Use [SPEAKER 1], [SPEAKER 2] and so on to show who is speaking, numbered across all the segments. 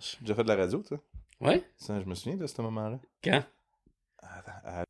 [SPEAKER 1] J'ai déjà fait de la radio, tu sais.
[SPEAKER 2] Ouais?
[SPEAKER 1] Ça, je me souviens de ce moment-là.
[SPEAKER 2] Quand?
[SPEAKER 1] Attends, ah,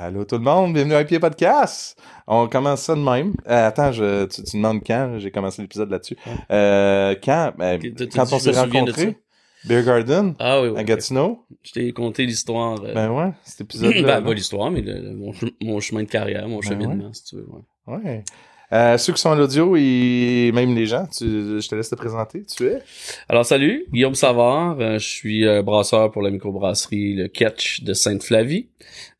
[SPEAKER 1] Allô tout le monde, bienvenue à IPA Podcast. On commence ça de même. Euh, attends, je, tu, tu demandes quand, j'ai commencé l'épisode là-dessus. Euh, quand, ben,
[SPEAKER 2] T'as- t'as
[SPEAKER 1] quand
[SPEAKER 2] dit,
[SPEAKER 1] on
[SPEAKER 2] je
[SPEAKER 1] s'est
[SPEAKER 2] me souviens de
[SPEAKER 1] rencontrés, Beer Garden,
[SPEAKER 2] Ah oui, oui.
[SPEAKER 1] à Gatineau.
[SPEAKER 2] Je t'ai conté l'histoire. euh,
[SPEAKER 1] Ben ouais, cet épisode-là.
[SPEAKER 2] ben,
[SPEAKER 1] là.
[SPEAKER 2] pas l'histoire, mais le- le- mon, ch- mon chemin de carrière, mon
[SPEAKER 1] Ben
[SPEAKER 2] cheminement, si tu veux. ouais.
[SPEAKER 1] Ouais. Euh, ceux qui sont à l'audio et même les gens, tu- je te laisse te présenter. Tu es
[SPEAKER 2] Alors, salut, Guillaume Savard. euh, je suis euh, brasseur pour la microbrasserie Le Catch de Sainte-Flavie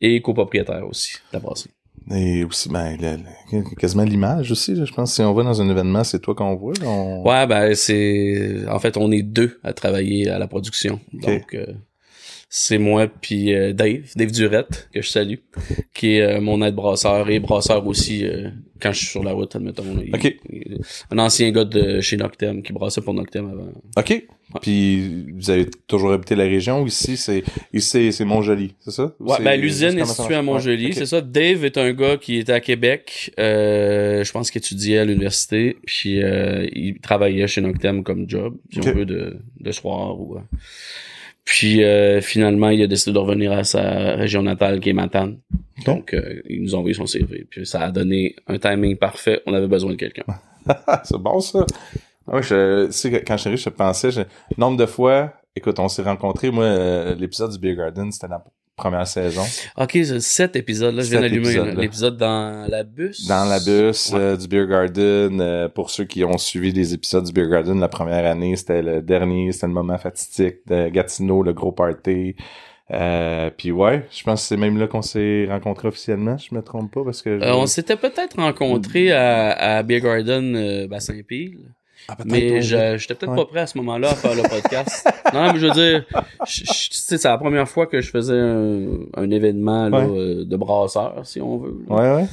[SPEAKER 2] et copropriétaire aussi de la brasserie.
[SPEAKER 1] Et aussi, ben, le- le- quasiment l'image aussi. là. Je pense que si on va dans un événement, c'est toi qu'on voit. là. On-
[SPEAKER 2] Ouais, ben c'est... En fait, on est deux à travailler à la production. Donc, euh, c'est moi puis euh, Dave, Dave Durette, que je salue, qui est euh, mon aide-brasseur et brasseur aussi euh, quand je suis sur la route, admettons. là. Il-
[SPEAKER 1] Ok.
[SPEAKER 2] il- un ancien gars de chez Noctem qui brassait pour Noctem avant.
[SPEAKER 1] OK. Puis, vous avez toujours habité la région. Ici, c'est ici, c'est- c'est Montjoli, c'est ça? Ou
[SPEAKER 2] Ouais,
[SPEAKER 1] c'est-
[SPEAKER 2] ben l'usine
[SPEAKER 1] c'est
[SPEAKER 2] est
[SPEAKER 1] comment ça
[SPEAKER 2] située à
[SPEAKER 1] marche?
[SPEAKER 2] Montjoli,
[SPEAKER 1] Ouais, ok.
[SPEAKER 2] c'est ça. Dave est un gars qui était à Québec, euh, je pense qu'il étudiait à l'université, puis euh, il travaillait chez Noctem comme job, si
[SPEAKER 1] Ok.
[SPEAKER 2] on veut, de, de soir. Ou, euh. Puis euh, finalement, il a décidé de revenir à sa région natale qui est Matane.
[SPEAKER 1] Ok.
[SPEAKER 2] Donc, euh, il nous a envoyé son CV, puis ça a donné un timing parfait, on avait besoin de quelqu'un.
[SPEAKER 1] Ah, c'est bon, ça. Ah ouais, je, tu sais, quand j'étais riche, je pensais, je- nombre de fois, écoute, on s'est rencontrés. Moi, euh, l'épisode du Beer Garden, c'était la première saison.
[SPEAKER 2] Ok, c'est sept épisodes-là, je viens
[SPEAKER 1] Sept
[SPEAKER 2] d'allumer
[SPEAKER 1] épisodes,
[SPEAKER 2] là.
[SPEAKER 1] là.
[SPEAKER 2] l'épisode dans la bus.
[SPEAKER 1] Dans la bus
[SPEAKER 2] Ouais.
[SPEAKER 1] euh, du Beer Garden, euh, pour ceux qui ont suivi les épisodes du Beer Garden la première année, c'était le dernier, c'était le moment fatidique de Gatineau, le gros party. Euh, puis ouais, je pense que c'est même là qu'on s'est rencontrés officiellement, je me trompe pas parce que je-
[SPEAKER 2] Euh, on s'était peut-être rencontrés à, à Beer Garden euh, Bassin-Pile.
[SPEAKER 1] Ah, peut-être,
[SPEAKER 2] Mais
[SPEAKER 1] ouais,
[SPEAKER 2] je- j'étais peut-être pas prêt à ce moment-là à faire le podcast. non, non, mais je veux dire, je- je- tu sais, c'est la première fois que je faisais un, un événement là,
[SPEAKER 1] Ouais.
[SPEAKER 2] euh, de brasseur, si on veut. là.
[SPEAKER 1] Ouais ouais.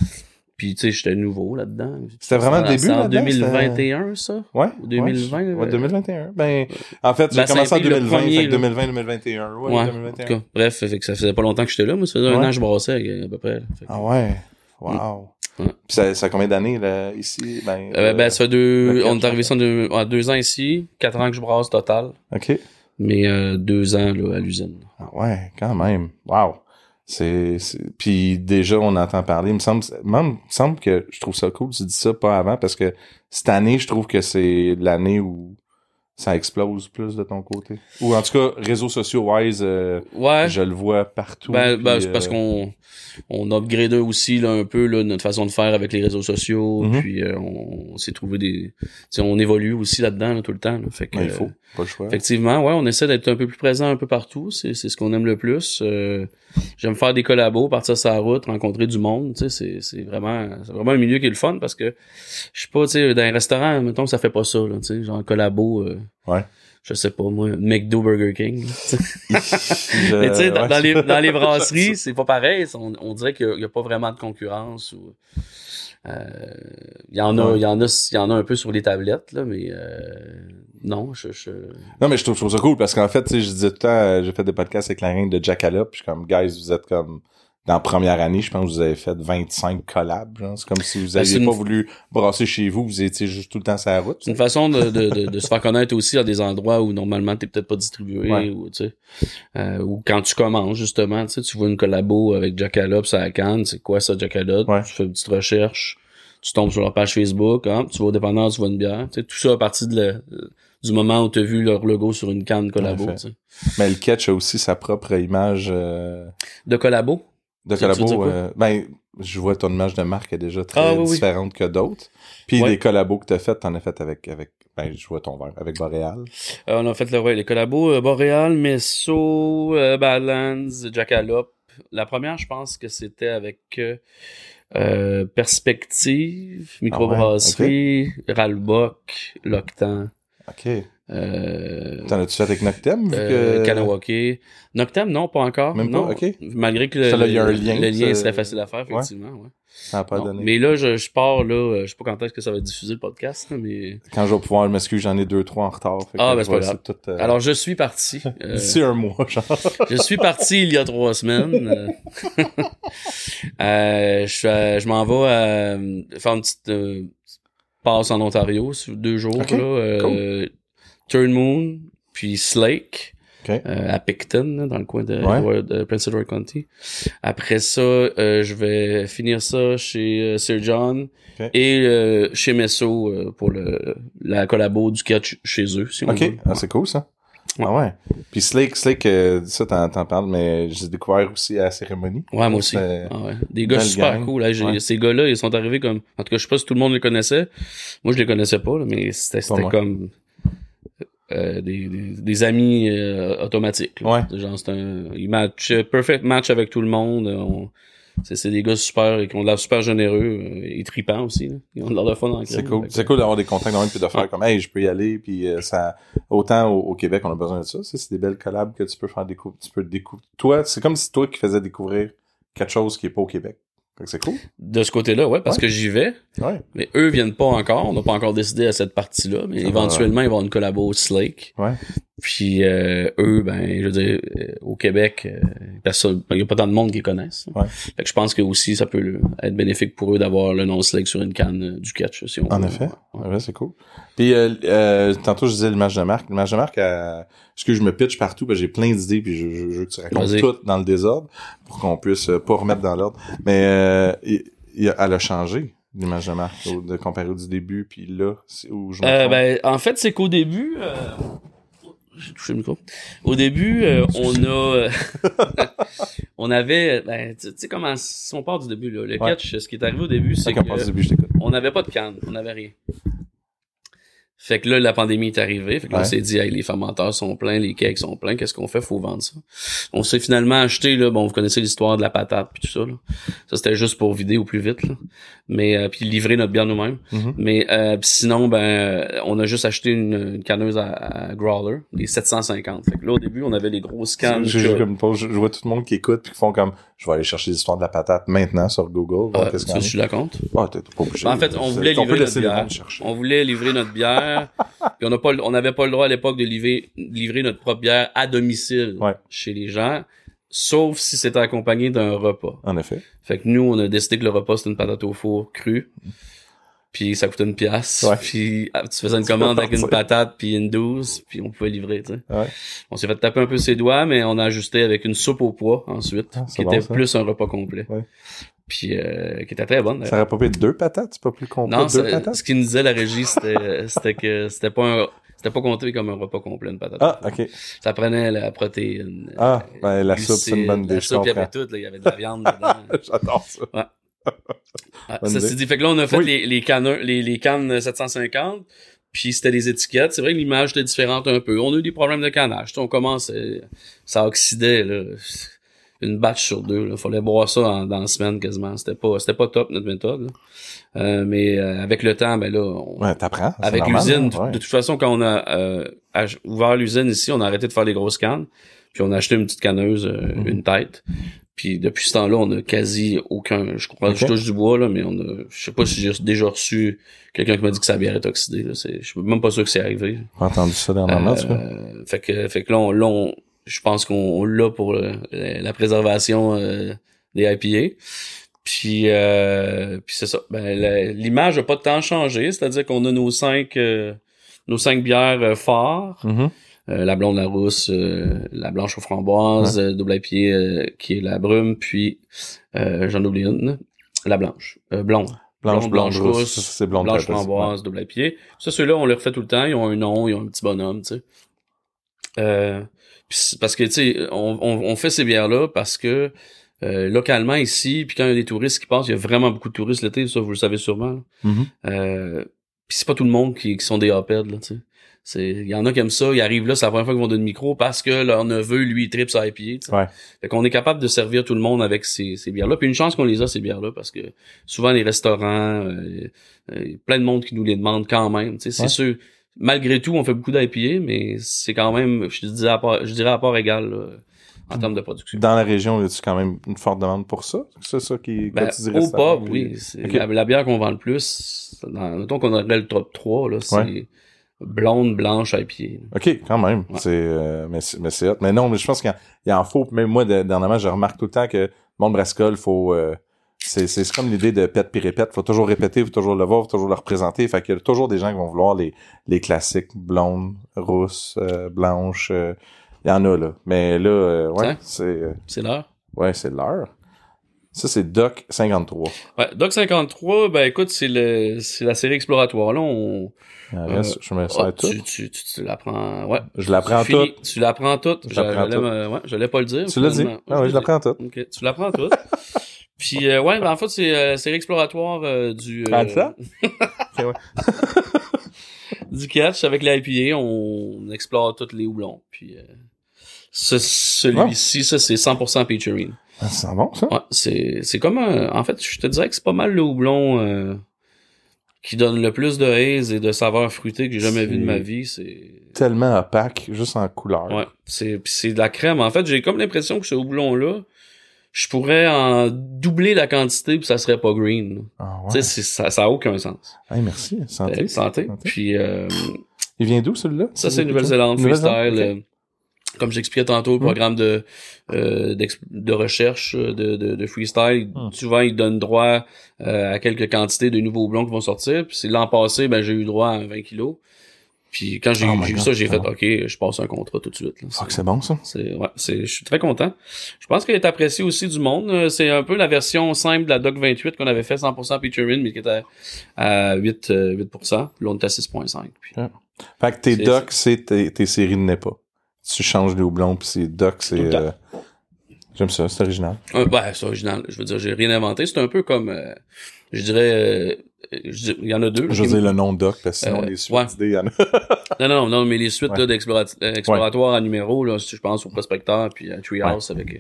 [SPEAKER 2] Puis, tu sais, j'étais nouveau là-dedans.
[SPEAKER 1] C'était vraiment le
[SPEAKER 2] C'est en-
[SPEAKER 1] début
[SPEAKER 2] C'est en
[SPEAKER 1] là-dedans,
[SPEAKER 2] 2021, ça?
[SPEAKER 1] Ouais.
[SPEAKER 2] Ou 2020,
[SPEAKER 1] ouais, je- ouais,
[SPEAKER 2] euh,
[SPEAKER 1] 2021. Ben en fait, j'ai
[SPEAKER 2] Bassin
[SPEAKER 1] commencé en
[SPEAKER 2] Pile, le
[SPEAKER 1] 2020,
[SPEAKER 2] premier,
[SPEAKER 1] fait que
[SPEAKER 2] là.
[SPEAKER 1] 2020 2021. Ouais,
[SPEAKER 2] Ouais, en tout
[SPEAKER 1] 2021.
[SPEAKER 2] cas, bref, fait que ça faisait pas longtemps que j'étais là. Moi, ça faisait un
[SPEAKER 1] Ouais.
[SPEAKER 2] an que je brassais à peu près. là. Fait que-
[SPEAKER 1] Ah ouais. Wow.
[SPEAKER 2] Ouais.
[SPEAKER 1] Puis ça, ça a combien d'années là ici ben,
[SPEAKER 2] Mm. Euh, ben, ça fait deux,
[SPEAKER 1] le
[SPEAKER 2] on est
[SPEAKER 1] catch,
[SPEAKER 2] arrivé ça en deux, en deux ans ici, quatre ans que je brasse total,
[SPEAKER 1] OK.
[SPEAKER 2] mais euh, deux ans là, à l'usine.
[SPEAKER 1] Ah ouais, quand même. Wow. C'est, c'est- Puis déjà, on entend parler. Il me semble, même, il me semble que je trouve ça cool. Tu dis ça pas avant parce que cette année, je trouve que c'est l'année où ça explose plus de ton côté. Ou en tout cas, réseaux sociaux wise, euh,
[SPEAKER 2] Ouais,
[SPEAKER 1] je le vois partout.
[SPEAKER 2] Ben,
[SPEAKER 1] puis,
[SPEAKER 2] ben, c'est parce
[SPEAKER 1] euh,
[SPEAKER 2] qu'on on upgrade aussi là, un peu là, notre façon de faire avec les réseaux sociaux.
[SPEAKER 1] Mhm.
[SPEAKER 2] Puis euh, on, on s'est trouvé des. tu sais, On évolue aussi là-dedans là, tout le temps. là. Fait euh, que,
[SPEAKER 1] ben, il faut, pas le choix.
[SPEAKER 2] Effectivement, ouais, on essaie d'être un peu plus présent un peu partout. C'est, c'est ce qu'on aime le plus. Euh, j'aime faire des collabos, partir sur la route, rencontrer du monde. Tu sais, c'est, c'est vraiment, c'est vraiment un milieu qui est le fun parce que je sais pas, tu sais, dans un restaurant, mettons, ça fait pas ça. Là, tu sais, genre collabo. euh,
[SPEAKER 1] Ouais.
[SPEAKER 2] Je sais pas moi, McDo Burger King. là, tu sais.
[SPEAKER 1] Je-
[SPEAKER 2] Mais tu sais, dans,
[SPEAKER 1] Euh, ouais,
[SPEAKER 2] dans les,
[SPEAKER 1] c'est-
[SPEAKER 2] dans les brasseries, c'est pas pareil. On, on dirait qu'il n'y a, pas vraiment de concurrence. ou euh, Il y en a,
[SPEAKER 1] Ouais.
[SPEAKER 2] il y en a, il y en a un peu sur les tablettes, là, mais euh, non, je, je...
[SPEAKER 1] Non, mais je trouve, je trouve ça cool parce qu'en fait, tu sais, je disais tout le temps, euh, j'ai fait des podcasts avec la reine de Jackalope. Puis je suis comme, guys, vous êtes comme, dans la première année, je pense que vous avez fait 25 collabs. genre. C'est comme si vous
[SPEAKER 2] Ben, c'est
[SPEAKER 1] n'aviez
[SPEAKER 2] une-
[SPEAKER 1] pas voulu brasser chez vous, vous étiez juste tout le temps sur la route.
[SPEAKER 2] c'est une façon de, de, de, de se faire connaître aussi à des endroits où normalement t'es peut-être pas distribué
[SPEAKER 1] Ouais.
[SPEAKER 2] ou tu sais, euh, ou quand tu commences justement, tu sais, tu vois une collabo avec Jackalope, ça Cannes, c'est quoi ça Jackalope
[SPEAKER 1] Ouais.
[SPEAKER 2] Tu fais une petite recherche, tu tombes sur leur page Facebook, hein, tu vas au dépanneur, tu vois une bière, tu sais, tout ça à partir de le- du moment où tu as vu leur logo sur une canne collabo,
[SPEAKER 1] En effet.
[SPEAKER 2] tu sais.
[SPEAKER 1] Mais le catch a aussi sa propre image euh,
[SPEAKER 2] de collabo.
[SPEAKER 1] de
[SPEAKER 2] Tu- tu veux dire
[SPEAKER 1] collabo.
[SPEAKER 2] quoi?
[SPEAKER 1] euh, ben, je vois ton image de marque est déjà très
[SPEAKER 2] Ah, oui, oui.
[SPEAKER 1] différente que d'autres. Puis
[SPEAKER 2] Ouais.
[SPEAKER 1] les collabos que t'as fait, t'en as fait avec, avec, ben, je vois ton verre, avec Boréal.
[SPEAKER 2] Euh, on a fait le, ouais, les collabos euh, Boréal, Messo, euh, Balance, Jackalope. La première, je pense que c'était avec euh, euh,
[SPEAKER 1] Ah
[SPEAKER 2] Perspective, Microbrasserie, Ralbock, Loctan.
[SPEAKER 1] OK.
[SPEAKER 2] Euh,
[SPEAKER 1] T'en as-tu fait avec Noctem? Vu
[SPEAKER 2] euh,
[SPEAKER 1] que...
[SPEAKER 2] Kanawake. Noctem, non, pas encore.
[SPEAKER 1] Même pas?
[SPEAKER 2] non.
[SPEAKER 1] Ok.
[SPEAKER 2] Malgré que le,
[SPEAKER 1] Ça, là, il y a un
[SPEAKER 2] le-
[SPEAKER 1] lien,
[SPEAKER 2] le lien
[SPEAKER 1] ça-
[SPEAKER 2] serait facile à faire,
[SPEAKER 1] Ouais.
[SPEAKER 2] effectivement. ouais.
[SPEAKER 1] Ça n'a pas
[SPEAKER 2] Non,
[SPEAKER 1] donné.
[SPEAKER 2] Mais là, je, je pars, là, euh, je sais pas quand est-ce que ça va être diffusé le podcast, là, mais...
[SPEAKER 1] Quand je vais pouvoir m'excuser, j'en ai deux, trois en retard. Fait que
[SPEAKER 2] Ah, ben,
[SPEAKER 1] je
[SPEAKER 2] c'est
[SPEAKER 1] vais
[SPEAKER 2] pas grave.
[SPEAKER 1] essayer de tout, euh,
[SPEAKER 2] Alors, je suis parti. euh,
[SPEAKER 1] D'ici un mois, genre.
[SPEAKER 2] je suis parti il y a trois semaines. euh. Euh, je, suis à- je m'en vais à faire une petite euh, passe en Ontario sur deux jours.
[SPEAKER 1] Ok,
[SPEAKER 2] là, euh, Turn Moon, puis Slake.
[SPEAKER 1] Ok.
[SPEAKER 2] euh, à Picton, là, dans le coin de,
[SPEAKER 1] Ouais.
[SPEAKER 2] Edward- de Prince Edward County. Après ça, euh, je vais finir ça chez euh, Sir John
[SPEAKER 1] Ok.
[SPEAKER 2] et euh, chez Messo euh, pour le, la collabo du catch chez eux, si on
[SPEAKER 1] OK.
[SPEAKER 2] veut.
[SPEAKER 1] Ah, c'est cool, ça. Ah ouais. Puis Slake, Slake, euh, ça, t'en, t'en parles, mais j'ai découvert aussi à la cérémonie.
[SPEAKER 2] Ouais, moi aussi.
[SPEAKER 1] C'est-
[SPEAKER 2] Ah ouais. Des gars
[SPEAKER 1] belle
[SPEAKER 2] super
[SPEAKER 1] gang.
[SPEAKER 2] cool. hein. J'ai-
[SPEAKER 1] Ouais.
[SPEAKER 2] Ces gars-là, ils sont arrivés comme. En tout cas, je sais pas si tout le monde les connaissait. Moi, je les connaissais pas, là, mais c'était c'était
[SPEAKER 1] moi.
[SPEAKER 2] comme euh, des, des, des amis euh, automatiques. là.
[SPEAKER 1] Ouais.
[SPEAKER 2] C'est Genre, c'est un. Ils matchaient perfect match avec tout le monde. On- C'est c'est des gars super et qui ont de l'air super généreux euh, et tripants aussi. là. Ils ont de l'air de fun en
[SPEAKER 1] C'est
[SPEAKER 2] crème.
[SPEAKER 1] cool.
[SPEAKER 2] Fait que-
[SPEAKER 1] C'est cool d'avoir des contacts dans le même puis de faire
[SPEAKER 2] Ouais.
[SPEAKER 1] comme, hey, je peux y aller. Puis euh, ça, autant au, au Québec, on a besoin de ça. ça c'est des belles collabs que tu peux faire découvrir. Tu peux découvrir. Toi, c'est comme si toi qui faisais découvrir quelque chose qui est pas au Québec. Fait que c'est cool.
[SPEAKER 2] De ce côté-là, ouais, parce
[SPEAKER 1] Ouais.
[SPEAKER 2] que j'y vais.
[SPEAKER 1] Ouais.
[SPEAKER 2] Mais eux viennent pas encore. On n'a pas encore décidé à cette partie-là. Mais
[SPEAKER 1] Ça va,
[SPEAKER 2] éventuellement, ils vont avoir une collabo au Slake.
[SPEAKER 1] Ouais.
[SPEAKER 2] Puis euh, eux, ben, je veux dire, euh, au Québec, euh, personne, il n'y a pas tant de monde qui les connaissent.
[SPEAKER 1] Ouais.
[SPEAKER 2] Fait que je pense que aussi, ça peut le- être bénéfique pour eux d'avoir le nom Slake sur une canne euh, du catch, si on
[SPEAKER 1] En
[SPEAKER 2] veut.
[SPEAKER 1] effet.
[SPEAKER 2] Ouais.
[SPEAKER 1] Ah Ouais, c'est cool. Puis euh, euh, tantôt je disais le match de Marc. Le match de Marc, euh, parce que je me pitch partout, parce que j'ai plein d'idées, puis je, je- je veux que tu racontes
[SPEAKER 2] Vas-y.
[SPEAKER 1] tout dans le désordre pour qu'on puisse euh, pas remettre dans l'ordre. Mais euh, il- il a- elle a changé l'image de Marc, au- de comparer du début, puis là, c'est où je me
[SPEAKER 2] Euh,
[SPEAKER 1] trompe.
[SPEAKER 2] ben, en fait, c'est qu'au début, euh, j'ai touché le micro. Au début, euh, on a, on avait, ben, tu tu sais comment, si on part du début là, le
[SPEAKER 1] Ouais.
[SPEAKER 2] catch, ce qui est arrivé au début,
[SPEAKER 1] C'est
[SPEAKER 2] c'est
[SPEAKER 1] qu'on
[SPEAKER 2] que-
[SPEAKER 1] passe du début, je t'écoute.
[SPEAKER 2] on n'avait pas de canne, on n'avait rien. Fait que là, la pandémie est arrivée. Fait que là,
[SPEAKER 1] Ouais.
[SPEAKER 2] on s'est dit, Hey, les fermenteurs sont pleins, les cakes sont pleins, qu'est-ce qu'on fait? Faut vendre ça. On s'est finalement acheté, là, bon, vous connaissez l'histoire de la patate puis tout ça, là. Ça, c'était juste pour vider au plus vite, là. Mais, euh, puis livrer notre bière nous-mêmes.
[SPEAKER 1] Mhm.
[SPEAKER 2] Mais, euh, puis sinon, ben, euh, on a juste acheté une, une canneuse à, à Growler, les 750. Fait que là, au début, on avait les grosses cannes.
[SPEAKER 1] Je, je-
[SPEAKER 2] que-
[SPEAKER 1] comme une pause. je, je vois tout le monde qui écoute puis qui font comme je vais aller chercher l'histoire de la patate maintenant sur Google. voir
[SPEAKER 2] Ah,
[SPEAKER 1] qu'est-ce
[SPEAKER 2] tu
[SPEAKER 1] qu'il y
[SPEAKER 2] veux
[SPEAKER 1] en
[SPEAKER 2] que je la compte?
[SPEAKER 1] a. Ah, t'es pas obligé.
[SPEAKER 2] Ben, en fait, on
[SPEAKER 1] C'est-
[SPEAKER 2] voulait
[SPEAKER 1] On peut
[SPEAKER 2] livrer
[SPEAKER 1] laisser le
[SPEAKER 2] notre bière.
[SPEAKER 1] monde chercher.
[SPEAKER 2] On voulait livrer notre bière. puis on n'a pas, le- on n'avait pas le droit à l'époque de livrer, livrer notre propre bière à domicile
[SPEAKER 1] Ouais.
[SPEAKER 2] chez les gens, sauf si c'était accompagné d'un repas.
[SPEAKER 1] En effet.
[SPEAKER 2] Fait que nous, on a décidé que le repas c'était une patate au four crue. Puis ça coûtait une pièce.
[SPEAKER 1] Ouais.
[SPEAKER 2] Puis ah, tu faisais une
[SPEAKER 1] Tu peux
[SPEAKER 2] commande avec une
[SPEAKER 1] partir.
[SPEAKER 2] patate puis une douce, puis on pouvait livrer. tu sais.
[SPEAKER 1] Ouais.
[SPEAKER 2] On s'est fait taper un peu ses doigts, mais on a ajusté avec une soupe au poids ensuite,
[SPEAKER 1] Ah, c'est
[SPEAKER 2] qui
[SPEAKER 1] bon,
[SPEAKER 2] était
[SPEAKER 1] ça.
[SPEAKER 2] plus un repas complet.
[SPEAKER 1] Ouais.
[SPEAKER 2] Puis euh, qui était très bonne. d'ailleurs.
[SPEAKER 1] Ça aurait pas pu être deux patates, c'est pas plus complet.
[SPEAKER 2] Non,
[SPEAKER 1] deux
[SPEAKER 2] ça-
[SPEAKER 1] patates.
[SPEAKER 2] ce qu'il nous disait la régie, c'était euh, c'était que c'était pas un, c'était pas compté comme un repas complet une patate.
[SPEAKER 1] Ah, ok.
[SPEAKER 2] Ça prenait la protéine.
[SPEAKER 1] Ah, ben, la
[SPEAKER 2] euh,
[SPEAKER 1] soupe, c'est une
[SPEAKER 2] glucides,
[SPEAKER 1] bonne idée,
[SPEAKER 2] La
[SPEAKER 1] je
[SPEAKER 2] soupe, il y avait
[SPEAKER 1] comprends.
[SPEAKER 2] tout, là, il y avait de la viande dedans.
[SPEAKER 1] J'adore ça.
[SPEAKER 2] Ah,
[SPEAKER 1] Bonne
[SPEAKER 2] ça
[SPEAKER 1] idée.
[SPEAKER 2] c'est dit, fait que là on a fait
[SPEAKER 1] Oui.
[SPEAKER 2] les, les cannes les, les cannes 750, puis c'était les étiquettes. C'est vrai que l'image était différente un peu. On a eu des problèmes de canage. Tu sais, On commence, euh, ça oxydait là. Une batch sur deux, là. fallait boire ça en- dans la semaine quasiment. C'était pas, c'était pas top notre méthode. là. Euh, mais euh, avec le temps, ben là, on,
[SPEAKER 1] Ouais, t'apprends. c'est
[SPEAKER 2] avec
[SPEAKER 1] normal,
[SPEAKER 2] l'usine.
[SPEAKER 1] hein, ouais.
[SPEAKER 2] De toute façon, quand on a euh, ach- ouvert l'usine ici, on a arrêté de faire les grosses cannes, puis on a acheté une petite canneuse, euh,
[SPEAKER 1] Mhm.
[SPEAKER 2] une tête. Puis depuis ce temps-là, on a quasi aucun. Je crois que je
[SPEAKER 1] Ok.
[SPEAKER 2] touche du bois là, mais on a. Je sais pas si j'ai déjà reçu quelqu'un qui m'a dit que sa bière est oxydée. Là. C'est- Je suis même pas sûr que c'est arrivé.
[SPEAKER 1] J'ai entendu ça dernièrement, tu vois.
[SPEAKER 2] Euh, fait que fait que là, on, là, on- je pense qu'on on l'a pour euh, la préservation euh, des IPA. Puis, euh, puis c'est ça. Ben, la- l'image n'a pas tant changé, c'est-à-dire qu'on a nos cinq euh, nos cinq bières euh, phares.
[SPEAKER 1] Mhm.
[SPEAKER 2] Euh, la blonde, la rousse, euh, la blanche aux framboises, euh, double IPA euh, qui est la brume, puis euh, j'en oublie une, la blanche, euh, blonde.
[SPEAKER 1] Blanche, blanche,
[SPEAKER 2] Blonde, blanche,
[SPEAKER 1] rousse.
[SPEAKER 2] rousse,
[SPEAKER 1] Ça, ça, c'est blonde,
[SPEAKER 2] Blanche
[SPEAKER 1] patates,
[SPEAKER 2] framboise, double IPA. Ça, ceux-là, on les refait tout le temps. Ils ont un nom, ils ont un petit bonhomme, tu sais. Euh, puis c'est- parce que, tu sais, on, on, on fait ces bières-là parce que euh, localement ici, puis quand il y a des touristes qui passent, il y a vraiment beaucoup de touristes l'été, ça, vous le savez sûrement. là.
[SPEAKER 1] ouais. Mhm.
[SPEAKER 2] Euh, puis c'est pas tout le monde qui, qui sont des hopeds, là, tu sais. C'est- Il y en a qui aiment ça, ils arrivent là, c'est la première fois qu'ils vont donner le micro parce que leur neveu, lui, il tripe sur IPA. tu sais.
[SPEAKER 1] Ouais.
[SPEAKER 2] Fait qu'on est capable de servir tout le monde avec ces, ces bières-là. Puis une chance qu'on les a, ces bières-là, parce que souvent les restaurants, euh, euh, plein de monde qui nous les demande quand même. tu sais. C'est
[SPEAKER 1] Ouais.
[SPEAKER 2] sûr, malgré tout, on fait beaucoup d'IPA, mais c'est quand même, je dirais à part, je dirais à part égale là, en termes de production.
[SPEAKER 1] Dans la région, y a-tu quand même une forte demande pour ça? C'est ça qui
[SPEAKER 2] Ben,
[SPEAKER 1] quand tu dirais
[SPEAKER 2] au
[SPEAKER 1] ça,
[SPEAKER 2] pub,
[SPEAKER 1] puis-
[SPEAKER 2] oui. c'est
[SPEAKER 1] Ok.
[SPEAKER 2] La, la bière qu'on vend le plus, dans, mettons qu'on aurait le top 3, là, c'est
[SPEAKER 1] Ouais.
[SPEAKER 2] blonde, blanche, IPA.
[SPEAKER 1] OK, quand même.
[SPEAKER 2] Ouais.
[SPEAKER 1] C'est, euh, mais, c'est- mais c'est hot. Mais non, mais je pense qu'il y en- il y en faut. Même moi, de- dernièrement, je remarque tout le temps que mon brascole, faut. euh, c'est, c'est comme l'idée de pète puis répète. Faut toujours répéter, faut toujours le voir, faut toujours le représenter. Fait qu'il y a toujours des gens qui vont vouloir les, les classiques blondes, rousses, euh, blanches. euh, il y en a, là. Mais là, euh, ouais,
[SPEAKER 2] Ça?
[SPEAKER 1] c'est, euh,
[SPEAKER 2] C'est l'heure.
[SPEAKER 1] ouais, c'est l'heure. Ça, c'est Doc 53.
[SPEAKER 2] Ouais, Doc 53, ben écoute, c'est le c'est la série exploratoire. Là, on,
[SPEAKER 1] Il en Euh, reste, je me sers
[SPEAKER 2] Ah,
[SPEAKER 1] tout.
[SPEAKER 2] tu, tu, tu, tu l'apprends. Ouais.
[SPEAKER 1] Je la prends
[SPEAKER 2] Tu finis-
[SPEAKER 1] toute.
[SPEAKER 2] Tu l'apprends toute.
[SPEAKER 1] Je
[SPEAKER 2] Je
[SPEAKER 1] la prends
[SPEAKER 2] l'allais
[SPEAKER 1] toute.
[SPEAKER 2] me- ouais, j'allais pas le dire.
[SPEAKER 1] Tu l'as dit?
[SPEAKER 2] finalement.
[SPEAKER 1] Ah oui, je la prends toute.
[SPEAKER 2] Ok, tu l'apprends toute. Puis euh, ouais, ben, en fait, c'est euh, série exploratoire euh, du euh,
[SPEAKER 1] Prends ça? Ok, ouais.
[SPEAKER 2] du catch avec l'IPA, on explore tous les houblons. Puis euh, ce- celui-ci, ça c'est 100% Peacherine.
[SPEAKER 1] Ah, C'est bon, ça?
[SPEAKER 2] Ouais, c'est c'est comme un- en fait, je te dirais que c'est pas mal le houblon euh, qui donne le plus de haze et de saveur fruitée que j'ai jamais vu de ma
[SPEAKER 1] C'est-
[SPEAKER 2] vie, c'est
[SPEAKER 1] Tellement opaque, juste en couleur.
[SPEAKER 2] Ouais, c'est pis c'est de la crème. En fait, j'ai comme l'impression que ce houblon là, je pourrais en doubler la quantité puis ça serait pas green. là.
[SPEAKER 1] Ah ouais.
[SPEAKER 2] Tu sais, c'est- ça ça a aucun sens.
[SPEAKER 1] Hey, merci. Santé.
[SPEAKER 2] Euh, santé.
[SPEAKER 1] Santé.
[SPEAKER 2] Puis euh,
[SPEAKER 1] Il vient d'où celui-là?
[SPEAKER 2] ça c'est Nouvelle-Zélande freestyle.
[SPEAKER 1] Nouvelle-Zélande, ok.
[SPEAKER 2] euh, Comme j'expliquais tantôt, le
[SPEAKER 1] Mm.
[SPEAKER 2] programme de euh, d'ex- de recherche euh, de, de, de freestyle,
[SPEAKER 1] Mm.
[SPEAKER 2] souvent ils donnent droit euh, à quelques quantités de nouveaux houblons qui vont sortir. Puis c'est l'an passé, ben j'ai eu droit à 20 kilos. Puis quand j'ai
[SPEAKER 1] Oh
[SPEAKER 2] eu-
[SPEAKER 1] my
[SPEAKER 2] j'ai vu
[SPEAKER 1] God,
[SPEAKER 2] ça, j'ai
[SPEAKER 1] c'est
[SPEAKER 2] fait
[SPEAKER 1] bon.
[SPEAKER 2] ok, je passe un contrat tout de suite. là.
[SPEAKER 1] Fuck, Ah, c'est bon ça.
[SPEAKER 2] C'est ouais, c'est je suis très content. Je pense qu'elle est appréciée aussi du monde. Euh, C'est un peu la version simple de la Doc 28 qu'on avait fait 100% Peacherine mais qui était à, à 8 euh, 8 Puis là on était à 6.5. Puis
[SPEAKER 1] Fait que tes
[SPEAKER 2] C'est-
[SPEAKER 1] docs, c'est tes, tes séries de NEPA. Tu changes les houblons, puis c'est docs, c'est.
[SPEAKER 2] Tout le temps.
[SPEAKER 1] euh, J'aime ça, c'est original.
[SPEAKER 2] euh, ben, c'est original. Je veux dire, j'ai rien inventé, c'est un peu comme euh, je dirais euh, je dis- il y en a deux.
[SPEAKER 1] Je veux dire le nom doc, parce que sinon
[SPEAKER 2] Euh,
[SPEAKER 1] les suites
[SPEAKER 2] ouais.
[SPEAKER 1] d'idées, il y en a.
[SPEAKER 2] Non non non, mais les suites
[SPEAKER 1] Ouais.
[SPEAKER 2] là d'explora- euh, exploratoires à numéro là, si je pense au prospecteur puis à Treehouse avec euh,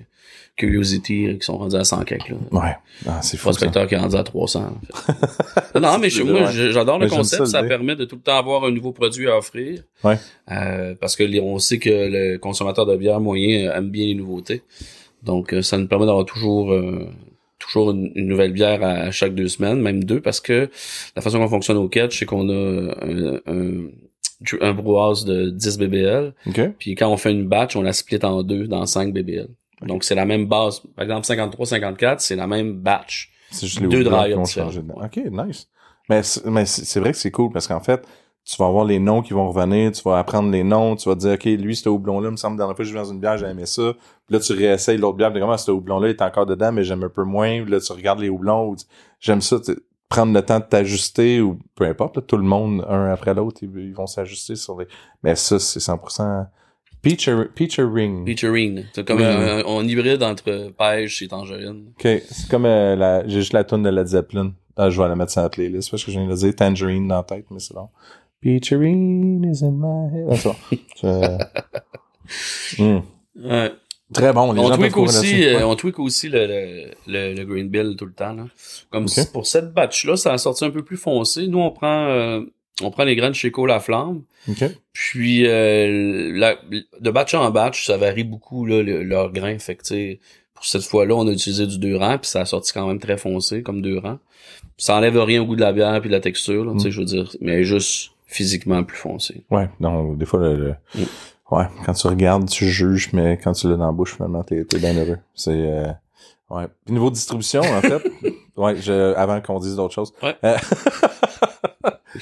[SPEAKER 2] Curiosity euh, qui sont rendus à 100 quelques là.
[SPEAKER 1] Ouais. Ah, c'est fou. ça.
[SPEAKER 2] prospecteur qui est rendu à 300. en fait. non, mais je- moi,
[SPEAKER 1] Ouais.
[SPEAKER 2] je- j'adore le
[SPEAKER 1] Mais j'aime
[SPEAKER 2] concept.
[SPEAKER 1] ça,
[SPEAKER 2] Ça
[SPEAKER 1] l'idée.
[SPEAKER 2] permet de tout le temps avoir un nouveau produit à offrir.
[SPEAKER 1] Ouais.
[SPEAKER 2] Euh, parce que les- on sait que le consommateur de bière moyen euh, aime bien les nouveautés. Donc, euh, ça nous permet d'avoir toujours, euh, toujours une, une nouvelle bière à, à chaque deux semaines, même deux, parce que la façon qu'on fonctionne au catch, c'est qu'on a euh, un, un, un brewhouse de 10 BBL.
[SPEAKER 1] OK.
[SPEAKER 2] Puis quand on fait une batch, on la split en deux dans 5 BBL. Donc, c'est la même base. Par exemple, 53-54, c'est la même batch.
[SPEAKER 1] C'est juste les
[SPEAKER 2] Deux
[SPEAKER 1] houblons qui
[SPEAKER 2] dryers
[SPEAKER 1] ont
[SPEAKER 2] différents.
[SPEAKER 1] changé de nom. OK, nice. Mais c'est, mais c'est c'est vrai que c'est cool parce qu'en fait, tu vas avoir les noms qui vont revenir, tu vas apprendre les noms, tu vas te dire, OK, lui, ce houblon-là, me semble, dans la fois que je vais dans une bière, j'ai aimé ça. Puis là, tu réessayes l'autre bière, puis ah, comment ce houblon-là est encore dedans, mais j'aime un peu moins. Puis là, tu regardes les houblons, ou tu- j'aime ça, tu- prendre le temps de t'ajuster, ou peu importe, là, tout le monde, un après l'autre, ils, ils vont s'ajuster sur les. Mais ça, c'est 100% hein. Peacher, Peacher Ring.
[SPEAKER 2] Featuring. C'est comme
[SPEAKER 1] Oui.
[SPEAKER 2] un, un- un hybride entre pêche et tangerine.
[SPEAKER 1] OK, c'est comme euh, la... j'ai juste la toune de Led Zeppelin. Ah, je vais la mettre sur la playlist parce que je viens de dire Tangerine dans la tête, mais c'est bon. Peacherine is in my head. Ah, c'est bon. Je- Hmm.
[SPEAKER 2] Ouais.
[SPEAKER 1] Très bon, les
[SPEAKER 2] On
[SPEAKER 1] gens
[SPEAKER 2] tweak
[SPEAKER 1] peuvent
[SPEAKER 2] aussi,
[SPEAKER 1] trouver là-dessus.
[SPEAKER 2] euh, on tweak aussi le, le, le, le green bill tout le temps. Là. Comme
[SPEAKER 1] Ok.
[SPEAKER 2] si pour cette batch-là, ça a sorti un peu plus foncé. Nous, on prend, euh, on prend les graines chez Co la flamme.
[SPEAKER 1] OK.
[SPEAKER 2] Puis euh, la- de batch en batch, ça varie beaucoup là, le- leur grain. Fait que, tu sais, pour cette fois-là, on a utilisé du deux rangs, puis ça a sorti quand même très foncé comme deux rangs. Ça enlève rien au goût de la bière puis de la texture, là, tu
[SPEAKER 1] Mm.
[SPEAKER 2] sais, je veux dire, mais juste physiquement plus foncé.
[SPEAKER 1] Ouais, non, des fois, le, le-
[SPEAKER 2] Oui.
[SPEAKER 1] ouais, quand tu regardes, tu juges, mais quand tu l'as dans la bouche, finalement, t'es, t'es bien heureux. C'est, euh, ouais. Puis niveau distribution, en fait, ouais, je, avant qu'on dise d'autres choses.
[SPEAKER 2] Ouais.
[SPEAKER 1] Euh,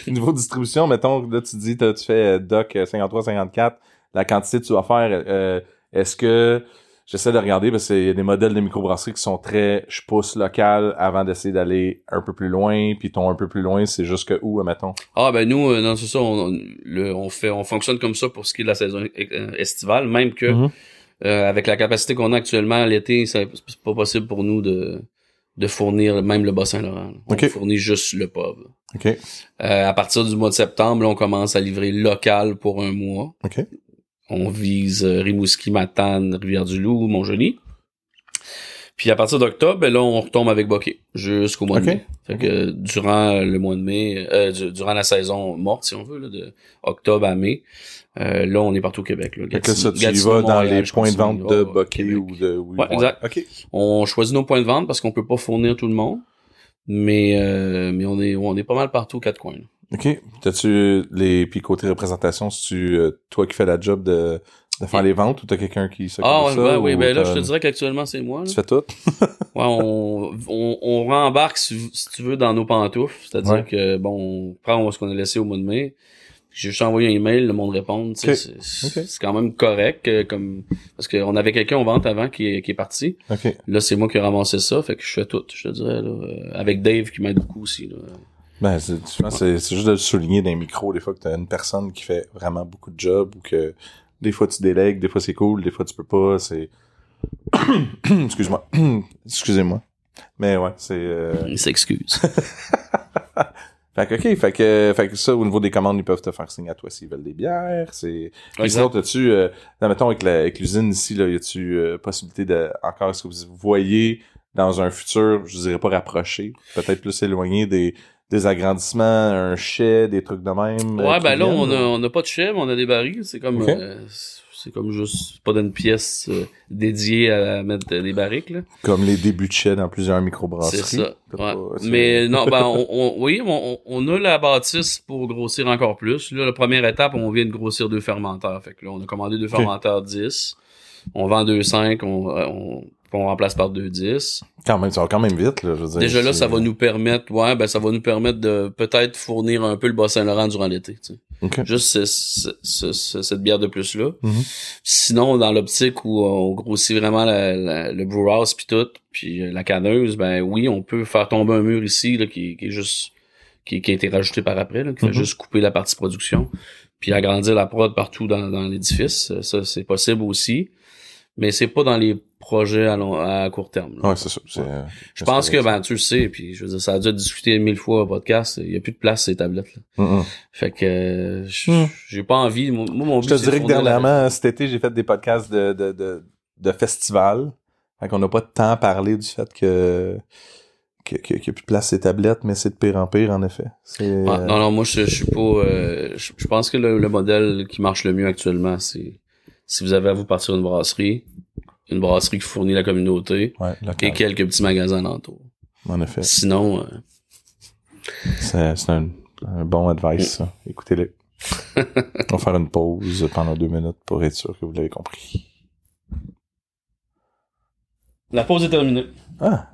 [SPEAKER 1] niveau distribution, mettons, là, tu dis, t'as- tu fais euh, doc euh, 53-54, la quantité que tu vas faire, euh, est-ce que, j'essaie de regarder, parce qu'il y a des modèles de microbrasserie qui sont très, je pousse local avant d'essayer d'aller un peu plus loin, puis ton un peu plus loin, c'est jusque où, euh, mettons?
[SPEAKER 2] Ah ben nous, euh, non, c'est ça, on, on- le- on fait, on fonctionne comme ça pour ce qui est de la saison euh, estivale, même que
[SPEAKER 1] Mhm.
[SPEAKER 2] euh, avec la capacité qu'on a actuellement l'été, c'est c'est pas possible pour nous de de fournir même le Bas-Saint-Laurent. là. On
[SPEAKER 1] Ok.
[SPEAKER 2] fournit juste le pub.
[SPEAKER 1] OK.
[SPEAKER 2] Euh, à partir du mois de septembre, là, on commence à livrer local pour un mois.
[SPEAKER 1] OK.
[SPEAKER 2] On vise euh, Rimouski, Matane, Rivière-du-Loup, Montjoli. Puis à partir d'octobre, ben là, on retombe avec Bokeh jusqu'au mois
[SPEAKER 1] Ok.
[SPEAKER 2] de mai. Fait que durant le mois de mai, euh, du- durant la saison morte, si on veut, là, de octobre à mai, euh, là, on est partout au Québec. Là.
[SPEAKER 1] Fait que là, ça, tu y
[SPEAKER 2] Gatineau,
[SPEAKER 1] vas dans
[SPEAKER 2] Montréal,
[SPEAKER 1] les points de
[SPEAKER 2] Chicoutimi,
[SPEAKER 1] vente de
[SPEAKER 2] oh, Québec.
[SPEAKER 1] Bucky ou de... oui,
[SPEAKER 2] Ouais, exact.
[SPEAKER 1] OK.
[SPEAKER 2] On choisit nos points de vente parce qu'on peut pas fournir tout le monde, mais euh, mais on est on est pas mal partout aux quatre coins. là.
[SPEAKER 1] OK. T'as-tu les... Puis côté représentation, c'est-tu euh, toi qui fais la job de, de faire
[SPEAKER 2] Et-
[SPEAKER 1] les ventes ou t'as quelqu'un qui s'occupe
[SPEAKER 2] Ah
[SPEAKER 1] de
[SPEAKER 2] ouais,
[SPEAKER 1] ça?
[SPEAKER 2] ouais,
[SPEAKER 1] ou
[SPEAKER 2] oui, ben là,
[SPEAKER 1] t'as-
[SPEAKER 2] je te dirais qu'actuellement c'est moi. là.
[SPEAKER 1] Tu fais tout?
[SPEAKER 2] Ouais, on, on, on rembarque, si, si tu veux, dans nos pantoufles. C'est-à-dire
[SPEAKER 1] Ouais.
[SPEAKER 2] que, bon, on prend ce qu'on a laissé au mois de mai. J'ai juste envoyé un email, le monde répond. tu sais,
[SPEAKER 1] Ok.
[SPEAKER 2] C'est c'est-
[SPEAKER 1] Ok.
[SPEAKER 2] c'est quand même correct. euh, comme Parce qu'on avait quelqu'un en vente avant qui est, qui est parti.
[SPEAKER 1] OK.
[SPEAKER 2] Là, c'est moi qui ai ramassé ça. Fait que je fais tout, je te dirais. Là, euh, avec Dave qui m'aide beaucoup aussi. Là.
[SPEAKER 1] Ben, c'est, tu vois, c'est, c'est juste de le souligner dans les micros, des fois que t'as une personne qui fait vraiment beaucoup de jobs ou que des fois tu délègues, des fois c'est cool, des fois tu peux pas, c'est... Excuse-moi. Excusez-moi. Mais ouais, c'est... euh,
[SPEAKER 2] Il s'excuse.
[SPEAKER 1] Fait que, OK, fait que, fait que ça, au niveau des commandes, ils peuvent te faire signer à toi s'ils veulent des bières, c'est... Puis sinon,
[SPEAKER 2] Exact.
[SPEAKER 1] t'as-tu, euh, là, mettons, avec, la, avec l'usine ici, là, y a-tu euh, possibilité de, encore, est-ce que vous voyez dans un futur, je dirais pas rapproché, peut-être plus éloigné des, des agrandissements, un chai, des trucs de même? euh,
[SPEAKER 2] Ouais,
[SPEAKER 1] qui
[SPEAKER 2] ben là,
[SPEAKER 1] viennent?
[SPEAKER 2] on a, on a pas de chèvre, on a des barils. C'est comme...
[SPEAKER 1] Ok.
[SPEAKER 2] euh, c'est comme juste pas d'une pièce euh, dédiée à mettre euh, des barriques. Là.
[SPEAKER 1] Comme les débuts de chai dans plusieurs microbrasseries.
[SPEAKER 2] C'est ça.
[SPEAKER 1] T'as
[SPEAKER 2] ouais.
[SPEAKER 1] pas- c'est-
[SPEAKER 2] Mais non, ben, on, on- oui, on, on on a la bâtisse pour grossir encore plus. Là, la première étape, on vient de grossir deux fermenteurs. Fait que là, on a commandé deux fermenteurs 10. On vend 2,5, on, euh, on, on remplace par 2,10.
[SPEAKER 1] Quand même, ça va quand même vite, là, je veux dire.
[SPEAKER 2] Déjà là,
[SPEAKER 1] c'est-
[SPEAKER 2] ça va nous permettre, ouais, ben, ça va nous permettre de peut-être fournir un peu le Bas-Saint-Laurent durant l'été. tu sais.
[SPEAKER 1] OK.
[SPEAKER 2] Juste ce- ce- ce- ce- cette bière de plus-là.
[SPEAKER 1] Mhm.
[SPEAKER 2] Sinon, dans l'optique où on grossit vraiment la- la- le brew house puis tout, puis euh, la canneuse, ben oui, on peut faire tomber un mur ici là, qui, qui est juste qui, qui a été rajouté par après, là, qui
[SPEAKER 1] Mhm.
[SPEAKER 2] fait juste couper la partie production, puis agrandir la prod partout dans, dans l'édifice. Euh, Ça, c'est possible aussi, mais c'est pas dans les projets à, long- à court terme. là.
[SPEAKER 1] Ouais, c'est ça. c'est- euh,
[SPEAKER 2] je pense que
[SPEAKER 1] c'est-
[SPEAKER 2] ben tu le sais, puis je veux dire, ça a dû être discuté mille fois au podcast. Il y a plus de place ces tablettes. Là.
[SPEAKER 1] Mm, mm.
[SPEAKER 2] Fait que euh, j-
[SPEAKER 1] Mhm.
[SPEAKER 2] j'ai pas envie. Moi, moi, mon
[SPEAKER 1] Je
[SPEAKER 2] but,
[SPEAKER 1] te
[SPEAKER 2] c'est de
[SPEAKER 1] dirais que
[SPEAKER 2] fournir la-
[SPEAKER 1] dernièrement, cet été, j'ai fait des podcasts de, de, de, de festivals. Fait qu'on n'a pas tant parlé du fait que que- que- qu'il n'y a plus de place ces tablettes, mais c'est de pire en pire, en effet. C'est,
[SPEAKER 2] Ah,
[SPEAKER 1] euh,
[SPEAKER 2] non, non, moi, je, je suis pas. euh, je, je pense que le, le modèle qui marche le mieux actuellement, c'est si vous avez à vous partir une brasserie, une brasserie qui fournit la communauté
[SPEAKER 1] ouais,
[SPEAKER 2] et
[SPEAKER 1] local,
[SPEAKER 2] quelques petits magasins alentour.
[SPEAKER 1] en effet.
[SPEAKER 2] Sinon, euh,
[SPEAKER 1] C'est, c'est un, un bon advice,
[SPEAKER 2] Mm.
[SPEAKER 1] ça. Écoutez-le. On va faire une pause pendant deux minutes pour être sûr que vous l'avez compris.
[SPEAKER 2] la pause est terminée.
[SPEAKER 1] Ah!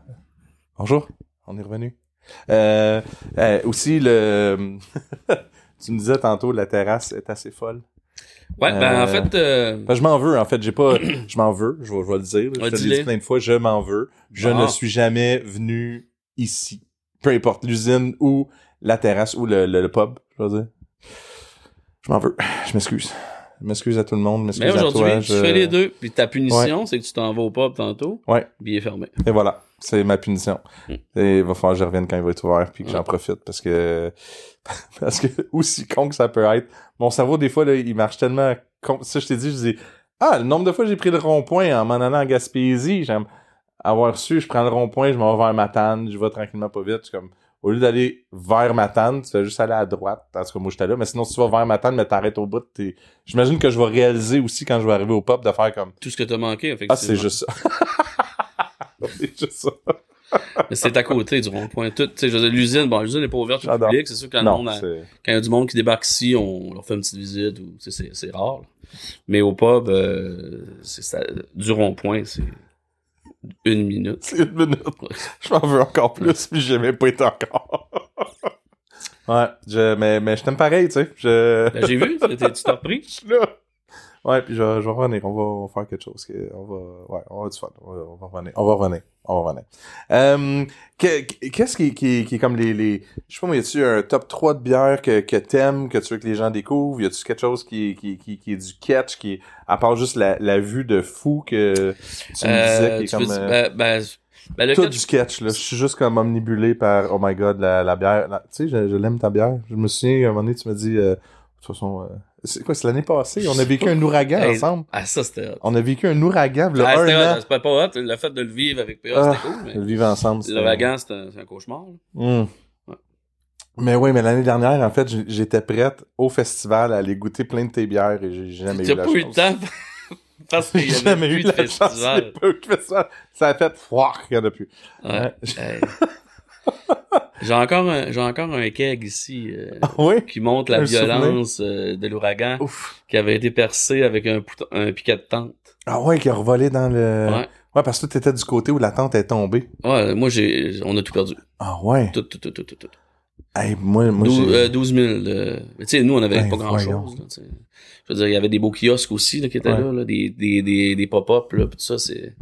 [SPEAKER 1] Bonjour, on est revenu. Euh, euh, aussi, le tu me disais tantôt, la terrasse est assez folle.
[SPEAKER 2] Ouais, ben
[SPEAKER 1] Euh,
[SPEAKER 2] en fait, euh,
[SPEAKER 1] Ben, je m'en veux, en fait. J'ai pas. Je m'en veux, je vais, je vais le dire. je
[SPEAKER 2] Ouais,
[SPEAKER 1] te l'ai
[SPEAKER 2] dis-le.
[SPEAKER 1] dit plein de fois, je m'en veux. Je
[SPEAKER 2] Ah.
[SPEAKER 1] ne suis jamais venu ici. Peu importe l'usine ou la terrasse ou le, le- le pub, je veux dire. Je m'en veux. Je m'excuse. Je m'excuse à tout le monde. je
[SPEAKER 2] mais
[SPEAKER 1] m'excuse à
[SPEAKER 2] Ben, aujourd'hui,
[SPEAKER 1] toi.
[SPEAKER 2] tu
[SPEAKER 1] je-
[SPEAKER 2] fais les deux, puis ta punition, c'est que tu t'en vas au pub tantôt,
[SPEAKER 1] Ouais.
[SPEAKER 2] billet fermé.
[SPEAKER 1] Et voilà. C'est ma punition.
[SPEAKER 2] Mm.
[SPEAKER 1] Et il va falloir que je revienne quand il va être ouvert puis que
[SPEAKER 2] Ouais.
[SPEAKER 1] j'en profite parce que, parce que aussi con que ça peut être, mon cerveau, des fois, là, il marche tellement con. Ça, je t'ai dit, je dis, ah, le nombre de fois que j'ai pris le rond-point en m'en allant en Gaspésie, j'aime avoir su, je prends le rond-point, je m'en vais vers Matane, je vais tranquillement pas vite. Je suis comme, au lieu d'aller vers Matane, tu vas juste aller à droite. En tout cas, moi, j'étais là. Mais sinon, si tu vas vers Matane, mais t'arrêtes au bout, t'es- j'imagine que je vais réaliser aussi quand je vais arriver au pub de faire comme,
[SPEAKER 2] Tout ce que t'as manqué, effectivement.
[SPEAKER 1] ah, c'est juste ça. c'est juste ça.
[SPEAKER 2] Mais c'est à côté du rond-point. Tout, tu sais, je veux dire, l'usine, bon, l'usine n'est pas ouverte au
[SPEAKER 1] J'adore.
[SPEAKER 2] public, c'est sûr qu'en
[SPEAKER 1] Non,
[SPEAKER 2] on a-
[SPEAKER 1] c'est-
[SPEAKER 2] quand il y a du monde qui débarque ici, on leur fait une petite visite ou tu sais, c'est c'est rare. là. Mais au pub, euh, c'est ça- du rond-point, c'est une minute.
[SPEAKER 1] C'est une minute. Je m'en veux encore plus, puis j'ai même pas été encore. ouais, je, mais, mais je t'aime pareil, tu sais. Je,
[SPEAKER 2] Ben, J'ai vu, t'es- t'es- tu t'es repris.
[SPEAKER 1] je suis là. Ouais, puis je, vais- je vais revenir. On va, on va faire quelque chose. que- On va, ouais, on va avoir du fun. On va, on va revenir. On va revenir. On va revenir. Euh, que- que- Qu'est-ce qui, qui, qui est comme les, les. Je sais pas, mais y a-tu un top 3 de bières que, que t'aimes, que tu veux que les gens découvrent Y a-tu quelque chose qui, qui, qui, qui est du catch, qui est, à part juste la, la vue de fou que tu me disais,
[SPEAKER 2] Euh,
[SPEAKER 1] qui est
[SPEAKER 2] tu
[SPEAKER 1] comme.
[SPEAKER 2] veux-
[SPEAKER 1] euh,
[SPEAKER 2] ben, ben, ben, le
[SPEAKER 1] tout
[SPEAKER 2] catch-
[SPEAKER 1] du sketch, là. Je suis juste comme omnibulé par Oh my god, la, la bière. La- Tu sais, je, je l'aime ta bière. Je me souviens, à un moment donné, tu m'as dit, euh, de toute façon, euh, C'est quoi, c'est l'année passée? On a vécu un ouragan
[SPEAKER 2] Hey,
[SPEAKER 1] ensemble.
[SPEAKER 2] Ah, ça, c'était hot.
[SPEAKER 1] On a vécu un ouragan, le
[SPEAKER 2] Ah, c'était
[SPEAKER 1] un
[SPEAKER 2] hot,
[SPEAKER 1] an.
[SPEAKER 2] c'était pas hot. Le fait de le vivre avec PA,
[SPEAKER 1] Ah,
[SPEAKER 2] c'était cool. Mais
[SPEAKER 1] de vivre ensemble. c'était-
[SPEAKER 2] l'ouragan, c'est un, c'est un cauchemar. là.
[SPEAKER 1] Hmm.
[SPEAKER 2] Ouais.
[SPEAKER 1] Mais oui, mais l'année dernière, en fait, j- j'étais prête au festival à aller goûter plein de tes bières et j'ai jamais
[SPEAKER 2] T'as
[SPEAKER 1] eu la
[SPEAKER 2] pas
[SPEAKER 1] chance.
[SPEAKER 2] eu le temps parce qu'il
[SPEAKER 1] J'ai
[SPEAKER 2] y avait
[SPEAKER 1] jamais eu
[SPEAKER 2] plus de
[SPEAKER 1] la chance.
[SPEAKER 2] festival.
[SPEAKER 1] j'ai pas eu de festival. Ça a fait foire qu'il y en a plus.
[SPEAKER 2] Ouais. Hey. J'ai encore un, j'ai encore un keg ici euh,
[SPEAKER 1] Ah oui?
[SPEAKER 2] qui montre la
[SPEAKER 1] Un
[SPEAKER 2] violence euh, de l'ouragan
[SPEAKER 1] Ouf.
[SPEAKER 2] qui avait été percé avec un, pouton- un piquet de tente.
[SPEAKER 1] Ah ouais, qui a revolé dans le.
[SPEAKER 2] Ouais.
[SPEAKER 1] Ouais, parce que toi, t'étais du côté où la tente est tombée.
[SPEAKER 2] Ouais, moi j'ai, on a tout perdu.
[SPEAKER 1] Ah ouais.
[SPEAKER 2] Tout, tout, tout, tout, tout. tout.
[SPEAKER 1] Hey, moi, moi,
[SPEAKER 2] Dou-
[SPEAKER 1] j'ai-
[SPEAKER 2] euh, 12 000. euh, mais tu sais, nous on avait
[SPEAKER 1] Ben,
[SPEAKER 2] pas grand
[SPEAKER 1] voyons.
[SPEAKER 2] chose. Je veux dire, il y avait des beaux kiosques aussi là, qui étaient
[SPEAKER 1] Ouais.
[SPEAKER 2] là, là, des, des, des, des pop-up là, pis tout ça. C'est,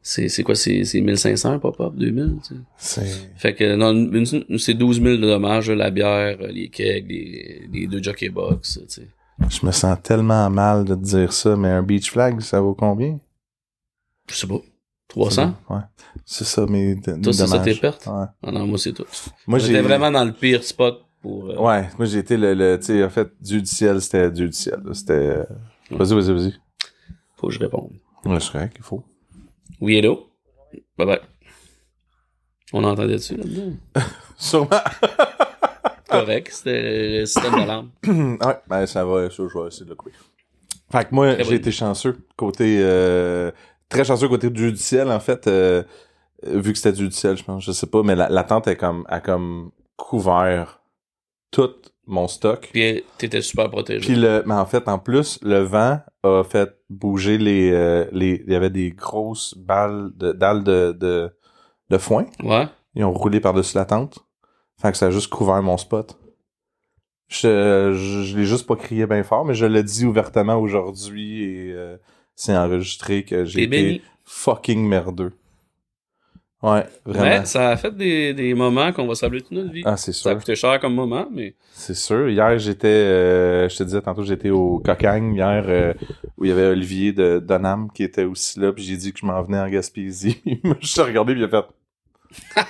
[SPEAKER 2] c'est, c'est quoi, c'est, c'est 1500 pop-up, 2000. tu sais.
[SPEAKER 1] c'est-
[SPEAKER 2] Fait que non, une- une- c'est 12 000 de dommages, là, la bière, euh, les kegs, les, les deux jockey box, euh, tu sais.
[SPEAKER 1] Je me sens tellement mal de te dire ça, mais un beach flag, ça vaut combien?
[SPEAKER 2] Je sais pas. 300?
[SPEAKER 1] Ouais. C'est ça, mais.
[SPEAKER 2] Toi, c'est ça tes pertes?
[SPEAKER 1] Ouais.
[SPEAKER 2] Ah non, moi, c'est tout.
[SPEAKER 1] Moi,
[SPEAKER 2] J'étais
[SPEAKER 1] j'ai.
[SPEAKER 2] vraiment dans le pire spot pour... euh,
[SPEAKER 1] Ouais, moi j'ai été le, le tu sais, en fait, Dieu du ciel, c'était Dieu du ciel. là. C'était. euh, Vas-y, vas-y, vas-y.
[SPEAKER 2] Faut que je réponde.
[SPEAKER 1] Ouais, c'est correct, il faut.
[SPEAKER 2] Oui, hello? Bye-bye. On entendait dessus là-dedans?
[SPEAKER 1] Sûrement. Ah.
[SPEAKER 2] Correct, c'était le système d'alarme.
[SPEAKER 1] ouais, ben ça va, ça, je vais essayer de le couper. Fait que moi,
[SPEAKER 2] Très
[SPEAKER 1] j'ai
[SPEAKER 2] bonne
[SPEAKER 1] été chanceux côté. euh, très chanceux côté Dieu du ciel, en fait. euh, euh, vu que c'était Dieu du ciel, je pense, je sais pas, mais la, la tente est comme, a comme couvert tout mon stock.
[SPEAKER 2] Puis euh, t'étais super protégé.
[SPEAKER 1] Puis le, mais en fait, en plus, le vent a fait bouger les, euh, les, il y avait des grosses balles de, dalles de, de, de foin.
[SPEAKER 2] Ouais?
[SPEAKER 1] Ils ont roulé par-dessus la tente. Fait que ça a juste couvert mon spot. Je, je, je l'ai juste pas crié bien fort, mais je l'ai dit ouvertement aujourd'hui et euh, c'est enregistré que j'ai
[SPEAKER 2] T'es
[SPEAKER 1] été
[SPEAKER 2] béni.
[SPEAKER 1] fucking merdeux. Ouais, vraiment.
[SPEAKER 2] Ouais, ça a fait des, des moments qu'on va s'appeler toute notre vie.
[SPEAKER 1] ah, c'est
[SPEAKER 2] ça a
[SPEAKER 1] sûr.
[SPEAKER 2] coûté cher comme moment, mais...
[SPEAKER 1] C'est sûr. Hier, j'étais, euh, je te disais tantôt, j'étais au Cocagne hier, euh, où il y avait Olivier de Donham qui était aussi là, puis j'ai dit que je m'en venais en Gaspésie. Il m'a juste regardé, puis il a fait.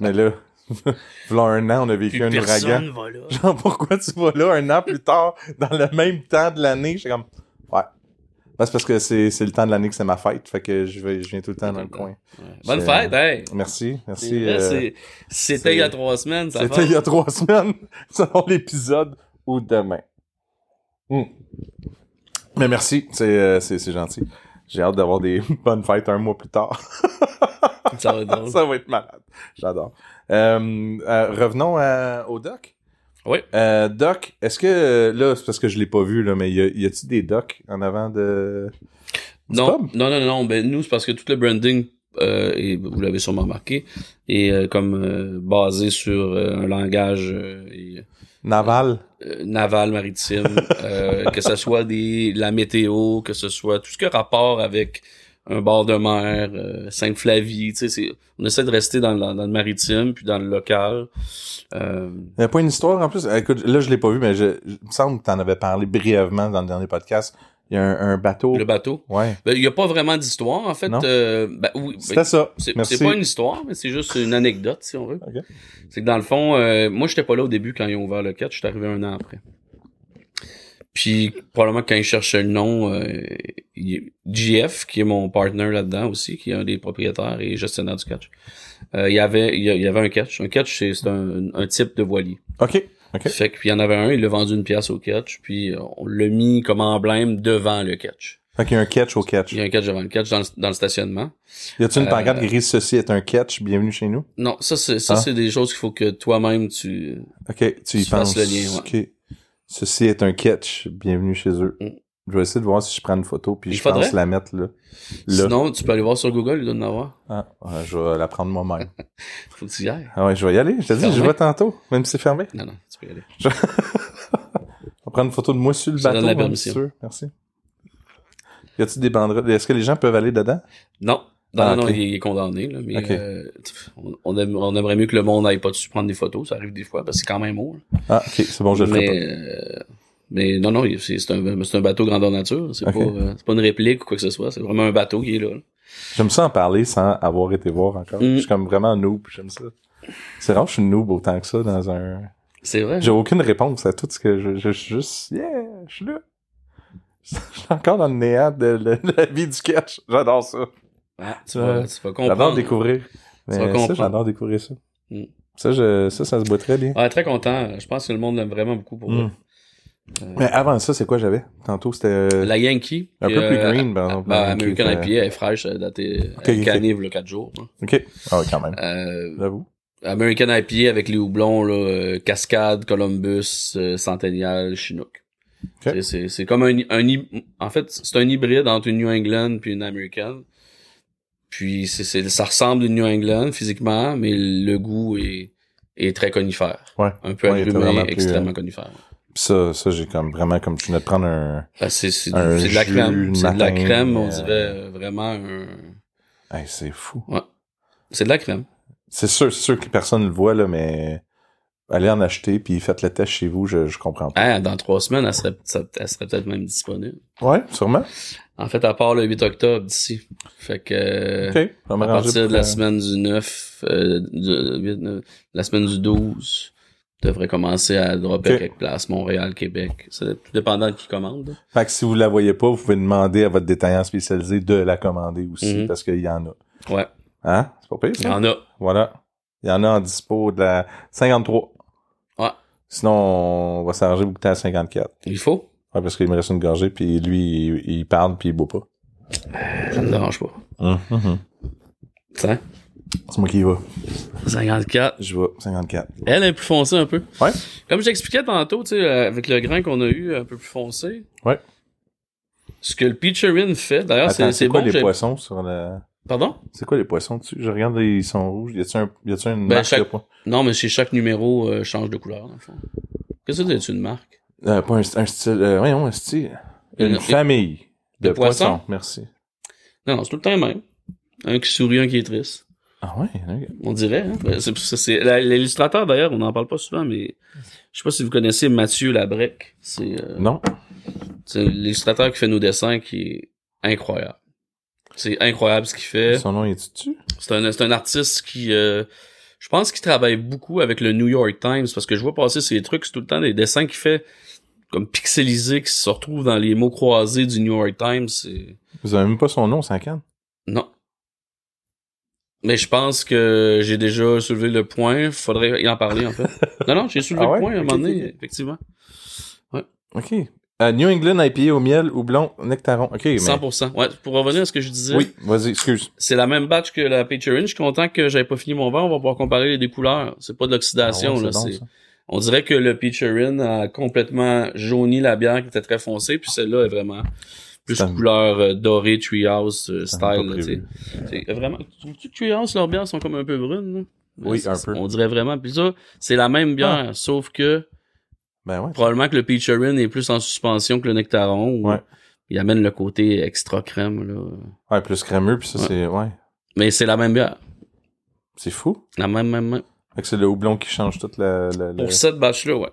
[SPEAKER 1] Mais là, voilà un an, on a vécu
[SPEAKER 2] Puis
[SPEAKER 1] un ouragan.
[SPEAKER 2] personne va là.
[SPEAKER 1] Genre, pourquoi tu vas là un an plus tard, dans le même temps de l'année? J'étais comme, ouais. Ben, c'est parce que c'est, c'est le temps de l'année que c'est ma fête, fait que je, vais, je viens tout le temps dans le coin.
[SPEAKER 2] Ouais. Bonne
[SPEAKER 1] C'est-
[SPEAKER 2] fête, hey!
[SPEAKER 1] Merci, merci.
[SPEAKER 2] C'est vrai,
[SPEAKER 1] euh,
[SPEAKER 2] c'est- C'était
[SPEAKER 1] c'est-
[SPEAKER 2] il y a trois semaines, ça
[SPEAKER 1] C'était
[SPEAKER 2] fait.
[SPEAKER 1] il y a trois semaines, selon l'épisode, ou demain. Hmm. Mais merci, c'est euh, c'est- c'est gentil. J'ai hâte d'avoir des bonnes fêtes un mois plus tard.
[SPEAKER 2] Ça va être drôle.
[SPEAKER 1] Ça va être malade. J'adore. Euh, euh, revenons à- au doc.
[SPEAKER 2] Oui.
[SPEAKER 1] Euh, doc, est-ce que euh, là, c'est parce que je l'ai pas vu là, mais y a- y a-t-il des docs en avant de du
[SPEAKER 2] Non,
[SPEAKER 1] pub?
[SPEAKER 2] non, non, non. Ben, nous, c'est parce que tout le branding, euh, et vous l'avez sûrement remarqué, est euh, comme euh, basé sur euh, un langage euh, et,
[SPEAKER 1] Naval.
[SPEAKER 2] euh, naval, maritime, euh, que ce soit des la météo, que ce soit tout ce qui a rapport avec un bord de mer, euh, Sainte-Flavie, tu sais, c'est- on essaie de rester dans, le- dans le maritime, puis dans le local. Euh,
[SPEAKER 1] Il n'y a pas une histoire en plus. Euh, Écoute, là, je l'ai pas vu, mais je, je- il me semble que tu en avais parlé brièvement dans le dernier podcast. Il y a un, un bateau.
[SPEAKER 2] le bateau.
[SPEAKER 1] Ouais.
[SPEAKER 2] Ben, Il n'y a pas vraiment d'histoire, en fait.
[SPEAKER 1] Oh. Non.
[SPEAKER 2] Euh, ben, oui, ben,
[SPEAKER 1] C'était ça.
[SPEAKER 2] C'est
[SPEAKER 1] Merci.
[SPEAKER 2] c'est pas une histoire, mais c'est juste une anecdote, si on veut.
[SPEAKER 1] Ok.
[SPEAKER 2] C'est que dans le fond, euh, moi, j'étais pas là au début quand ils ont ouvert le 4, j'étais arrivé un an après. Puis, probablement, quand ils cherchaient le nom, euh, il- JF, qui est mon partner là-dedans aussi, qui est un des propriétaires et gestionnaire du catch, euh, il, y avait, il y a- il y avait un catch. Un catch, c'est c'est un, un type de voilier.
[SPEAKER 1] OK. OK.
[SPEAKER 2] Fait que, puis, il y en avait un, il l'a vendu une pièce au catch, puis euh, on l'a mis comme emblème devant le catch.
[SPEAKER 1] Fait qu'il y a un catch au catch.
[SPEAKER 2] Il y a un catch devant le catch dans le- dans le stationnement.
[SPEAKER 1] Y a-tu une
[SPEAKER 2] Euh,
[SPEAKER 1] pancarte grise ceci est un catch, bienvenue chez nous?
[SPEAKER 2] Non, ça, c'est, ça,
[SPEAKER 1] Ah.
[SPEAKER 2] c'est des choses qu'il faut que toi-même tu.
[SPEAKER 1] OK. Tu y
[SPEAKER 2] Tu
[SPEAKER 1] penses.
[SPEAKER 2] fasses le lien,
[SPEAKER 1] OK. Ceci est un catch, bienvenue chez eux.
[SPEAKER 2] Mm.
[SPEAKER 1] Je vais essayer de voir si je prends une photo, puis
[SPEAKER 2] Il
[SPEAKER 1] je pense
[SPEAKER 2] faudrait.
[SPEAKER 1] la mettre là. Là.
[SPEAKER 2] Sinon, tu peux aller voir sur Google, il doit en avoir.
[SPEAKER 1] Ah, ouais, je vais la prendre moi-même.
[SPEAKER 2] Faut que tu y ailles.
[SPEAKER 1] ah ouais, je vais y aller. Je te dis, je
[SPEAKER 2] Fermé.
[SPEAKER 1] vais tantôt, même si c'est fermé.
[SPEAKER 2] Non, non, tu peux y aller.
[SPEAKER 1] On va prendre une photo de moi sur le
[SPEAKER 2] Je te
[SPEAKER 1] bateau.
[SPEAKER 2] donne la
[SPEAKER 1] hein,
[SPEAKER 2] permission.
[SPEAKER 1] sûr. Merci. Y a-t-il des banderoles? Est-ce que les gens peuvent aller dedans?
[SPEAKER 2] Non. Non,
[SPEAKER 1] Ah,
[SPEAKER 2] non, non,
[SPEAKER 1] ok.
[SPEAKER 2] il, est- il est condamné, là, mais
[SPEAKER 1] Ok.
[SPEAKER 2] euh, on, on aime- on aimerait mieux que le monde aille pas dessus prendre des photos, ça arrive des fois, parce que c'est quand même haut. là.
[SPEAKER 1] Ah, ok, c'est bon, je le ferai pas.
[SPEAKER 2] mais, euh, mais non, non, il- c'est, c'est un, c'est un bateau grandeur nature, c'est,
[SPEAKER 1] Ok.
[SPEAKER 2] pas, euh, c'est pas une réplique ou quoi que ce soit, c'est vraiment un bateau qui est là. là.
[SPEAKER 1] J'aime ça en parler sans avoir été voir encore.
[SPEAKER 2] Mm.
[SPEAKER 1] Je suis comme vraiment noob, j'aime ça. C'est rare, que je suis noob autant que ça dans un.
[SPEAKER 2] C'est vrai.
[SPEAKER 1] J'ai aucune réponse à tout ce que je, je suis juste. Yeah! je suis là. Je suis encore dans le néant de, de- de la vie du cash. J'adore ça.
[SPEAKER 2] Ah, tu,
[SPEAKER 1] Ouais.
[SPEAKER 2] vas, tu vas
[SPEAKER 1] J'adore
[SPEAKER 2] comprendre.
[SPEAKER 1] découvrir. Mais
[SPEAKER 2] vas
[SPEAKER 1] ça,
[SPEAKER 2] comprendre.
[SPEAKER 1] j'adore découvrir ça.
[SPEAKER 2] Mm.
[SPEAKER 1] Ça, je, ça, ça se boit très bien.
[SPEAKER 2] Ah, très content. Je pense que le monde l'aime vraiment beaucoup pour
[SPEAKER 1] Mm.
[SPEAKER 2] vrai. Euh,
[SPEAKER 1] Mais avant ça, c'est quoi j'avais? Tantôt, c'était euh,
[SPEAKER 2] La Yankee.
[SPEAKER 1] un
[SPEAKER 2] puis,
[SPEAKER 1] peu plus
[SPEAKER 2] euh,
[SPEAKER 1] green, ben, par exemple.
[SPEAKER 2] Bah,
[SPEAKER 1] la Yankee,
[SPEAKER 2] American
[SPEAKER 1] c'était-
[SPEAKER 2] IPA, elle est fraîche, elle est datée euh,
[SPEAKER 1] Ok,
[SPEAKER 2] okay,
[SPEAKER 1] ok.
[SPEAKER 2] canive, là, 4 jours. hein.
[SPEAKER 1] OK. Ah oui, quand même.
[SPEAKER 2] Euh,
[SPEAKER 1] J'avoue.
[SPEAKER 2] American IPA avec les houblons, là, euh, Cascade, Columbus, euh, Centennial, Chinook.
[SPEAKER 1] Ok.
[SPEAKER 2] C'est- C'est c'est comme un, un hy- en fait c'est un hybride entre une New England puis une American. Puis c'est c'est- ça ressemble à une New England physiquement, mais le goût est, est très conifère.
[SPEAKER 1] Ouais.
[SPEAKER 2] Un peu
[SPEAKER 1] Ouais, il était
[SPEAKER 2] agrumé,
[SPEAKER 1] vraiment plus, euh,
[SPEAKER 2] extrêmement conifère.
[SPEAKER 1] Puis ça, ça j'ai comme vraiment comme tu venais de prendre un.
[SPEAKER 2] Ben, c'est c'est
[SPEAKER 1] Un
[SPEAKER 2] du- c'est de la
[SPEAKER 1] jus
[SPEAKER 2] crème,
[SPEAKER 1] le
[SPEAKER 2] c'est de la
[SPEAKER 1] matin,
[SPEAKER 2] crème, on
[SPEAKER 1] euh,
[SPEAKER 2] dirait euh, vraiment un-
[SPEAKER 1] Hey, c'est fou.
[SPEAKER 2] c'est de la crème.
[SPEAKER 1] C'est sûr, c'est sûr que personne ne le voit, là, mais allez en acheter puis faites le test chez vous, je, je comprends pas.
[SPEAKER 2] Ah, dans trois semaines, elle serait, ça- elle serait peut-être même disponible.
[SPEAKER 1] Ouais, sûrement.
[SPEAKER 2] En fait, à part le 8 octobre d'ici. Fait que euh,
[SPEAKER 1] OK. On va
[SPEAKER 2] à
[SPEAKER 1] m'arranger
[SPEAKER 2] partir
[SPEAKER 1] pour
[SPEAKER 2] de la
[SPEAKER 1] que-
[SPEAKER 2] semaine du 9, euh, du- huit, neuf, la semaine du 12, devrait commencer à dropper
[SPEAKER 1] Ok.
[SPEAKER 2] quelques places, Montréal, Québec. C'est tout dépendant de qui commande. là.
[SPEAKER 1] Fait que si vous la voyez pas, vous pouvez demander à votre détaillant spécialisé de la commander aussi
[SPEAKER 2] Mhm.
[SPEAKER 1] parce qu'il y en a.
[SPEAKER 2] Ouais,
[SPEAKER 1] Hein? C'est pas pire,
[SPEAKER 2] il y
[SPEAKER 1] ça?
[SPEAKER 2] en a.
[SPEAKER 1] Voilà. Il y en a en dispo de la 53.
[SPEAKER 2] Ouais.
[SPEAKER 1] Sinon, on va s'arranger pour goûter à 54.
[SPEAKER 2] Il faut.
[SPEAKER 1] Ouais, parce qu'il me reste une gorgée, puis lui, il, il parle, puis il boit pas.
[SPEAKER 2] Ça me dérange pas.
[SPEAKER 1] Mhm.
[SPEAKER 2] Tiens,
[SPEAKER 1] C'est moi qui y va.
[SPEAKER 2] 54.
[SPEAKER 1] Je vais 54.
[SPEAKER 2] Elle est plus foncée un peu.
[SPEAKER 1] Ouais.
[SPEAKER 2] Comme j'expliquais tantôt, tu sais, euh, avec le grain qu'on a eu un peu plus foncé.
[SPEAKER 1] Ouais.
[SPEAKER 2] Ce que le Peacherin fait, d'ailleurs,
[SPEAKER 1] Attends,
[SPEAKER 2] c'est
[SPEAKER 1] c'est
[SPEAKER 2] c'est
[SPEAKER 1] quoi
[SPEAKER 2] bon.
[SPEAKER 1] les
[SPEAKER 2] j'ai-
[SPEAKER 1] poissons sur la...
[SPEAKER 2] Pardon?
[SPEAKER 1] C'est quoi les poissons dessus? Je regarde, ils sont rouges. Y a-tu un, y a-tu une
[SPEAKER 2] Ben,
[SPEAKER 1] marque
[SPEAKER 2] chaque-
[SPEAKER 1] de poissons?
[SPEAKER 2] Non, mais chez chaque numéro, euh, change de couleur, dans le fond. Qu'est-ce que c'est une marque?
[SPEAKER 1] Euh, pas un, un style... Euh, voyons, un style... Une,
[SPEAKER 2] Une-
[SPEAKER 1] famille de,
[SPEAKER 2] de
[SPEAKER 1] poissons.
[SPEAKER 2] poissons?
[SPEAKER 1] Merci.
[SPEAKER 2] Non, non, c'est tout le temps le même. Un qui sourit, un qui est triste.
[SPEAKER 1] Ah ouais? ok.
[SPEAKER 2] On dirait, hein? Ben, c'est- c'est- c'est- la- L'illustrateur, d'ailleurs, on n'en parle pas souvent, mais je sais pas si vous connaissez Mathieu Labrec. C'est euh,
[SPEAKER 1] Non?
[SPEAKER 2] c'est l'illustrateur qui fait nos dessins qui est incroyable. C'est incroyable ce qu'il fait.
[SPEAKER 1] Son nom, est tu
[SPEAKER 2] C'est un, c'est un artiste qui, euh, je pense qu'il travaille beaucoup avec le New York Times parce que je vois passer ces trucs, c'est tout le temps des dessins qu'il fait comme pixelisés qui se retrouvent dans les mots croisés du New York Times. c'est-
[SPEAKER 1] Vous avez même pas son nom, 50?
[SPEAKER 2] Non. Mais je pense que j'ai déjà soulevé le point. Faudrait y en parler, en fait. Non, non, j'ai soulevé
[SPEAKER 1] Ah ouais?
[SPEAKER 2] le point à un moment
[SPEAKER 1] Ok, ok,
[SPEAKER 2] donné,
[SPEAKER 1] ok.
[SPEAKER 2] effectivement.
[SPEAKER 1] OK. Euh, New England IPA au miel, houblon, nectaron. OK, mais...
[SPEAKER 2] 100%. Ouais, pour revenir à ce que je disais,
[SPEAKER 1] Oui, vas-y, excuse.
[SPEAKER 2] c'est la même batch que la Picture Je suis content que j'avais pas fini mon verre. On va pouvoir comparer les deux couleurs. C'est pas de l'oxydation,
[SPEAKER 1] Ah ouais,
[SPEAKER 2] là.
[SPEAKER 1] bon,
[SPEAKER 2] c'est-
[SPEAKER 1] ça.
[SPEAKER 2] On dirait que le Peacherin a complètement jauni la bière qui était très foncée, puis celle-là est vraiment plus
[SPEAKER 1] Ça me-
[SPEAKER 2] couleur euh, dorée, treehouse euh,
[SPEAKER 1] Ça m'a pas
[SPEAKER 2] style. là, tu sais.
[SPEAKER 1] prévu.
[SPEAKER 2] C'est vraiment. Trouves-tu que treehouse, leurs bières sont comme un peu brunes? là?
[SPEAKER 1] Oui,
[SPEAKER 2] C'est-
[SPEAKER 1] un
[SPEAKER 2] c'est-
[SPEAKER 1] peu. Ah.
[SPEAKER 2] On dirait vraiment. Puis ça, c'est la même bière, sauf que
[SPEAKER 1] Ben ouais.
[SPEAKER 2] probablement que le Peacherin est plus en suspension que le Nectaron. où
[SPEAKER 1] Ouais.
[SPEAKER 2] Il amène le côté extra crème, là.
[SPEAKER 1] Ouais, plus crémeux, puis ça,
[SPEAKER 2] Ouais.
[SPEAKER 1] c'est... Ouais.
[SPEAKER 2] Mais c'est la même bière.
[SPEAKER 1] C'est fou.
[SPEAKER 2] La même, même, même.
[SPEAKER 1] Fait que c'est le houblon qui change toute la... la, la...
[SPEAKER 2] Pour cette batch-là, ouais.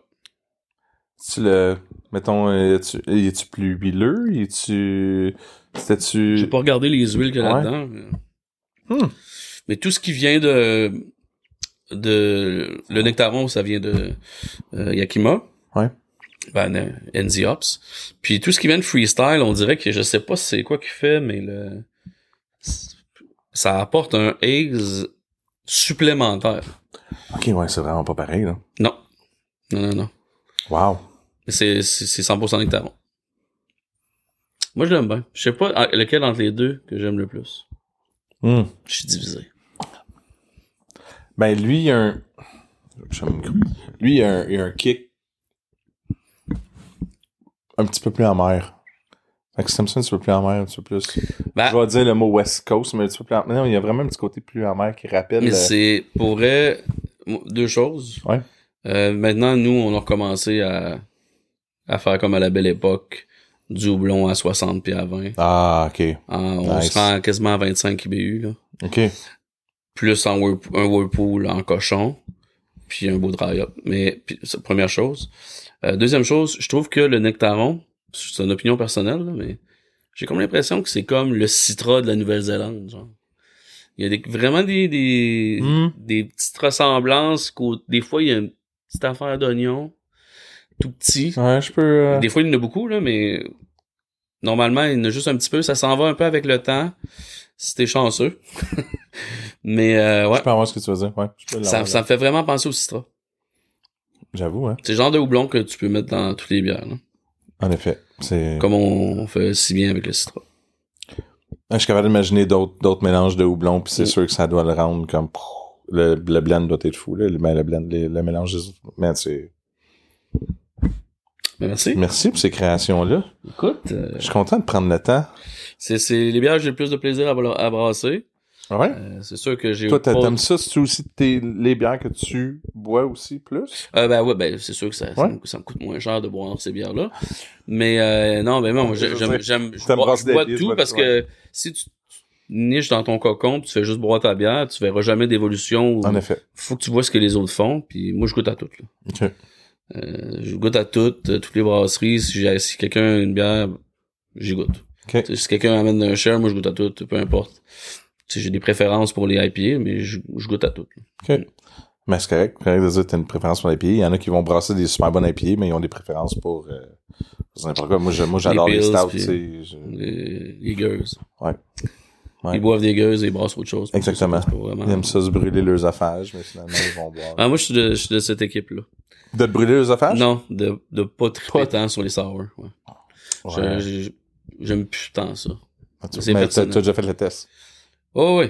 [SPEAKER 1] Tu le... Mettons, euh, tu- es-tu plus huileux? Es-tu...
[SPEAKER 2] J'ai
[SPEAKER 1] C'était-tu...
[SPEAKER 2] pas regardé les huiles qu'il y a
[SPEAKER 1] Ouais.
[SPEAKER 2] là-dedans. mais-
[SPEAKER 1] Hmm.
[SPEAKER 2] Mais tout ce qui vient de de le nectaron, ça vient de euh, Yakima.
[SPEAKER 1] Ouais.
[SPEAKER 2] Ben euh, NZ Ops. Puis tout ce qui vient de freestyle, on dirait que je sais pas c'est quoi qu'il fait, mais le ça apporte un haze supplémentaire.
[SPEAKER 1] OK, ouais, c'est vraiment pas pareil, là.
[SPEAKER 2] Non. Non, non, non.
[SPEAKER 1] Wow.
[SPEAKER 2] C'est c'est c'est 100% nectaron. Moi, je l'aime bien. Je sais pas euh, lequel entre les deux que j'aime le plus.
[SPEAKER 1] Hmm.
[SPEAKER 2] Je suis divisé.
[SPEAKER 1] Ben, lui, il a un... Je vais me micro. Lui, il a un, il a un kick un petit peu plus amer. Fait que Simpson, un petit peu plus amer, un petit peu plus...
[SPEAKER 2] Ben,
[SPEAKER 1] Je vais dire le mot West Coast, mais un petit peu plus amer. Non, il y a vraiment un petit côté plus amer qui rappelle...
[SPEAKER 2] Mais
[SPEAKER 1] euh,
[SPEAKER 2] c'est pour vrai moi, deux choses.
[SPEAKER 1] Ouais.
[SPEAKER 2] Euh, maintenant, nous, on a recommencé à, à faire comme à la belle époque, du houblon à 60 puis à 20.
[SPEAKER 1] Ah, OK.
[SPEAKER 2] En- on
[SPEAKER 1] Nice.
[SPEAKER 2] se rend quasiment à 25 IBU, là.
[SPEAKER 1] OK.
[SPEAKER 2] plus en whirlp- un whirlpool en cochon, puis un beau dry-up. Mais puis, ça, première chose. Euh, deuxième chose, je trouve que le nectaron, c'est une opinion personnelle, là, mais j'ai comme l'impression que c'est comme le citra de la Nouvelle-Zélande. genre. Il y a des, vraiment des, des,
[SPEAKER 1] Hmm.
[SPEAKER 2] des petites ressemblances qu'au- des fois il y a une petite affaire d'oignon tout petits.
[SPEAKER 1] Ouais, je peux. euh,
[SPEAKER 2] Des fois, il y en a beaucoup, là, mais normalement, il y en a juste un petit peu. Ça s'en va un peu avec le temps, si t'es chanceux. mais euh, ouais,
[SPEAKER 1] Je peux avoir ce que tu veux dire. Ouais, je peux
[SPEAKER 2] ça,
[SPEAKER 1] l'avoir,
[SPEAKER 2] ça
[SPEAKER 1] là.
[SPEAKER 2] me fait vraiment penser au citra.
[SPEAKER 1] J'avoue, hein.
[SPEAKER 2] C'est le genre de houblon que tu peux mettre dans toutes les bières, là.
[SPEAKER 1] En effet. C'est.
[SPEAKER 2] comme on, on fait si bien avec le citra.
[SPEAKER 1] Ah, Je suis capable d'imaginer d'autres d'autres mélanges de houblon, puis c'est
[SPEAKER 2] Mm.
[SPEAKER 1] sûr que ça doit le rendre comme. pff, Le, le blend doit être fou, là. Le, ben, le blend, le, le mélange des autres. Mais c'est.
[SPEAKER 2] Ben, merci.
[SPEAKER 1] Merci pour ces créations-là.
[SPEAKER 2] Écoute, euh,
[SPEAKER 1] Je suis content de prendre le temps.
[SPEAKER 2] c'est c'est les bières que j'ai le plus de plaisir à, bra- à brasser.
[SPEAKER 1] Ouais.
[SPEAKER 2] Euh, c'est sûr que j'ai
[SPEAKER 1] Toi, t'a-
[SPEAKER 2] pas-
[SPEAKER 1] t'aimes ça? C'est aussi tes, les bières que tu bois aussi plus?
[SPEAKER 2] Euh, ben ouais, ben c'est sûr que ça, ça
[SPEAKER 1] Ouais.
[SPEAKER 2] me- ça me coûte moins cher de boire ces bières-là. Mais euh, non, ben non, moi,
[SPEAKER 1] Je
[SPEAKER 2] j'ai-
[SPEAKER 1] veux
[SPEAKER 2] j'aime,
[SPEAKER 1] dire,
[SPEAKER 2] j'aime, je
[SPEAKER 1] t'aimes
[SPEAKER 2] bois,
[SPEAKER 1] brasser
[SPEAKER 2] je
[SPEAKER 1] des
[SPEAKER 2] bois
[SPEAKER 1] bières,
[SPEAKER 2] tout
[SPEAKER 1] ouais,
[SPEAKER 2] parce que si tu tu niches dans ton cocon, puis tu fais juste boire ta bière, tu verras jamais d'évolution. ou-
[SPEAKER 1] En effet.
[SPEAKER 2] Faut que tu vois ce que les autres font. Puis moi, je goûte à toutes. là.
[SPEAKER 1] Ok.
[SPEAKER 2] Euh, je goûte à toutes, euh, toutes les brasseries. Si, j'ai, si quelqu'un a une bière, j'y goûte.
[SPEAKER 1] Ok.
[SPEAKER 2] Tu sais, Si quelqu'un amène un share, moi je goûte à tout, peu importe. Tu sais, j'ai des préférences pour les IPA, mais je, je goûte à tout.
[SPEAKER 1] Mais c'est correct. C'est correct de dire que t'as une préférence pour les pieds. Il y en a qui vont brasser des super bonnes pieds, mais ils ont des préférences pour, euh, pour n'importe quoi. Moi, je- moi, j'adore les,
[SPEAKER 2] Les
[SPEAKER 1] stouts,
[SPEAKER 2] Bills, puis-
[SPEAKER 1] tu sais, je-
[SPEAKER 2] Les, les gueuses.
[SPEAKER 1] Ouais. Ouais.
[SPEAKER 2] Ils boivent des gueuses et ils brassent autre chose.
[SPEAKER 1] Exactement.
[SPEAKER 2] C'est pas vraiment-
[SPEAKER 1] Ils aiment ça se brûler leurs aphages, mais finalement, ils vont boire.
[SPEAKER 2] Ah, moi, je suis de, je suis de cette équipe-là.
[SPEAKER 1] De te brûler leurs aphages?
[SPEAKER 2] Non, de, de pas triper
[SPEAKER 1] Ah, Pas-
[SPEAKER 2] tant sur les sours. Ouais. Je-
[SPEAKER 1] Ouais.
[SPEAKER 2] je- J'aime plus tant ça.
[SPEAKER 1] Ah, tu-
[SPEAKER 2] c'est
[SPEAKER 1] mais t'as
[SPEAKER 2] personnel.
[SPEAKER 1] t'as déjà fait le test.
[SPEAKER 2] Oh oui.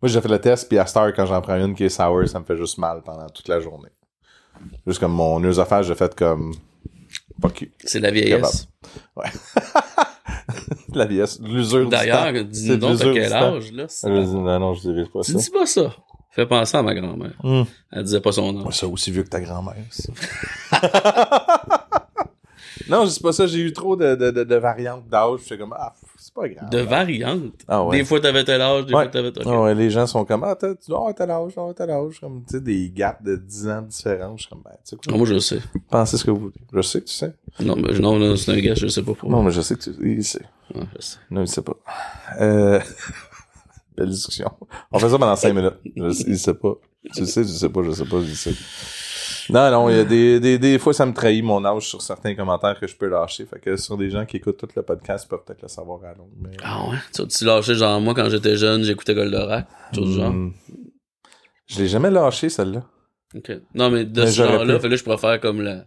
[SPEAKER 1] Moi, j'ai fait le test, puis à Star, quand j'en prends une qui est sour, ça me fait juste mal pendant toute la journée. Juste comme mon œsophage, j'ai fait comme. Fuck you.
[SPEAKER 2] C'est la vieillesse.
[SPEAKER 1] La vieillesse. L'usure du temps.
[SPEAKER 2] D'ailleurs,
[SPEAKER 1] C'est
[SPEAKER 2] dis-nous
[SPEAKER 1] de
[SPEAKER 2] donc
[SPEAKER 1] l'usure
[SPEAKER 2] à
[SPEAKER 1] du
[SPEAKER 2] quel
[SPEAKER 1] temps.
[SPEAKER 2] âge, là. c'est-
[SPEAKER 1] Je dis, non, non, je dirais pas
[SPEAKER 2] Tu
[SPEAKER 1] ça.
[SPEAKER 2] dis pas ça. Fais penser à ma grand-mère.
[SPEAKER 1] Hum.
[SPEAKER 2] Elle disait pas son nom.
[SPEAKER 1] Pas ça aussi vieux que ta grand-mère, ça. non, je dis pas ça, j'ai eu trop de, de, de, de variantes d'âge, je suis comme, ah, pff, c'est pas grave.
[SPEAKER 2] De variantes.
[SPEAKER 1] Ah ouais.
[SPEAKER 2] Des fois, t'avais tel âge, des
[SPEAKER 1] Ouais.
[SPEAKER 2] fois, t'avais tel âge.
[SPEAKER 1] Ah ouais, les gens sont comme, ah, t'as- tu dois avoir tel âge, tu dois avoir tel âge, comme, tu sais, des gaps de 10 ans différents, je suis comme, ben, tu sais
[SPEAKER 2] Ah,
[SPEAKER 1] quoi,
[SPEAKER 2] moi, je le sais.
[SPEAKER 1] pensez ce que vous voulez. Je sais que tu sais.
[SPEAKER 2] Non, mais, non, non, c'est un gars, je le sais pas pourquoi.
[SPEAKER 1] Non, mais je sais que tu il sait.
[SPEAKER 2] Ah, je sais.
[SPEAKER 1] Non, il sait pas. Euh... Belle discussion. On fait ça pendant 5 minutes. Je sais, il sait pas. Tu le sais, tu le sais pas, je sais pas, je le sais. Non, non, il y a des, des, des fois, ça me trahit mon âge sur certains commentaires que je peux lâcher. Fait que sur des gens qui écoutent tout le podcast, ils peuvent peut-être le savoir à longue. Mais... euh,
[SPEAKER 2] Ah ouais? Tu tu lâché, genre, moi, quand j'étais jeune, j'écoutais Goldorak. Tout du genre.
[SPEAKER 1] Hmm. Je l'ai jamais lâché, celle-là.
[SPEAKER 2] OK. Non, mais de
[SPEAKER 1] Mais
[SPEAKER 2] ce
[SPEAKER 1] j'aurais
[SPEAKER 2] genre-là,
[SPEAKER 1] pu.
[SPEAKER 2] fait là, je pourrais faire comme le...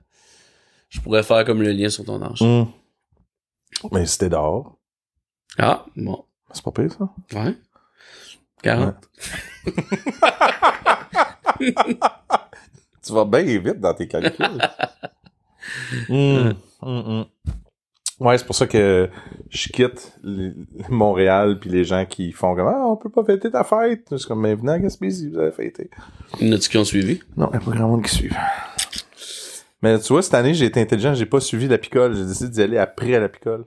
[SPEAKER 2] Je pourrais faire comme le lien sur ton âge.
[SPEAKER 1] Hmm. Mais c'était dehors.
[SPEAKER 2] Ah, bon.
[SPEAKER 1] C'est pas pire, ça?
[SPEAKER 2] Ouais. 40.
[SPEAKER 1] Tu vas bien vite dans tes calculs. Mm, mm, mm. Ouais, c'est pour ça que je quitte le- le Montréal puis les gens qui font comme Ah, on peut pas fêter ta fête. C'est comme Mais venez à Gaspésie, vous allez fêter.
[SPEAKER 2] Il y en a-tu qui ont suivi?
[SPEAKER 1] Non, il n'y a pas grand monde qui suit. Mais tu vois, cette année, j'ai été intelligent, j'ai pas suivi la picole. J'ai décidé d'y aller après la picole.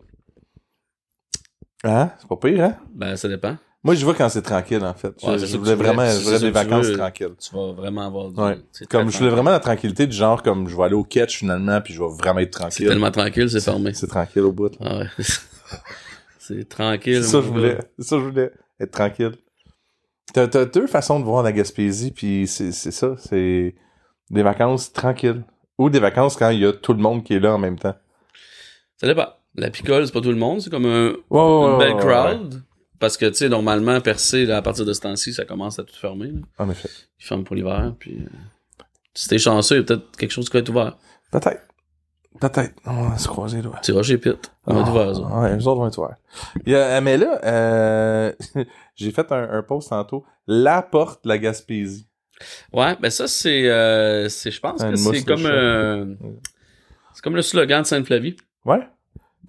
[SPEAKER 1] Hein? C'est pas pire, hein?
[SPEAKER 2] Ben, ça dépend.
[SPEAKER 1] Moi, je vois quand c'est tranquille, en fait. Je,
[SPEAKER 2] Ouais,
[SPEAKER 1] je
[SPEAKER 2] c'est ça que
[SPEAKER 1] voulais
[SPEAKER 2] tu voulais,
[SPEAKER 1] vraiment
[SPEAKER 2] puis
[SPEAKER 1] je
[SPEAKER 2] c'est
[SPEAKER 1] voulais
[SPEAKER 2] ça
[SPEAKER 1] des
[SPEAKER 2] que tu
[SPEAKER 1] vacances
[SPEAKER 2] veux.
[SPEAKER 1] tranquilles.
[SPEAKER 2] Tu vas vraiment avoir du...
[SPEAKER 1] Ouais.
[SPEAKER 2] c'est très
[SPEAKER 1] Comme je voulais
[SPEAKER 2] tranquille.
[SPEAKER 1] vraiment la tranquillité du genre comme je vais aller au catch finalement puis je vais vraiment être
[SPEAKER 2] C'est
[SPEAKER 1] tranquille.
[SPEAKER 2] tellement tranquille, c'est fermé.
[SPEAKER 1] C'est tranquille au bout. là.
[SPEAKER 2] Ah ouais. c'est
[SPEAKER 1] C'est
[SPEAKER 2] tranquille.
[SPEAKER 1] ça
[SPEAKER 2] mon
[SPEAKER 1] je
[SPEAKER 2] gars.
[SPEAKER 1] voulais. C'est ça je voulais être tranquille. T'as t'as deux façons de voir la Gaspésie puis c'est c'est ça, c'est des vacances tranquilles ou des vacances quand il y a tout le monde qui est là en même temps.
[SPEAKER 2] Ça dépend. La picole, c'est pas tout le monde, c'est comme un,
[SPEAKER 1] Ouais, ouais,
[SPEAKER 2] une
[SPEAKER 1] ouais,
[SPEAKER 2] belle
[SPEAKER 1] ouais, ouais.
[SPEAKER 2] crowd. Parce que, tu sais, normalement, percé, là, à partir de ce temps-ci, ça commence à tout fermer. là.
[SPEAKER 1] En effet.
[SPEAKER 2] Ils ferment pour l'hiver, puis... euh, si t'es chanceux, il y a peut-être quelque chose qui va être ouvert.
[SPEAKER 1] Peut-être. Peut-être. On va se croiser les doigts.
[SPEAKER 2] Tu iras chez Pitt. On va être ouvert, ça.
[SPEAKER 1] Ah, ouais, eux autres vont être ouverts. Il y a- mais là, euh, j'ai fait un, un post tantôt. La porte de la Gaspésie.
[SPEAKER 2] Ouais, ben ça, c'est... euh, c'est- je pense
[SPEAKER 1] Ah, Une
[SPEAKER 2] que
[SPEAKER 1] mousse
[SPEAKER 2] c'est
[SPEAKER 1] de
[SPEAKER 2] comme...
[SPEAKER 1] chat.
[SPEAKER 2] euh, c'est comme le slogan de Sainte-Flavie.
[SPEAKER 1] Ouais.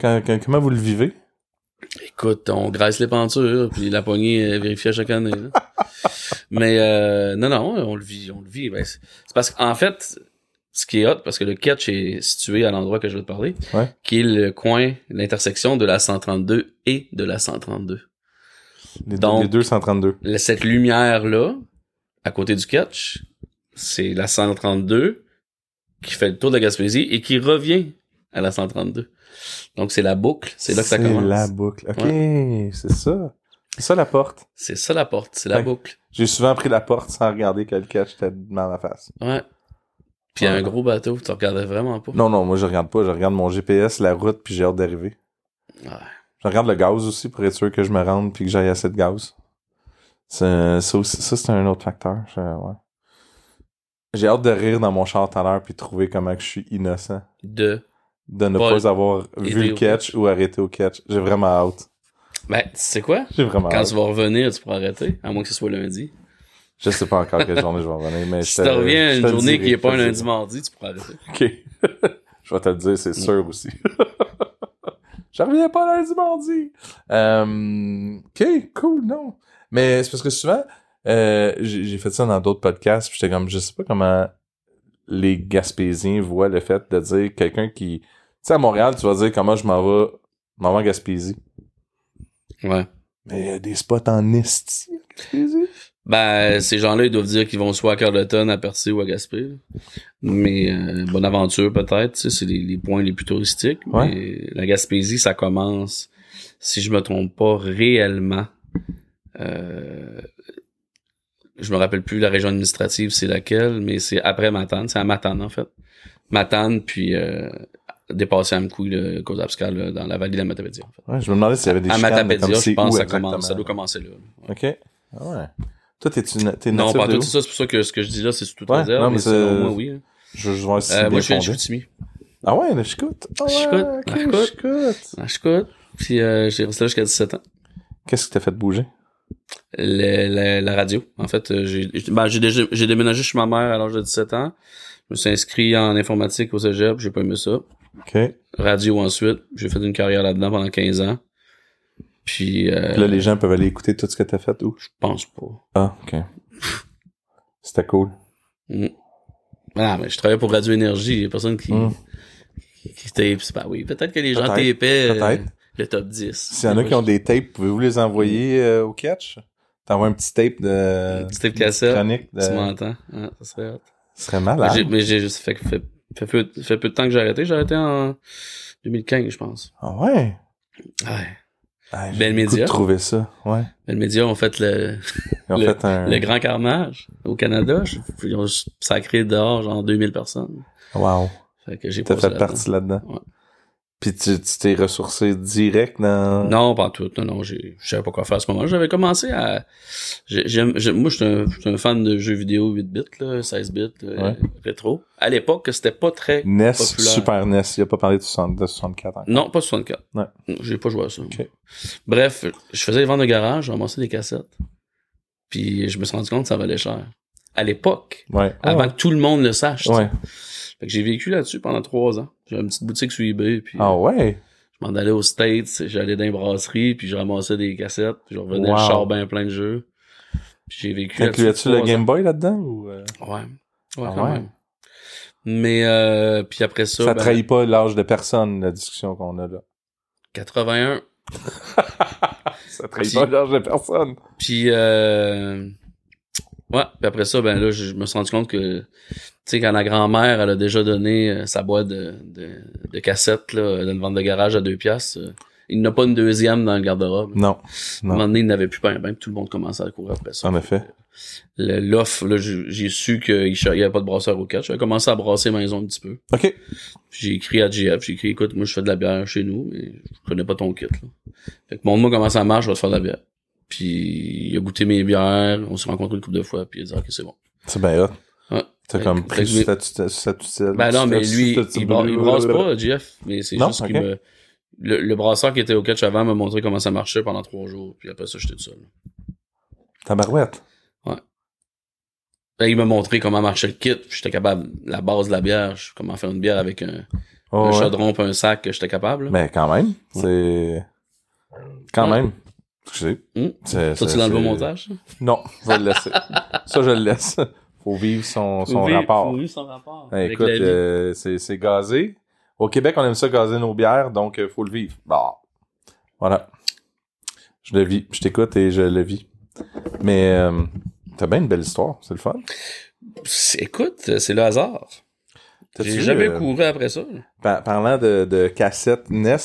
[SPEAKER 1] Quand- quand- comment vous le vivez?
[SPEAKER 2] Écoute, on graisse les pentures, puis la poignée est vérifiée à chaque année. là. Mais euh, non, non, on le vit, on le vit. Ben, c'est c'est parce qu'en fait, ce qui est hot, parce que le catch est situé à l'endroit que je vais te parler,
[SPEAKER 1] Ouais.
[SPEAKER 2] qui est le coin, l'intersection de la 132 et de la 132.
[SPEAKER 1] Les,
[SPEAKER 2] Donc-
[SPEAKER 1] deux, les 232.
[SPEAKER 2] La- Cette lumière-là, à côté du catch, c'est la 132 qui fait le tour de la Gaspésie et qui revient à la 132. Donc c'est la boucle, c'est là que ça commence.
[SPEAKER 1] C'est la boucle. OK, c'est ça. C'est ça la porte.
[SPEAKER 2] C'est ça la porte, c'est la
[SPEAKER 1] Ouais.
[SPEAKER 2] boucle.
[SPEAKER 1] J'ai souvent pris la porte sans regarder quel catch était dans ma face.
[SPEAKER 2] Ouais. Puis un gros bateau, tu regardais vraiment pas.
[SPEAKER 1] Non, non, moi, je regarde pas. Je regarde mon GPS, la route, puis j'ai hâte d'arriver.
[SPEAKER 2] Ouais.
[SPEAKER 1] Je regarde le gaz aussi pour être sûr que je me rende puis que j'aille assez de gaz. C'est- Ça, aussi- ça, c'est un autre facteur. Je- ouais. J'ai hâte de rire dans mon char tout à l'heure puis de trouver comment que je suis innocent
[SPEAKER 2] De.
[SPEAKER 1] de ne
[SPEAKER 2] Pas
[SPEAKER 1] pas avoir
[SPEAKER 2] aidé
[SPEAKER 1] vu le
[SPEAKER 2] au
[SPEAKER 1] catch ou arrêté au catch. J'ai vraiment hâte.
[SPEAKER 2] Ben, tu sais quoi?
[SPEAKER 1] J'ai vraiment
[SPEAKER 2] Quand
[SPEAKER 1] hâte.
[SPEAKER 2] tu vas revenir, tu pourras arrêter, à moins que ce soit lundi.
[SPEAKER 1] Je sais pas encore quelle journée je vais revenir, mais
[SPEAKER 2] Si
[SPEAKER 1] je
[SPEAKER 2] tu
[SPEAKER 1] te-
[SPEAKER 2] reviens à
[SPEAKER 1] je
[SPEAKER 2] une
[SPEAKER 1] te le
[SPEAKER 2] journée
[SPEAKER 1] dirai,
[SPEAKER 2] qui n'est
[SPEAKER 1] je
[SPEAKER 2] pas
[SPEAKER 1] te
[SPEAKER 2] un
[SPEAKER 1] le
[SPEAKER 2] lundi
[SPEAKER 1] dirai.
[SPEAKER 2] mardi, tu pourras arrêter.
[SPEAKER 1] OK. je vais te le dire, c'est sûr aussi. Je reviens pas lundi mardi. Euh, OK, cool, non. Mais c'est parce que souvent, euh, j'ai j'ai fait ça dans d'autres podcasts, puis j'étais comme, je sais pas comment les Gaspésiens voient le fait de dire quelqu'un qui... Tu sais, à Montréal, tu vas dire comment je m'en vais, je m'en vais en Gaspésie.
[SPEAKER 2] Ouais.
[SPEAKER 1] Mais il y a des spots en esti en Gaspésie.
[SPEAKER 2] Ben, ces gens-là, ils doivent dire qu'ils vont soit à Carleton, à Percé ou à Gaspé. là. Mais euh, Bonne Aventure, peut-être, tu sais, c'est les, les points les plus touristiques.
[SPEAKER 1] Ouais.
[SPEAKER 2] Mais la Gaspésie, ça commence, si je me trompe pas, réellement. Euh, je me rappelle plus la région administrative, c'est laquelle, mais c'est après Matane, c'est à Matane, en fait. Matane, puis euh, dépasser Amkoui, le Cosapscal, là, dans la vallée de la Matapédia, en fait.
[SPEAKER 1] Ouais, je me demandais s'il y avait des
[SPEAKER 2] À
[SPEAKER 1] chicanes, mais comme
[SPEAKER 2] Matapédia, je
[SPEAKER 1] c'est
[SPEAKER 2] pense
[SPEAKER 1] où
[SPEAKER 2] que ça
[SPEAKER 1] exactement.
[SPEAKER 2] commence, ça doit commencer là.
[SPEAKER 1] OK. Ah Ouais. Toi, t'es-tu na- t'es
[SPEAKER 2] Non,
[SPEAKER 1] natif
[SPEAKER 2] pas
[SPEAKER 1] de
[SPEAKER 2] tout
[SPEAKER 1] où?
[SPEAKER 2] ça, c'est pour ça que ce que je dis là, c'est sous toute
[SPEAKER 1] Ouais,
[SPEAKER 2] réserve.
[SPEAKER 1] non, mais
[SPEAKER 2] mais
[SPEAKER 1] c'est-
[SPEAKER 2] sinon, moi, oui. hein.
[SPEAKER 1] Je, je vois si
[SPEAKER 2] Euh,
[SPEAKER 1] c'est
[SPEAKER 2] moi,
[SPEAKER 1] bien
[SPEAKER 2] je suis de
[SPEAKER 1] fondé.
[SPEAKER 2] Chicoutimi.
[SPEAKER 1] Ah ouais, le chicoute. Ah ouais,
[SPEAKER 2] Chicoute,
[SPEAKER 1] ok,
[SPEAKER 2] la chicoute.
[SPEAKER 1] chicoute.
[SPEAKER 2] À Ah, Chicoute. Puis euh, j'ai resté là jusqu'à 17 ans.
[SPEAKER 1] Qu'est-ce qui t'a fait bouger?
[SPEAKER 2] Le- le- la radio, en fait, euh, j'ai j'ai- ben, j'ai déjà- j'ai déménagé chez ma mère à l'âge de 17 ans. Je me suis inscrit en informatique au cégep, j'ai pas aimé ça.
[SPEAKER 1] OK. Puis
[SPEAKER 2] Radio ensuite, j'ai fait une carrière là-dedans pendant 15 ans. Puis euh,
[SPEAKER 1] là, les gens peuvent aller écouter tout ce que t'as fait où?
[SPEAKER 2] je pense pas.
[SPEAKER 1] Ah, OK. C'était cool.
[SPEAKER 2] Ah, mais je travaillais pour Radio Énergie, il y a personne qui
[SPEAKER 1] Mm.
[SPEAKER 2] qui tape. C'est pas oui, peut-être que les gens
[SPEAKER 1] Peut-être,
[SPEAKER 2] tapaient euh,
[SPEAKER 1] peut-être.
[SPEAKER 2] le top 10.
[SPEAKER 1] S'il y en a qui ont des tapes, pouvez-vous les envoyer euh, au catch? T'envoies un petit tape de...
[SPEAKER 2] Un petit tape cassette.
[SPEAKER 1] Chronique de...
[SPEAKER 2] tu m'entends Ah, ça serait hot.
[SPEAKER 1] Ce serait
[SPEAKER 2] J'ai-
[SPEAKER 1] malade.
[SPEAKER 2] Mais j'ai juste fait, fait, fait, peu, fait peu de temps que j'ai arrêté. J'ai arrêté en 2015, je pense.
[SPEAKER 1] Ah ouais?
[SPEAKER 2] Ouais.
[SPEAKER 1] Ah, j'ai le
[SPEAKER 2] Belle
[SPEAKER 1] goût
[SPEAKER 2] média.
[SPEAKER 1] de trouver ça, ouais.
[SPEAKER 2] Les médias ont fait le,
[SPEAKER 1] Ils ont
[SPEAKER 2] Le-
[SPEAKER 1] fait un...
[SPEAKER 2] le grand carnage au Canada. Je- Ils ont sacré dehors genre 2000 personnes.
[SPEAKER 1] Wow.
[SPEAKER 2] Fait que j'ai
[SPEAKER 1] T'as
[SPEAKER 2] pas
[SPEAKER 1] fait
[SPEAKER 2] ça.
[SPEAKER 1] partie là-dedans.
[SPEAKER 2] Ouais.
[SPEAKER 1] Puis tu tu t'es ressourcé direct dans...
[SPEAKER 2] Non, pas en tout. Non, non, j'ai- je savais pas quoi faire à ce moment-là. J'avais commencé à. j'ai- j'aime- j'aime- moi, je suis un, j'suis un fan de jeux vidéo 8 bits, là, 16 bits, euh,
[SPEAKER 1] Ouais.
[SPEAKER 2] rétro. À l'époque, c'était pas très.
[SPEAKER 1] NES,
[SPEAKER 2] Populaire.
[SPEAKER 1] Super NES. Il a pas parlé de 60 de 64 encore.
[SPEAKER 2] Non, pas 64.
[SPEAKER 1] Ouais.
[SPEAKER 2] J'ai pas joué à ça. Bref, je faisais les ventes de garage, je ramassais des cassettes. Puis je me suis rendu compte que ça valait cher. À l'époque,
[SPEAKER 1] Ouais.
[SPEAKER 2] avant
[SPEAKER 1] Ah Ouais.
[SPEAKER 2] que tout le monde le sache. tu sais.
[SPEAKER 1] Ouais.
[SPEAKER 2] Fait que j'ai vécu là-dessus pendant trois ans. J'avais une petite boutique sur eBay, puis euh,
[SPEAKER 1] Ah ouais?
[SPEAKER 2] je m'en allais aux States, j'allais dans les brasseries, puis je ramassais des cassettes, puis je revenais,
[SPEAKER 1] Wow.
[SPEAKER 2] je sors bien plein de jeux. Puis j'ai vécu là-dessus
[SPEAKER 1] Incluais-tu le
[SPEAKER 2] trois
[SPEAKER 1] Game Boy là-dedans ou euh,
[SPEAKER 2] ans. Ouais. Ouais,
[SPEAKER 1] Ah
[SPEAKER 2] quand
[SPEAKER 1] ouais.
[SPEAKER 2] même. Mais euh, puis après ça,
[SPEAKER 1] ça,
[SPEAKER 2] ben,
[SPEAKER 1] trahit pas l'âge de personne, la discussion qu'on a là?
[SPEAKER 2] 81,
[SPEAKER 1] Ça
[SPEAKER 2] trahit
[SPEAKER 1] trahit
[SPEAKER 2] pas
[SPEAKER 1] pas l'âge de personne.
[SPEAKER 2] Puis, euh, ouais, puis après ça, ben là, je je me suis rendu compte que, tu sais, quand la grand-mère, elle a déjà donné euh, sa boîte de, de, de cassettes, là, d'une vente de garage à deux piastres, euh, il n'a pas une deuxième dans le garde-robe.
[SPEAKER 1] Non,
[SPEAKER 2] À un moment donné, il n'avait plus pas un bain, tout le monde commençait à courir après ça.
[SPEAKER 1] en effet.
[SPEAKER 2] Le- L'offre, là, j'ai j'ai su qu'il n'y avait pas de brasseur au catch. J'avais commencé à brasser ma maison un petit peu.
[SPEAKER 1] OK.
[SPEAKER 2] Puis j'ai écrit à JF, j'ai écrit, écoute, moi, je fais de la bière chez nous, mais je connais pas ton kit, là. Fait que montre-moi comment ça marche, je vais te faire de la bière. Puis il a goûté mes bières, on s'est rencontrés une couple de fois, puis il a dit, ok, c'est bon.
[SPEAKER 1] C'est bien hot.
[SPEAKER 2] Ouais.
[SPEAKER 1] T'as
[SPEAKER 2] Fait
[SPEAKER 1] comme
[SPEAKER 2] que-
[SPEAKER 1] pris
[SPEAKER 2] fait
[SPEAKER 1] sur
[SPEAKER 2] que-
[SPEAKER 1] ta tutelle. sur ta tutelle-
[SPEAKER 2] Ben non,
[SPEAKER 1] sur ta-
[SPEAKER 2] mais lui,
[SPEAKER 1] sur ta-
[SPEAKER 2] il, bra- il brasse pas, JF, mais c'est
[SPEAKER 1] Non,
[SPEAKER 2] juste
[SPEAKER 1] ok.
[SPEAKER 2] qu'il me... Le, le brasseur qui était au catch avant m'a montré comment ça marchait pendant trois jours, puis après ça, j'étais tout seul.
[SPEAKER 1] Ta barouette.
[SPEAKER 2] Ben, il m'a montré comment marchait le kit, puis j'étais capable, la base de la bière, je- comment faire une bière avec un,
[SPEAKER 1] Oh,
[SPEAKER 2] un
[SPEAKER 1] ouais.
[SPEAKER 2] chaudron puis un sac, que j'étais capable. là.
[SPEAKER 1] Mais quand même, c'est... Quand
[SPEAKER 2] Ouais.
[SPEAKER 1] même. Excusez.
[SPEAKER 2] Hmm.
[SPEAKER 1] C'est-
[SPEAKER 2] Ça,
[SPEAKER 1] c'est-
[SPEAKER 2] tu l'enleves au
[SPEAKER 1] c'est-
[SPEAKER 2] montage? ça?
[SPEAKER 1] Non, je vais le laisser. ça, je le laisse. Faut vivre son, son
[SPEAKER 2] Faut vivre-
[SPEAKER 1] rapport.
[SPEAKER 2] faut vivre son rapport.
[SPEAKER 1] Ben,
[SPEAKER 2] avec
[SPEAKER 1] écoute,
[SPEAKER 2] la vie.
[SPEAKER 1] euh, c'est c'est gazé. Au Québec, on aime ça gazer nos bières, donc il faut le vivre. Bon. Voilà. Je le vis. Je t'écoute et je le vis. Mais euh, t'as bien une belle histoire, c'est le fun.
[SPEAKER 2] C'est- Écoute, c'est le hasard.
[SPEAKER 1] T'as-tu
[SPEAKER 2] J'ai
[SPEAKER 1] vu,
[SPEAKER 2] jamais
[SPEAKER 1] euh,
[SPEAKER 2] couru après ça.
[SPEAKER 1] par- parlant de, de cassettes NES,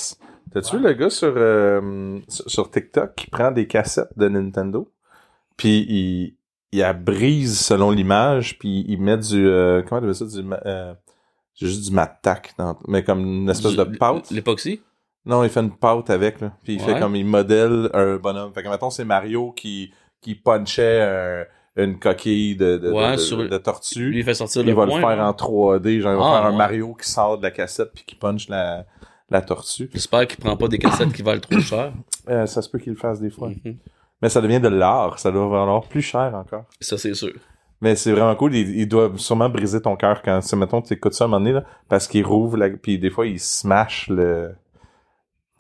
[SPEAKER 1] t'as-tu vu le gars sur, euh, sur sur TikTok qui prend des cassettes de Nintendo? Puis il, il a brise selon l'image, puis il met du. euh, comment on appelle ça du, ma- euh, C'est juste du matac, dans, mais comme une espèce
[SPEAKER 2] Du-
[SPEAKER 1] de pâte.
[SPEAKER 2] L'époxy?
[SPEAKER 1] Non, il fait une pâte avec, là. Puis il fait
[SPEAKER 2] Ouais.
[SPEAKER 1] comme il modèle un bonhomme. Fait que mettons, c'est Mario qui, qui punchait un- une coquille de, de,
[SPEAKER 2] Ouais,
[SPEAKER 1] de- de-
[SPEAKER 2] sur-
[SPEAKER 1] de tortue.
[SPEAKER 2] Lui, il fait sortir
[SPEAKER 1] il
[SPEAKER 2] le
[SPEAKER 1] va
[SPEAKER 2] point.
[SPEAKER 1] le faire en 3D. Genre, il va
[SPEAKER 2] Ah,
[SPEAKER 1] faire un
[SPEAKER 2] ouais.
[SPEAKER 1] Mario qui sort de la cassette puis qui punch la, la tortue.
[SPEAKER 2] J'espère qu'il prend pas des cassettes qui valent trop cher.
[SPEAKER 1] Euh, ça se peut qu'il le fasse des fois.
[SPEAKER 2] Mhm.
[SPEAKER 1] Mais ça devient de l'art. Ça doit valoir plus cher encore.
[SPEAKER 2] Ça, c'est sûr.
[SPEAKER 1] Mais c'est vraiment cool. Il, il doit sûrement briser ton cœur quand, c'est mettons, tu écoutes ça à un moment donné, là, parce qu'il rouvre, la, puis des fois, il smash le...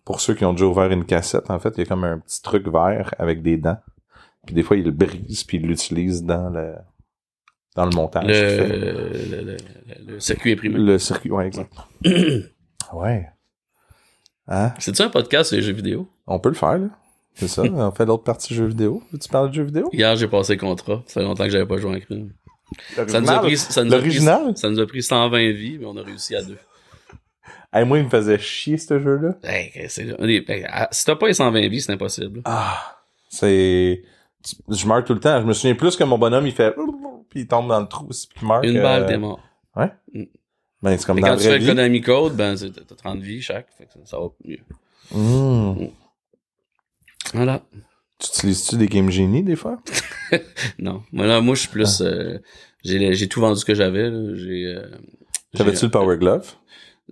[SPEAKER 1] Pour ceux qui ont déjà ouvert une cassette, en fait, il y a comme un petit truc vert avec des dents. Puis des fois, il le brise, puis il l'utilise dans le... dans le montage. qu'il
[SPEAKER 2] Le,
[SPEAKER 1] Ah, fait.
[SPEAKER 2] le, le- le- le circuit imprimé.
[SPEAKER 1] Le circuit, ouais, exact. ouais. Hein?
[SPEAKER 2] C'est-tu un podcast sur les jeux vidéo?
[SPEAKER 1] On peut le faire, là. C'est ça, on fait l'autre partie jeux vidéo. Veux-tu parler de jeux vidéo?
[SPEAKER 2] Hier, j'ai passé le contrat. Ça fait longtemps que j'avais pas joué en crime. Ça nous a
[SPEAKER 1] L'original.
[SPEAKER 2] pris, ça nous a pris,
[SPEAKER 1] L'original?
[SPEAKER 2] ça nous a pris 120 vies, mais on a réussi à deux.
[SPEAKER 1] Hey, moi, il me faisait chier, ce jeu-là.
[SPEAKER 2] Hey, Ben, c'est- hey, ah, si t'as pas les 120 vies, c'est impossible.
[SPEAKER 1] Ah, c'est. tu- Je meurs tout le temps. Je me souviens plus que mon bonhomme, il fait. Puis il tombe dans le trou, puis il meurt. euh,
[SPEAKER 2] Une
[SPEAKER 1] que-
[SPEAKER 2] balle, t'es mort.
[SPEAKER 1] Ben, c'est comme
[SPEAKER 2] Mais
[SPEAKER 1] dans
[SPEAKER 2] quand
[SPEAKER 1] la
[SPEAKER 2] tu fais
[SPEAKER 1] vraie
[SPEAKER 2] le
[SPEAKER 1] vie.
[SPEAKER 2] Konami Code, ben, c'est- t'as 30 vies chaque. Fait que ça, ça va mieux.
[SPEAKER 1] Hmm.
[SPEAKER 2] Voilà.
[SPEAKER 1] Tu utilises-tu des Game Genie, des fois?
[SPEAKER 2] Non. Moi, là, moi, je suis plus,
[SPEAKER 1] Ah.
[SPEAKER 2] euh, j'ai, j'ai tout vendu que j'avais, là. J'ai, euh,
[SPEAKER 1] T'avais-tu
[SPEAKER 2] j'ai- euh,
[SPEAKER 1] le Power Glove?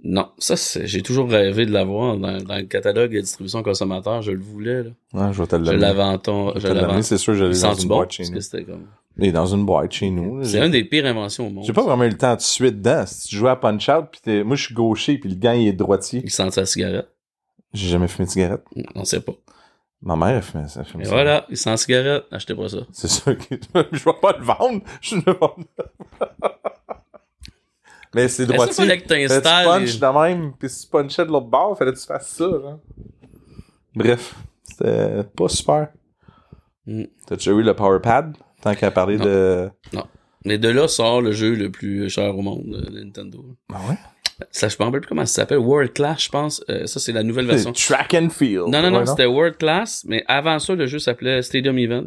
[SPEAKER 2] Non. Ça, c'est, j'ai toujours rêvé de l'avoir dans, dans le catalogue de distribution consommateur. Je le voulais, là.
[SPEAKER 1] Non, Ah, je vais te le
[SPEAKER 2] Je
[SPEAKER 1] donner.
[SPEAKER 2] l'avais en ton,
[SPEAKER 1] Je
[SPEAKER 2] je
[SPEAKER 1] vais te le
[SPEAKER 2] l'avais en
[SPEAKER 1] donner, c'est sûr, je l'ai dans
[SPEAKER 2] Sens-tu
[SPEAKER 1] une
[SPEAKER 2] bon?
[SPEAKER 1] boîte chez
[SPEAKER 2] Parce
[SPEAKER 1] nous.
[SPEAKER 2] que c'était comme-
[SPEAKER 1] Il est dans une boîte chez nous.
[SPEAKER 2] C'est
[SPEAKER 1] J'ai-
[SPEAKER 2] une des pires inventions au monde.
[SPEAKER 1] J'ai pas vraiment eu le temps de suite dedans. Si tu jouais à Punch Out, puis t'es- moi, je suis gaucher, puis le gars, il est droitier.
[SPEAKER 2] Il sentait la cigarette.
[SPEAKER 1] J'ai jamais fumé de cigarette.
[SPEAKER 2] On sait pas.
[SPEAKER 1] Ma mère, elle fumait ça. fume
[SPEAKER 2] Mais
[SPEAKER 1] ça.
[SPEAKER 2] voilà, il sent la cigarette. Achetez pas ça.
[SPEAKER 1] C'est sûr que je vais pas le vendre. Je le vends. Mais c'est
[SPEAKER 2] Est-ce que
[SPEAKER 1] droitier.
[SPEAKER 2] fallait que
[SPEAKER 1] Fallait-tu
[SPEAKER 2] t'installes?
[SPEAKER 1] punch
[SPEAKER 2] les-
[SPEAKER 1] de même, puis si tu punchais de l'autre bord, fallait que tu fasses ça, genre. Bref, c'était pas super.
[SPEAKER 2] Mm.
[SPEAKER 1] T'as déjà eu le Power Pad, tant qu'à parler
[SPEAKER 2] Non.
[SPEAKER 1] de...
[SPEAKER 2] Mais de là sort le jeu le plus cher au monde euh, de Nintendo.
[SPEAKER 1] Ah ouais?
[SPEAKER 2] Ça, je me rappelle plus comment ça s'appelle. World Class, je pense. Euh, ça, c'est la nouvelle version.
[SPEAKER 1] C'est Track and Field.
[SPEAKER 2] Non, non,
[SPEAKER 1] Ouais,
[SPEAKER 2] non, c'était World Class, mais avant ça, le jeu s'appelait Stadium Event.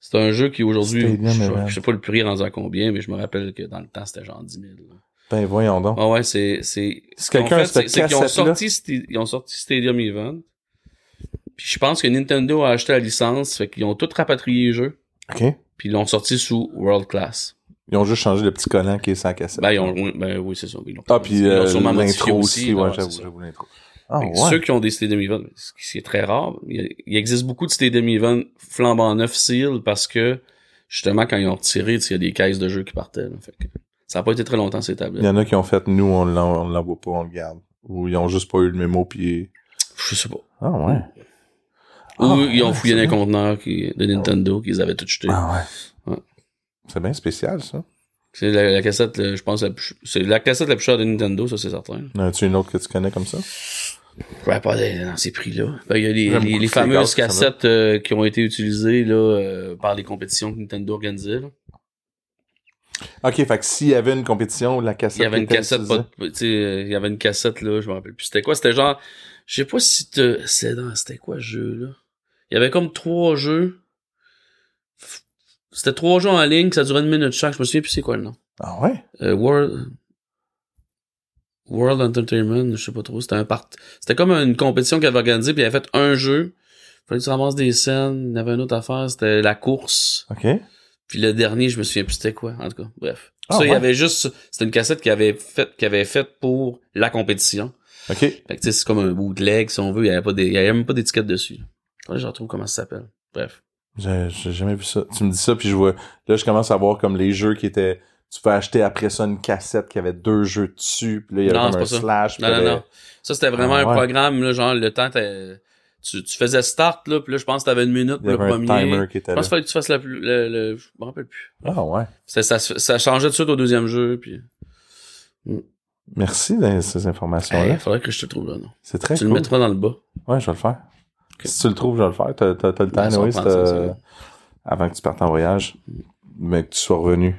[SPEAKER 2] C'est un jeu qui aujourd'hui,
[SPEAKER 1] Stadium
[SPEAKER 2] je,
[SPEAKER 1] Event.
[SPEAKER 2] je sais pas le prix rendu à combien, mais je me rappelle que dans le temps, c'était genre 10 000. là.
[SPEAKER 1] Ben voyons donc.
[SPEAKER 2] Ah ouais, c'est, c'est,
[SPEAKER 1] Si quelqu'un a
[SPEAKER 2] en fait,
[SPEAKER 1] cette
[SPEAKER 2] c'est- c'est qu'ils ont
[SPEAKER 1] cassette-là-
[SPEAKER 2] sorti, Sta- ils ont sorti Stadium Event. Puis je pense que Nintendo a acheté la licence, fait qu'ils ont tout rapatrié le jeu,
[SPEAKER 1] OK.
[SPEAKER 2] puis ils l'ont sorti sous World Class.
[SPEAKER 1] Ils ont juste changé le petit collant qui est sans cassette.
[SPEAKER 2] Ben, ils ont, oui, ben oui, c'est ça. ils l'ont-
[SPEAKER 1] ah, puis
[SPEAKER 2] ils l'ont
[SPEAKER 1] euh,
[SPEAKER 2] sûrement modifié
[SPEAKER 1] l'intro aussi,
[SPEAKER 2] là,
[SPEAKER 1] ouais,
[SPEAKER 2] c'est
[SPEAKER 1] j'avoue,
[SPEAKER 2] ça.
[SPEAKER 1] j'avoue l'intro. Ah
[SPEAKER 2] Fait
[SPEAKER 1] ouais?
[SPEAKER 2] que Ceux qui ont des Stadium Event, ce qui est très rare, il, il existe beaucoup de Stadium Event flambant neuf seal parce que, justement, quand ils ont retiré, tu sais, il y a des caisses de jeux qui partaient. là. Fait que ça n'a pas été très longtemps ces
[SPEAKER 1] Il y
[SPEAKER 2] tablettes.
[SPEAKER 1] en a qui ont fait, nous, on l'en- on l'envoie pas, on le garde. Ou ils ont juste pas eu le mémo, puis...
[SPEAKER 2] Je sais pas.
[SPEAKER 1] Ah ouais?
[SPEAKER 2] Ou
[SPEAKER 1] Ah,
[SPEAKER 2] ils ont
[SPEAKER 1] ouais,
[SPEAKER 2] fouillé
[SPEAKER 1] c'est
[SPEAKER 2] dans les
[SPEAKER 1] vrai.
[SPEAKER 2] conteneurs qui, de Nintendo qu'ils avaient tout jeté.
[SPEAKER 1] Ah ouais.
[SPEAKER 2] Ouais.
[SPEAKER 1] C'est bien spécial, ça.
[SPEAKER 2] C'est la, la cassette, là, je pense, la plus- c'est la cassette la plus chère de Nintendo, ça c'est certain.
[SPEAKER 1] En as-tu une autre que tu connais comme ça?
[SPEAKER 2] Je pourrais pas aller dans ces prix-là. Ben, Il y a les,
[SPEAKER 1] J'aime
[SPEAKER 2] les-
[SPEAKER 1] beaucoup
[SPEAKER 2] les
[SPEAKER 1] les
[SPEAKER 2] fameuses
[SPEAKER 1] gaz, ça, là.
[SPEAKER 2] cassettes euh, qui ont été utilisées là, euh, par les compétitions que Nintendo organisait. là.
[SPEAKER 1] Ok, fait que s'il y avait une compétition, la cassette.
[SPEAKER 2] Il y avait une
[SPEAKER 1] était
[SPEAKER 2] cassette,
[SPEAKER 1] utilisée.
[SPEAKER 2] pas de- tu sais, euh, il y avait une cassette là, je me rappelle plus. C'était quoi C'était genre, je sais pas si te, c'est dans, c'était quoi ce jeu là Il y avait comme trois jeux. F- C'était trois jeux en ligne, ça durait une minute chaque. Je me souviens plus c'est quoi le nom.
[SPEAKER 1] Ah ouais?
[SPEAKER 2] Euh, World World Entertainment, je sais pas trop. C'était un part. C'était comme une compétition qu'elle avait organisée, puis elle avait fait un jeu. Fallait que tu ramasses des scènes. Il y en avait une autre affaire, c'était la course.
[SPEAKER 1] Ok.
[SPEAKER 2] Puis le dernier, je me souviens plus c'était quoi, en tout cas. Bref.
[SPEAKER 1] Ah,
[SPEAKER 2] ça, il y
[SPEAKER 1] ouais.
[SPEAKER 2] avait juste. C'était une cassette qu'il avait faite qu'il avait faite pour la compétition.
[SPEAKER 1] Ok.
[SPEAKER 2] Fait que tu sais, c'est comme un bootleg, si on veut. Il y avait pas des. Il y avait même pas d'étiquette dessus. Là, je retrouve comment ça s'appelle. Bref.
[SPEAKER 1] J'ai j'ai jamais vu ça. Tu me dis ça, puis je vois. Là, je commence à voir comme les jeux qui étaient. Tu peux acheter après ça une cassette qui avait deux jeux dessus, puis là, il y avait
[SPEAKER 2] Non,
[SPEAKER 1] comme un
[SPEAKER 2] c'est
[SPEAKER 1] slash. puis
[SPEAKER 2] Non, non,
[SPEAKER 1] t'avais-
[SPEAKER 2] non. Ça, c'était vraiment
[SPEAKER 1] Ah,
[SPEAKER 2] un
[SPEAKER 1] ouais.
[SPEAKER 2] programme, là, genre le temps t'as- tu, tu faisais start, là, puis là, je pense que t'avais une minute
[SPEAKER 1] Il y
[SPEAKER 2] pour le
[SPEAKER 1] avait un
[SPEAKER 2] premier.
[SPEAKER 1] timer qui
[SPEAKER 2] je
[SPEAKER 1] était là.
[SPEAKER 2] pense qu'il fallait que tu fasses la plus. Le, le- je me rappelle plus.
[SPEAKER 1] Ah ouais.
[SPEAKER 2] C'était- Ça, se- ça changeait tout de suite au deuxième jeu, puis.
[SPEAKER 1] Merci de ces
[SPEAKER 2] Il
[SPEAKER 1] informations-là.
[SPEAKER 2] faudrait que je te trouve là, non.
[SPEAKER 1] C'est Ah très
[SPEAKER 2] tu
[SPEAKER 1] cool.
[SPEAKER 2] le mettras dans le bas.
[SPEAKER 1] Ouais, je vais le faire. Si tu le trouves, je vais le faire. T'as, t'as- t'as le temps,
[SPEAKER 2] Ben, ça, on
[SPEAKER 1] Noé,
[SPEAKER 2] prend
[SPEAKER 1] c'est,
[SPEAKER 2] ça,
[SPEAKER 1] euh,
[SPEAKER 2] ça.
[SPEAKER 1] avant que tu partes en voyage, mais que tu sois revenu.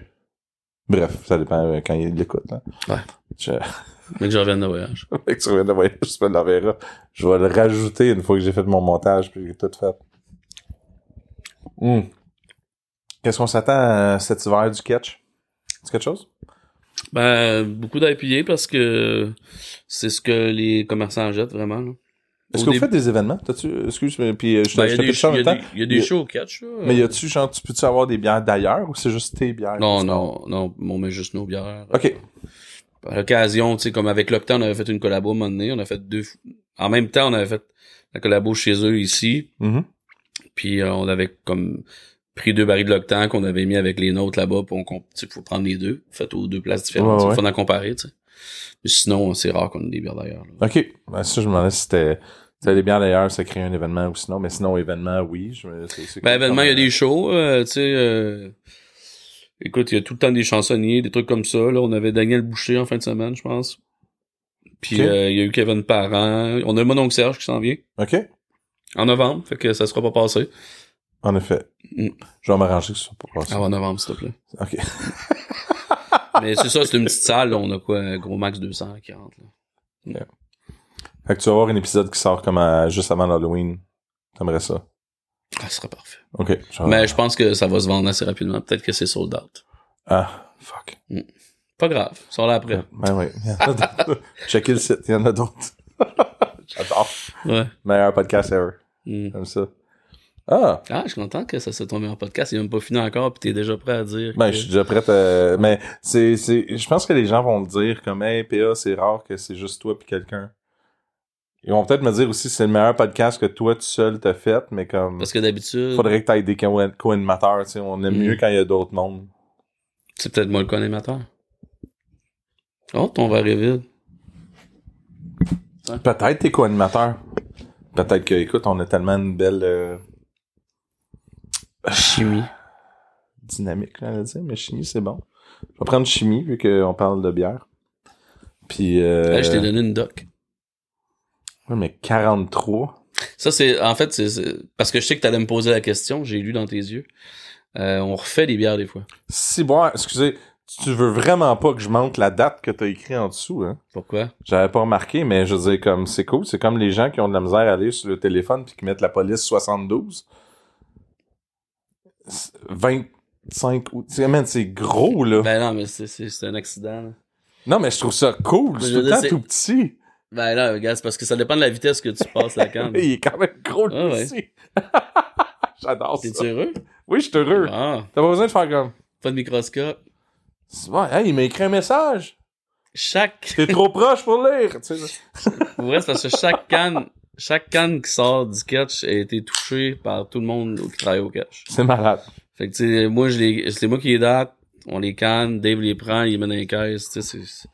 [SPEAKER 1] Bref, ça dépend euh, quand il l'écoute. hein.
[SPEAKER 2] Ouais.
[SPEAKER 1] Je-
[SPEAKER 2] Mais que je revienne de voyage.
[SPEAKER 1] Fait que tu reviens de voyage, tu me l'enverras. Je vais le rajouter une fois que j'ai fait mon montage puis que j'ai tout fait. Hum. Hmm. Qu'est-ce qu'on s'attend euh, cet hiver du catch? C'est quelque chose?
[SPEAKER 2] Ben, beaucoup d'IPA parce que c'est ce que les commerçants jettent vraiment. Là.
[SPEAKER 1] Est-ce que
[SPEAKER 2] Au
[SPEAKER 1] vous
[SPEAKER 2] début-
[SPEAKER 1] faites des événements? T'as-tu, excuse, mais puis euh, je, te-
[SPEAKER 2] Ben,
[SPEAKER 1] je
[SPEAKER 2] il y a
[SPEAKER 1] te
[SPEAKER 2] des
[SPEAKER 1] pitche ça en
[SPEAKER 2] shows- il y
[SPEAKER 1] même
[SPEAKER 2] a
[SPEAKER 1] temps.
[SPEAKER 2] des- il y a des
[SPEAKER 1] Y a-
[SPEAKER 2] shows au catch. là.
[SPEAKER 1] Mais y a-tu, genre, tu peux-tu avoir des bières d'ailleurs ou c'est juste tes bières?
[SPEAKER 2] Non, non, non, on met juste nos bières.
[SPEAKER 1] OK.
[SPEAKER 2] À l'occasion, tu sais, comme avec l'Octa, on avait fait une collabo à un moment donné, on a fait deux... f- En même temps, on avait fait la collabo chez eux ici,
[SPEAKER 1] Mhm.
[SPEAKER 2] puis euh, on avait comme pris deux barils de l'Octan qu'on avait mis avec les nôtres là-bas, puis on comp- tu sais, faut prendre les deux, faites aux deux places différentes,
[SPEAKER 1] Ouais,
[SPEAKER 2] il faut en comparer, tu sais. Mais sinon, c'est rare qu'on ait des bières d'ailleurs. là.
[SPEAKER 1] OK. Ben, ça, je me demandais si c'était, c'était des bières d'ailleurs, c'est créer un événement ou sinon. Mais sinon, événement, oui. Je, me- c'est, c'est
[SPEAKER 2] Ben, évidemment, il y a des
[SPEAKER 1] choses.
[SPEAKER 2] shows, euh, tu sais. euh, écoute, il y a tout le temps des chansonniers, des trucs comme ça. Là, on avait Daniel Boucher en fin de semaine, je pense. Puis
[SPEAKER 1] Ok.
[SPEAKER 2] euh, il y a eu Kevin Parent. On a mon oncle Serge qui s'en vient
[SPEAKER 1] OK.
[SPEAKER 2] en novembre, fait que ça sera pas passé.
[SPEAKER 1] En effet.
[SPEAKER 2] Mm.
[SPEAKER 1] Je vais m'arranger que ce soit pas passé.
[SPEAKER 2] Avant Ah novembre, s'il te plaît.
[SPEAKER 1] OK.
[SPEAKER 2] Mais c'est ça, c'est une petite salle. là, on a quoi, un gros max 240. Là.
[SPEAKER 1] Fait que tu vas avoir un épisode qui sort comme à- juste avant l'Halloween. T'aimerais ça?
[SPEAKER 2] Ah, ce sera parfait.
[SPEAKER 1] OK. je vais-
[SPEAKER 2] Mais je pense que ça va se vendre assez rapidement. Peut-être que c'est sold out.
[SPEAKER 1] Ah, fuck.
[SPEAKER 2] Pas grave, ils sont là après.
[SPEAKER 1] Ben oui. Il y en a d'autres. Checkez le site. Il y en a d'autres. J'adore.
[SPEAKER 2] Ouais.
[SPEAKER 1] Meilleur podcast ever.
[SPEAKER 2] Mm.
[SPEAKER 1] Comme ça. Ah!
[SPEAKER 2] Ah, je suis content que ça s'est tombé en podcast. Il n'est même pas fini encore, puis t'es déjà prêt à dire.
[SPEAKER 1] Ben,
[SPEAKER 2] que-
[SPEAKER 1] je suis déjà prête à... Mais c'est, c'est... je pense que les gens vont le dire comme « Hey, PA, c'est rare que c'est juste toi puis quelqu'un. » Ils vont peut-être me dire aussi c'est le meilleur podcast que toi, tout seul, t'as fait, mais comme...
[SPEAKER 2] Parce que d'habitude,
[SPEAKER 1] Faudrait que t'aies des co- co-animateurs, tu sais. On aime
[SPEAKER 2] Mm.
[SPEAKER 1] mieux quand il y a d'autres mondes.
[SPEAKER 2] c'est peut-être moi le co-animateur. Oh, ton verre est vide.
[SPEAKER 1] Peut-être tes co-animateurs. Peut-être que, écoute, on a tellement une belle euh,
[SPEAKER 2] Chimie.
[SPEAKER 1] dynamique, là, à dire, mais chimie, c'est bon. Je vais prendre chimie, vu qu'on parle de bière. Puis... Euh...
[SPEAKER 2] Hey, je t'ai donné une doc.
[SPEAKER 1] ouais, mais 43...
[SPEAKER 2] Ça, c'est, en fait, c'est, c'est- parce que je sais que t'allais me poser la question, j'ai lu dans tes yeux. Euh, on refait les bières des fois.
[SPEAKER 1] Si bon, excusez, tu veux vraiment pas que je monte la date que t'as écrit en dessous, hein?
[SPEAKER 2] Pourquoi?
[SPEAKER 1] J'avais pas remarqué, mais je veux dire, comme, c'est cool. C'est comme les gens qui ont de la misère à aller sur le téléphone puis qui mettent la police 72. C'est 25 août. Tu sais, man, c'est gros, là.
[SPEAKER 2] Ben non, mais c'est, c'est, c'est un accident. là.
[SPEAKER 1] non, mais je trouve ça cool.
[SPEAKER 2] Mais
[SPEAKER 1] C'est
[SPEAKER 2] je
[SPEAKER 1] tout
[SPEAKER 2] veux
[SPEAKER 1] le
[SPEAKER 2] dire,
[SPEAKER 1] temps
[SPEAKER 2] c'est-
[SPEAKER 1] tout petit.
[SPEAKER 2] Ben là, regarde, c'est parce que ça dépend de la vitesse que tu passes la canne.
[SPEAKER 1] Il est quand même gros, le
[SPEAKER 2] Ah ouais.
[SPEAKER 1] petit. J'adore ça.
[SPEAKER 2] T'es-tu heureux?
[SPEAKER 1] Oui, je suis heureux.
[SPEAKER 2] Ah,
[SPEAKER 1] T'as pas besoin de faire comme.
[SPEAKER 2] pas de microscope.
[SPEAKER 1] C'est bon, hey, il m'a écrit un message.
[SPEAKER 2] Chaque,
[SPEAKER 1] T'es trop proche pour lire. Tu sais,
[SPEAKER 2] pour vrai, c'est parce que chaque canne, chaque canne qui sort du catch a été touchée par tout le monde qui travaille au catch.
[SPEAKER 1] c'est malade.
[SPEAKER 2] Fait que, tu sais, moi, je les, c'est moi qui les date, on les canne, Dave les prend, il les met dans les caisses, tu sais, c'est-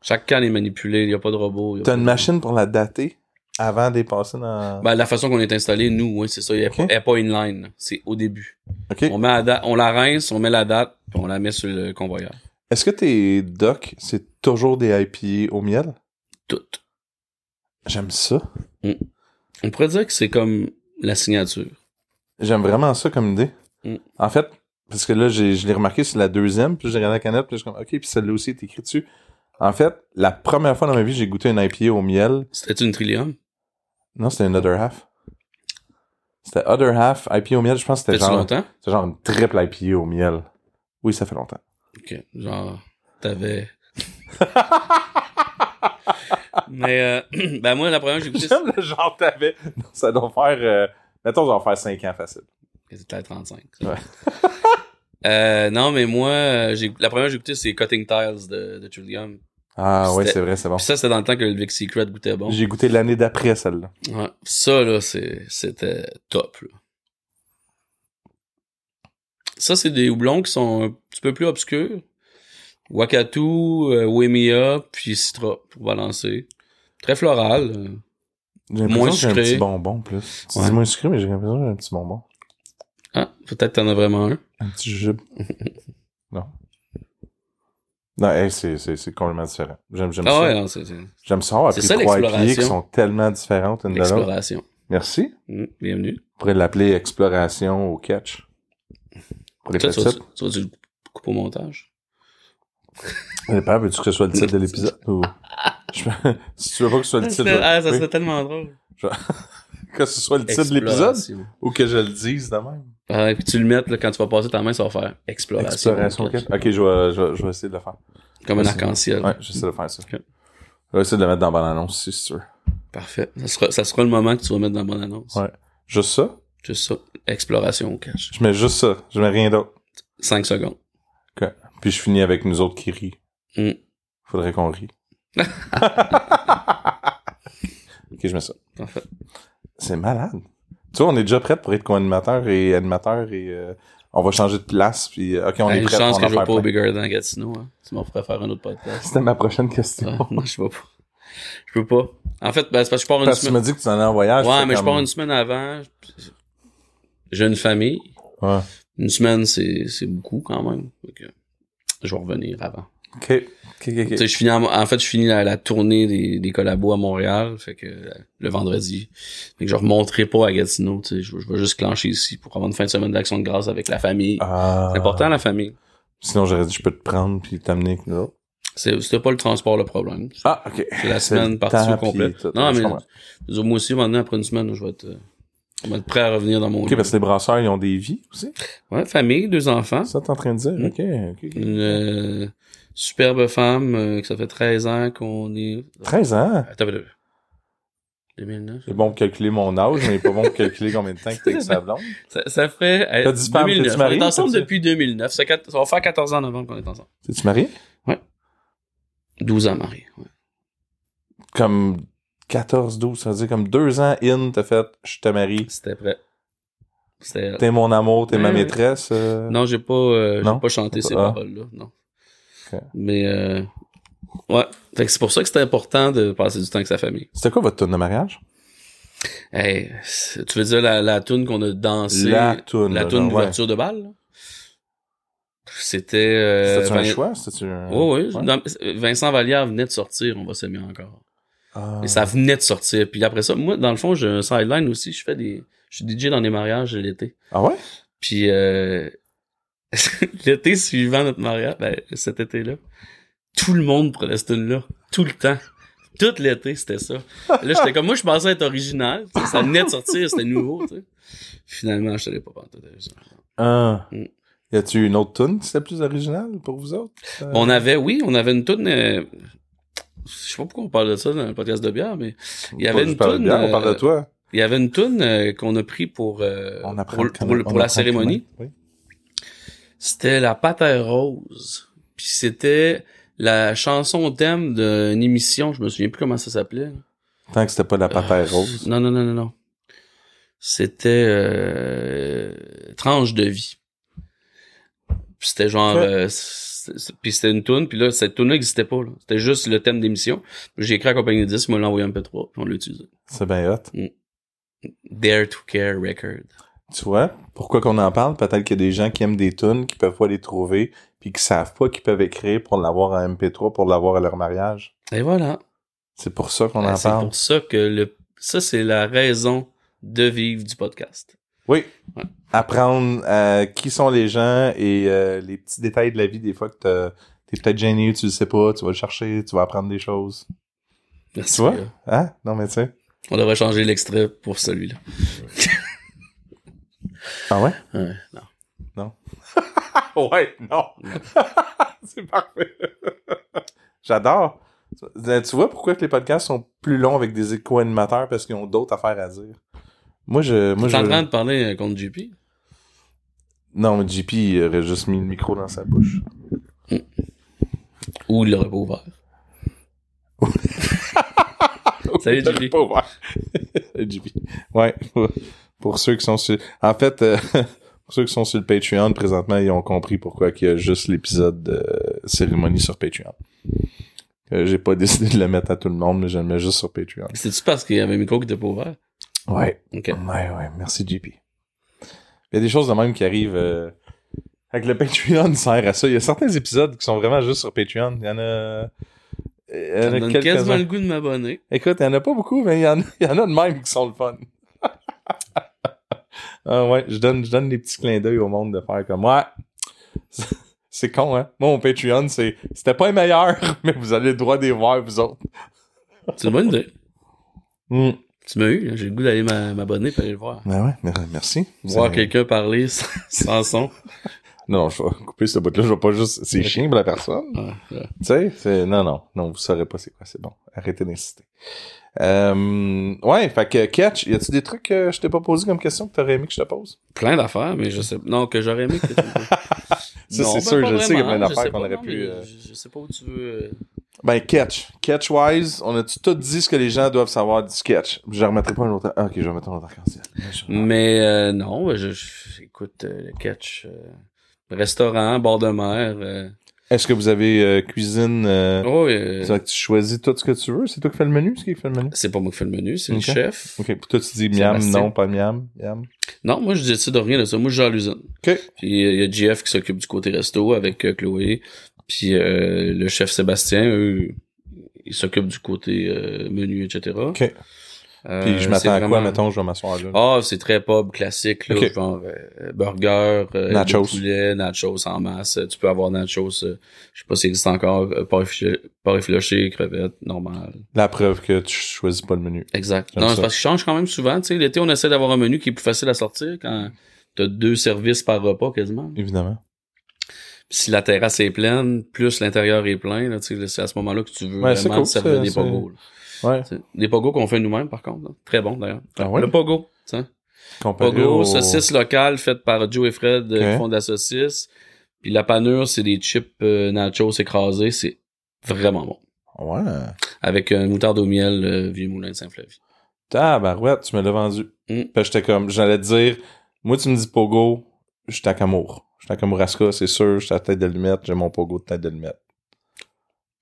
[SPEAKER 2] chaque canne est manipulée, il y a pas de robot. il y a
[SPEAKER 1] T'as
[SPEAKER 2] pas
[SPEAKER 1] une
[SPEAKER 2] de-
[SPEAKER 1] machine pour la dater avant de les passer dans.
[SPEAKER 2] Ben, la façon qu'on est installé, nous, oui, c'est ça, il y a
[SPEAKER 1] Ok.
[SPEAKER 2] pas, elle est pas inline, là. c'est au début.
[SPEAKER 1] ok.
[SPEAKER 2] On met la date, on la rince, on met la date, puis on la met sur le convoyeur.
[SPEAKER 1] Est-ce que tes docs, c'est toujours des IPA au miel?
[SPEAKER 2] Tout.
[SPEAKER 1] J'aime ça.
[SPEAKER 2] On pourrait dire que c'est comme la signature.
[SPEAKER 1] J'aime vraiment ça comme idée.
[SPEAKER 2] Mm.
[SPEAKER 1] En fait, parce que là, j'ai- je l'ai remarqué, c'est la deuxième, puis j'ai regardé la canette, puis je suis comme, OK, puis celle-là aussi est écrite dessus. En fait, la première fois dans ma vie, j'ai goûté une IPA au miel.
[SPEAKER 2] C'était une trillium?
[SPEAKER 1] Non, c'était une Other Half. C'était Other Half, IPA au miel, je pense que
[SPEAKER 2] Fait
[SPEAKER 1] c'était
[SPEAKER 2] tu
[SPEAKER 1] genre,
[SPEAKER 2] longtemps?
[SPEAKER 1] c'était genre une triple IPA au miel. Oui, ça fait longtemps.
[SPEAKER 2] Ok. Genre, t'avais... Mais, euh, ben, moi, la première que j'ai goûté,
[SPEAKER 1] J'aime le genre que t'avais. Non, Ça doit faire, euh, mettons, ça doit faire 5 ans facile.
[SPEAKER 2] C'était à 35.
[SPEAKER 1] Ouais.
[SPEAKER 2] Euh, non, mais moi, euh, j'ai, la première que j'ai goûté, c'est Cutting Tiles de, de Trillium.
[SPEAKER 1] Ah ouais,
[SPEAKER 2] C'était-
[SPEAKER 1] c'est vrai, c'est bon.
[SPEAKER 2] Puis ça, c'était dans le temps que le Vic Secret goûtait bon.
[SPEAKER 1] J'ai goûté l'année d'après celle-là.
[SPEAKER 2] Ouais. Ça, là, c'est, c'était top. là. Ça, c'est des houblons qui sont un petit peu plus obscurs. Wakatu, euh, Wemia, puis Citra pour balancer. Très floral. euh.
[SPEAKER 1] J'ai l'impression
[SPEAKER 2] Moins
[SPEAKER 1] que j'ai un
[SPEAKER 2] sucré.
[SPEAKER 1] petit bonbon plus. Tu
[SPEAKER 2] Ouais.
[SPEAKER 1] dis moins sucré, mais j'ai l'impression que j'ai un petit bonbon.
[SPEAKER 2] Ah, peut-être t'en as vraiment un.
[SPEAKER 1] Un petit jujube. non. Non, hey, c'est, c'est, c'est complètement différent. J'aime, j'aime
[SPEAKER 2] Ah
[SPEAKER 1] ça.
[SPEAKER 2] ouais, non, c'est, c'est
[SPEAKER 1] J'aime ça avoir
[SPEAKER 2] C'est
[SPEAKER 1] appris
[SPEAKER 2] ça,
[SPEAKER 1] trois IPA qui
[SPEAKER 2] l'exploration.
[SPEAKER 1] sont tellement différentes une de l'autre.
[SPEAKER 2] l'exploration.
[SPEAKER 1] Merci.
[SPEAKER 2] Mm, bienvenue.
[SPEAKER 1] On pourrait l'appeler exploration au catch. Pour les
[SPEAKER 2] Ça, tu vas-
[SPEAKER 1] titres.
[SPEAKER 2] tu vas-tu le couper au montage?
[SPEAKER 1] Ça dépend, veux-tu que ce soit le titre de l'épisode ou. Je- si tu veux pas que ce soit le
[SPEAKER 2] Ah,
[SPEAKER 1] titre.
[SPEAKER 2] c'était- ah,
[SPEAKER 1] je-
[SPEAKER 2] ça
[SPEAKER 1] oui.
[SPEAKER 2] serait tellement drôle.
[SPEAKER 1] Que ce soit le titre de l'épisode
[SPEAKER 2] Exploration.
[SPEAKER 1] ou que je le dise de même.
[SPEAKER 2] Ouais, puis Ah, tu le mets, là, quand tu vas passer ta main, ça va faire exploration.
[SPEAKER 1] Exploration, ok. Ok, je vais, je, vais- je vais essayer de le faire.
[SPEAKER 2] Comme un arc-en-ciel.
[SPEAKER 1] Ouais, j'essaie de faire ça.
[SPEAKER 2] Ok.
[SPEAKER 1] Je vais essayer de le mettre dans la annonce, c'est sûr.
[SPEAKER 2] Parfait. Ça sera, ça sera le moment que tu vas mettre dans la bonne annonce.
[SPEAKER 1] Ouais. Juste ça?
[SPEAKER 2] Juste ça. Exploration au cash.
[SPEAKER 1] Je mets juste ça. Je mets rien d'autre.
[SPEAKER 2] 5 secondes.
[SPEAKER 1] Puis je finis avec nous autres qui rit.
[SPEAKER 2] Mm.
[SPEAKER 1] Faudrait qu'on rie. ok, je mets ça.
[SPEAKER 2] Parfait.
[SPEAKER 1] C'est malade. Tu vois, on est déjà prêt pour être co-animateur et animateur et euh, on va changer de place. Puis, euh, ok, on
[SPEAKER 2] Ah,
[SPEAKER 1] est
[SPEAKER 2] une
[SPEAKER 1] prêt
[SPEAKER 2] chance
[SPEAKER 1] pour
[SPEAKER 2] que
[SPEAKER 1] en
[SPEAKER 2] je vais
[SPEAKER 1] faire
[SPEAKER 2] pas au
[SPEAKER 1] plein.
[SPEAKER 2] Bigger Than Gatineau. Hein. Tu m'en ferais faire un autre podcast.
[SPEAKER 1] C'était ma prochaine question.
[SPEAKER 2] Ah, non, je vais pas. Je peux pas. En fait, ben, c'est parce que je pars une
[SPEAKER 1] Parce que tu
[SPEAKER 2] semaine.
[SPEAKER 1] m'as dit que tu en es en voyage.
[SPEAKER 2] Ouais,
[SPEAKER 1] c'est
[SPEAKER 2] mais je
[SPEAKER 1] comme-
[SPEAKER 2] pars une semaine avant. J'ai une famille.
[SPEAKER 1] Ouais.
[SPEAKER 2] Une semaine, c'est c'est beaucoup quand même. Fait que je vais revenir avant.
[SPEAKER 1] Ok, ok, ok.
[SPEAKER 2] Tu sais, je finis en, en fait, je finis la, la tournée des, des collabos à Montréal, fait que euh, le vendredi. Fait que je remonterai pas à Gatineau, tu sais, je, vais- je vais juste clencher ici pour avoir une fin de semaine d'action de grâce avec la famille.
[SPEAKER 1] Ah.
[SPEAKER 2] C'est important, la famille.
[SPEAKER 1] Sinon, j'aurais dit, je peux te prendre puis t'amener avec nous autres.
[SPEAKER 2] C'est- C'était pas le transport le problème.
[SPEAKER 1] Ah, ok.
[SPEAKER 2] C'est la semaine
[SPEAKER 1] le
[SPEAKER 2] partie
[SPEAKER 1] temps,
[SPEAKER 2] au complet.
[SPEAKER 1] puis tout,
[SPEAKER 2] Non,
[SPEAKER 1] je
[SPEAKER 2] mais
[SPEAKER 1] comprends.
[SPEAKER 2] je veux dire, moi aussi, maintenant, après une semaine, je vais être, euh, je vais être prêt à revenir dans mon
[SPEAKER 1] Ok,
[SPEAKER 2] lit.
[SPEAKER 1] parce que les brasseurs, ils ont des vies aussi.
[SPEAKER 2] Ouais, famille, deux enfants.
[SPEAKER 1] Ça, t'es en train de dire?
[SPEAKER 2] Mm.
[SPEAKER 1] Ok, ok, ok.
[SPEAKER 2] Une euh, superbe femme euh, que ça fait 13 ans qu'on est...
[SPEAKER 1] 13 ans?
[SPEAKER 2] Attends, attends, attends. 2009.
[SPEAKER 1] C'est bon pour calculer mon âge, mais pas bon pour calculer combien de temps que t'es avec sa blonde.
[SPEAKER 2] Ça, ça ferait euh,
[SPEAKER 1] T'as dit femme, t'es-tu
[SPEAKER 2] 2009. On
[SPEAKER 1] marié,
[SPEAKER 2] est ensemble
[SPEAKER 1] t'as-tu-
[SPEAKER 2] depuis 2009. Ça, fait quat- ça va faire 14 ans en novembre qu'on est ensemble.
[SPEAKER 1] T'es-tu marié?
[SPEAKER 2] 12 ans mariés. ouais.
[SPEAKER 1] Comme 14, 12, ça veut dire comme deux ans in, t'as fait, je te marie.
[SPEAKER 2] C'était prêt. C'était...
[SPEAKER 1] T'es mon amour, t'es ma
[SPEAKER 2] Ouais, ouais.
[SPEAKER 1] maîtresse. euh,
[SPEAKER 2] Non, j'ai pas, euh, j'ai
[SPEAKER 1] Non?
[SPEAKER 2] pas chanté
[SPEAKER 1] Pas-
[SPEAKER 2] ces
[SPEAKER 1] ah.
[SPEAKER 2] paroles-là. Non.
[SPEAKER 1] Ok.
[SPEAKER 2] Mais euh, ouais. Fait que c'est pour ça que c'était important de passer du temps avec sa famille.
[SPEAKER 1] C'était quoi votre tune de mariage?
[SPEAKER 2] Hey, c'est- tu veux dire la, la tune qu'on a dansée?
[SPEAKER 1] La tune.
[SPEAKER 2] la
[SPEAKER 1] là,
[SPEAKER 2] tune
[SPEAKER 1] genre, ouais.
[SPEAKER 2] d'ouverture de balle? là? C'était... euh, Oh,
[SPEAKER 1] C'était-tu un
[SPEAKER 2] Vin-
[SPEAKER 1] choix? C'était-tu un...
[SPEAKER 2] Oui, oui.
[SPEAKER 1] Ouais.
[SPEAKER 2] Dans- Vincent Vallière venait de sortir, on va s'aimer encore.
[SPEAKER 1] Ah.
[SPEAKER 2] Et ça venait de sortir. Puis après ça, moi, dans le fond, j'ai un sideline aussi. Je fais des. Je suis DJ dans des mariages l'été.
[SPEAKER 1] Ah ouais?
[SPEAKER 2] Puis euh, l'été suivant notre mariage, ben, cet été-là, tout le monde prenait cette tune-là. Tout le temps. Tout l'été, c'était ça. Là, j'étais comme moi, je pensais être original. tu sais, Ça venait de sortir, c'était nouveau. tu sais. Finalement, je savais pas pantoute avec ça.
[SPEAKER 1] Ah.
[SPEAKER 2] Mm.
[SPEAKER 1] Y a-tu une autre tune qui c'était plus originale pour vous autres? Euh,
[SPEAKER 2] On avait, oui, on avait une toune. euh, je sais pas pourquoi on parle de ça dans le podcast de bière, mais il y avait
[SPEAKER 1] je
[SPEAKER 2] une
[SPEAKER 1] parle de
[SPEAKER 2] toune,
[SPEAKER 1] bière, On
[SPEAKER 2] euh,
[SPEAKER 1] parle de toi.
[SPEAKER 2] il y avait une toune euh, qu'on a pris pour euh,
[SPEAKER 1] On apprend
[SPEAKER 2] pour,
[SPEAKER 1] le Canada-
[SPEAKER 2] pour- pour
[SPEAKER 1] on
[SPEAKER 2] la
[SPEAKER 1] apprend le
[SPEAKER 2] cérémonie.
[SPEAKER 1] Canada, oui.
[SPEAKER 2] C'était la patère rose. Puis c'était la chanson thème d'une émission, je me souviens plus comment ça s'appelait.
[SPEAKER 1] Tant que c'était
[SPEAKER 2] Euh,
[SPEAKER 1] pas la patère rose.
[SPEAKER 2] Non non non non non. C'était euh, tranche de vie. Puis c'était genre
[SPEAKER 1] Ouais.
[SPEAKER 2] euh, c'est- c'est- puis c'était une tune puis là cette tune là n'existait pas là. C'était juste le thème d'émission. Puis J'ai écrit à compagnie de 10, ils m'ont envoyé un MP3, puis on l'a utilisé.
[SPEAKER 1] C'est bien hot.
[SPEAKER 2] Dare to care record.
[SPEAKER 1] Tu vois, pourquoi qu'on en parle? Peut-être qu'il y a des gens qui aiment des tunes, qui peuvent pas les trouver, puis qui savent pas qu'ils peuvent écrire pour l'avoir en MP3, pour l'avoir à leur mariage.
[SPEAKER 2] Et voilà.
[SPEAKER 1] C'est pour ça qu'on
[SPEAKER 2] Ben,
[SPEAKER 1] en
[SPEAKER 2] c'est
[SPEAKER 1] parle.
[SPEAKER 2] pour ça que le ça c'est la raison de vivre du podcast.
[SPEAKER 1] Oui.
[SPEAKER 2] Ouais.
[SPEAKER 1] Apprendre euh, qui sont les gens et euh, les petits détails de la vie, des fois que t'as- t'es peut-être gêné, tu le sais pas, tu vas le chercher, tu vas apprendre des choses.
[SPEAKER 2] Merci.
[SPEAKER 1] Tu vois?
[SPEAKER 2] gars.
[SPEAKER 1] Hein? Non, mais tu sais.
[SPEAKER 2] On devrait changer l'extrait pour celui-là.
[SPEAKER 1] Ah ouais?
[SPEAKER 2] Ouais, non.
[SPEAKER 1] ouais, non. c'est parfait. J'adore. Ben, Tu vois pourquoi que les podcasts sont plus longs avec des co-animateurs parce qu'ils ont d'autres affaires à dire. Moi, je. Moi,
[SPEAKER 2] T'es
[SPEAKER 1] je...
[SPEAKER 2] en train de parler euh, contre JP?
[SPEAKER 1] Non, mais JP il aurait juste mis le micro dans sa bouche.
[SPEAKER 2] Ou il l'aurait pas ouvert. Salut,
[SPEAKER 1] Il l'aurait
[SPEAKER 2] JP.
[SPEAKER 1] pas ouvert. JP. Ouais. Pour ceux qui sont sur. En fait, euh, pour ceux qui sont sur le Patreon, présentement, ils ont compris pourquoi qu'il y a juste l'épisode de cérémonie sur Patreon. Euh, J'ai pas décidé de le mettre à tout le monde, mais je le mets juste sur Patreon.
[SPEAKER 2] C'est-tu parce qu'il y avait un micro qui était pas ouvert?
[SPEAKER 1] Ouais.
[SPEAKER 2] Ok.
[SPEAKER 1] Ouais, ouais. Merci, JP. Il y a des choses de même qui arrivent. euh, Avec le Patreon sert à ça. Il y a certains épisodes qui sont vraiment juste sur Patreon. Il y en a. euh, Il y
[SPEAKER 2] Ça
[SPEAKER 1] en
[SPEAKER 2] me
[SPEAKER 1] a
[SPEAKER 2] donne quasiment
[SPEAKER 1] quelques-uns.
[SPEAKER 2] le goût de m'abonner.
[SPEAKER 1] Écoute, il y en a pas beaucoup, mais il y en a, il y en a de même qui sont le fun. ah ouais, je donne, je donne des petits clins d'œil au monde de faire comme ouais. C'est con, hein? Moi, mon Patreon, c'est c'était pas le meilleur, mais vous avez le droit d'y voir, vous autres.
[SPEAKER 2] C'est une bonne idée.
[SPEAKER 1] Hmm.
[SPEAKER 2] Tu m'as eu, là, j'ai le goût d'aller m'a- m'abonner pour aller le voir.
[SPEAKER 1] Ben ouais, mer- merci.
[SPEAKER 2] Voir
[SPEAKER 1] C'est-
[SPEAKER 2] quelqu'un parler sans, sans son.
[SPEAKER 1] Non, je vais couper ce bout-là, je vais pas juste. C'est chiant pour la personne.
[SPEAKER 2] Ouais, ouais.
[SPEAKER 1] Tu sais, c'est- non, non, non, vous saurez pas c'est quoi, c'est bon. Arrêtez d'insister. Euh, ouais, fait que Catch, y a-tu des trucs que je t'ai pas posé comme question que t'aurais aimé que je te pose?
[SPEAKER 2] Plein d'affaires, mais je sais Non, que j'aurais aimé que tu me dises.
[SPEAKER 1] Ça,
[SPEAKER 2] Non,
[SPEAKER 1] c'est
[SPEAKER 2] ben,
[SPEAKER 1] sûr,
[SPEAKER 2] pas
[SPEAKER 1] je sais qu'il y a plein d'affaires
[SPEAKER 2] vraiment, je sais
[SPEAKER 1] qu'on
[SPEAKER 2] pas,
[SPEAKER 1] aurait
[SPEAKER 2] non,
[SPEAKER 1] pu,
[SPEAKER 2] mais
[SPEAKER 1] euh,
[SPEAKER 2] Je je sais pas où tu veux. euh,
[SPEAKER 1] Ben, Catch. Catch-wise, on a-tu tout dit ce que les gens doivent savoir du sketch? Je remettrai pas un autre. Ah, ok, je vais mettre un autre arc-en-ciel.
[SPEAKER 2] Mais euh, non, je, je- écoute, euh, le catch. euh, restaurant, bord de mer. euh,
[SPEAKER 1] Est-ce que vous avez euh, cuisine? euh,
[SPEAKER 2] oh, euh,
[SPEAKER 1] C'est-à-dire que tu choisis tout ce que tu veux? C'est toi qui fais le menu? C'est qui qui fait le menu?
[SPEAKER 2] c'est pas moi qui fais le menu, c'est
[SPEAKER 1] Ok.
[SPEAKER 2] le chef.
[SPEAKER 1] Ok, puis toi tu dis miam,
[SPEAKER 2] Sébastien.
[SPEAKER 1] non, pas miam, miam.
[SPEAKER 2] Non, moi, je décide de rien de ça. Moi, je gère l'usine.
[SPEAKER 1] Ok.
[SPEAKER 2] Puis euh, il y a GF qui s'occupe du côté resto avec euh, Chloé. Puis euh, le chef Sébastien, eux, ils s'occupent du côté euh, menu, etc.
[SPEAKER 1] Ok.
[SPEAKER 2] Euh,
[SPEAKER 1] Puis je
[SPEAKER 2] c'est
[SPEAKER 1] m'attends à quoi,
[SPEAKER 2] vraiment-
[SPEAKER 1] mettons, je vais m'asseoir là.
[SPEAKER 2] Ah, c'est très pub classique, là,
[SPEAKER 1] Ok.
[SPEAKER 2] genre euh, burger, euh,
[SPEAKER 1] Nachos.
[SPEAKER 2] de poulet, nachos en masse. Tu peux avoir nachos, euh, je sais pas si existe encore, euh, porc effiloché- porc effiloché, crevettes, normal.
[SPEAKER 1] La preuve que tu choisis pas le menu.
[SPEAKER 2] Exact.
[SPEAKER 1] J'aime
[SPEAKER 2] Non,
[SPEAKER 1] ça.
[SPEAKER 2] c'est parce qu'ils changent quand même souvent. Tu sais, l'été, on essaie d'avoir un menu qui est plus facile à sortir quand t'as deux services par repas quasiment.
[SPEAKER 1] Évidemment.
[SPEAKER 2] si la terrasse est pleine, plus l'intérieur est plein, là, tu sais, c'est à ce moment-là que tu veux
[SPEAKER 1] Ouais, c'est
[SPEAKER 2] vraiment
[SPEAKER 1] cool,
[SPEAKER 2] te servir
[SPEAKER 1] c'est-
[SPEAKER 2] des
[SPEAKER 1] c'est-
[SPEAKER 2] pogos. là.
[SPEAKER 1] Ouais.
[SPEAKER 2] Tu sais, Des pogos qu'on fait nous-mêmes, par contre. là. Très bon, d'ailleurs.
[SPEAKER 1] Ah ouais?
[SPEAKER 2] Le pogo. tu sais.
[SPEAKER 1] Comparé
[SPEAKER 2] Pogo,
[SPEAKER 1] au-
[SPEAKER 2] saucisse locale faite par Joe et Fred, euh,
[SPEAKER 1] Ok.
[SPEAKER 2] qui font de la saucisse. Puis la panure, c'est des chips euh, nachos écrasés. C'est vraiment bon.
[SPEAKER 1] Ouais.
[SPEAKER 2] Avec une moutarde au miel, euh, vieux moulin de Saint-Flavie.
[SPEAKER 1] Tabarouette, tu me l'as vendu.
[SPEAKER 2] Mm.
[SPEAKER 1] Puis j'étais comme, j'allais te dire, moi tu me dis pogo, je suis à Camour. Je suis à Kamouraska, c'est sûr, je suis à tête de lumette, j'ai mon pogo de tête de lumette.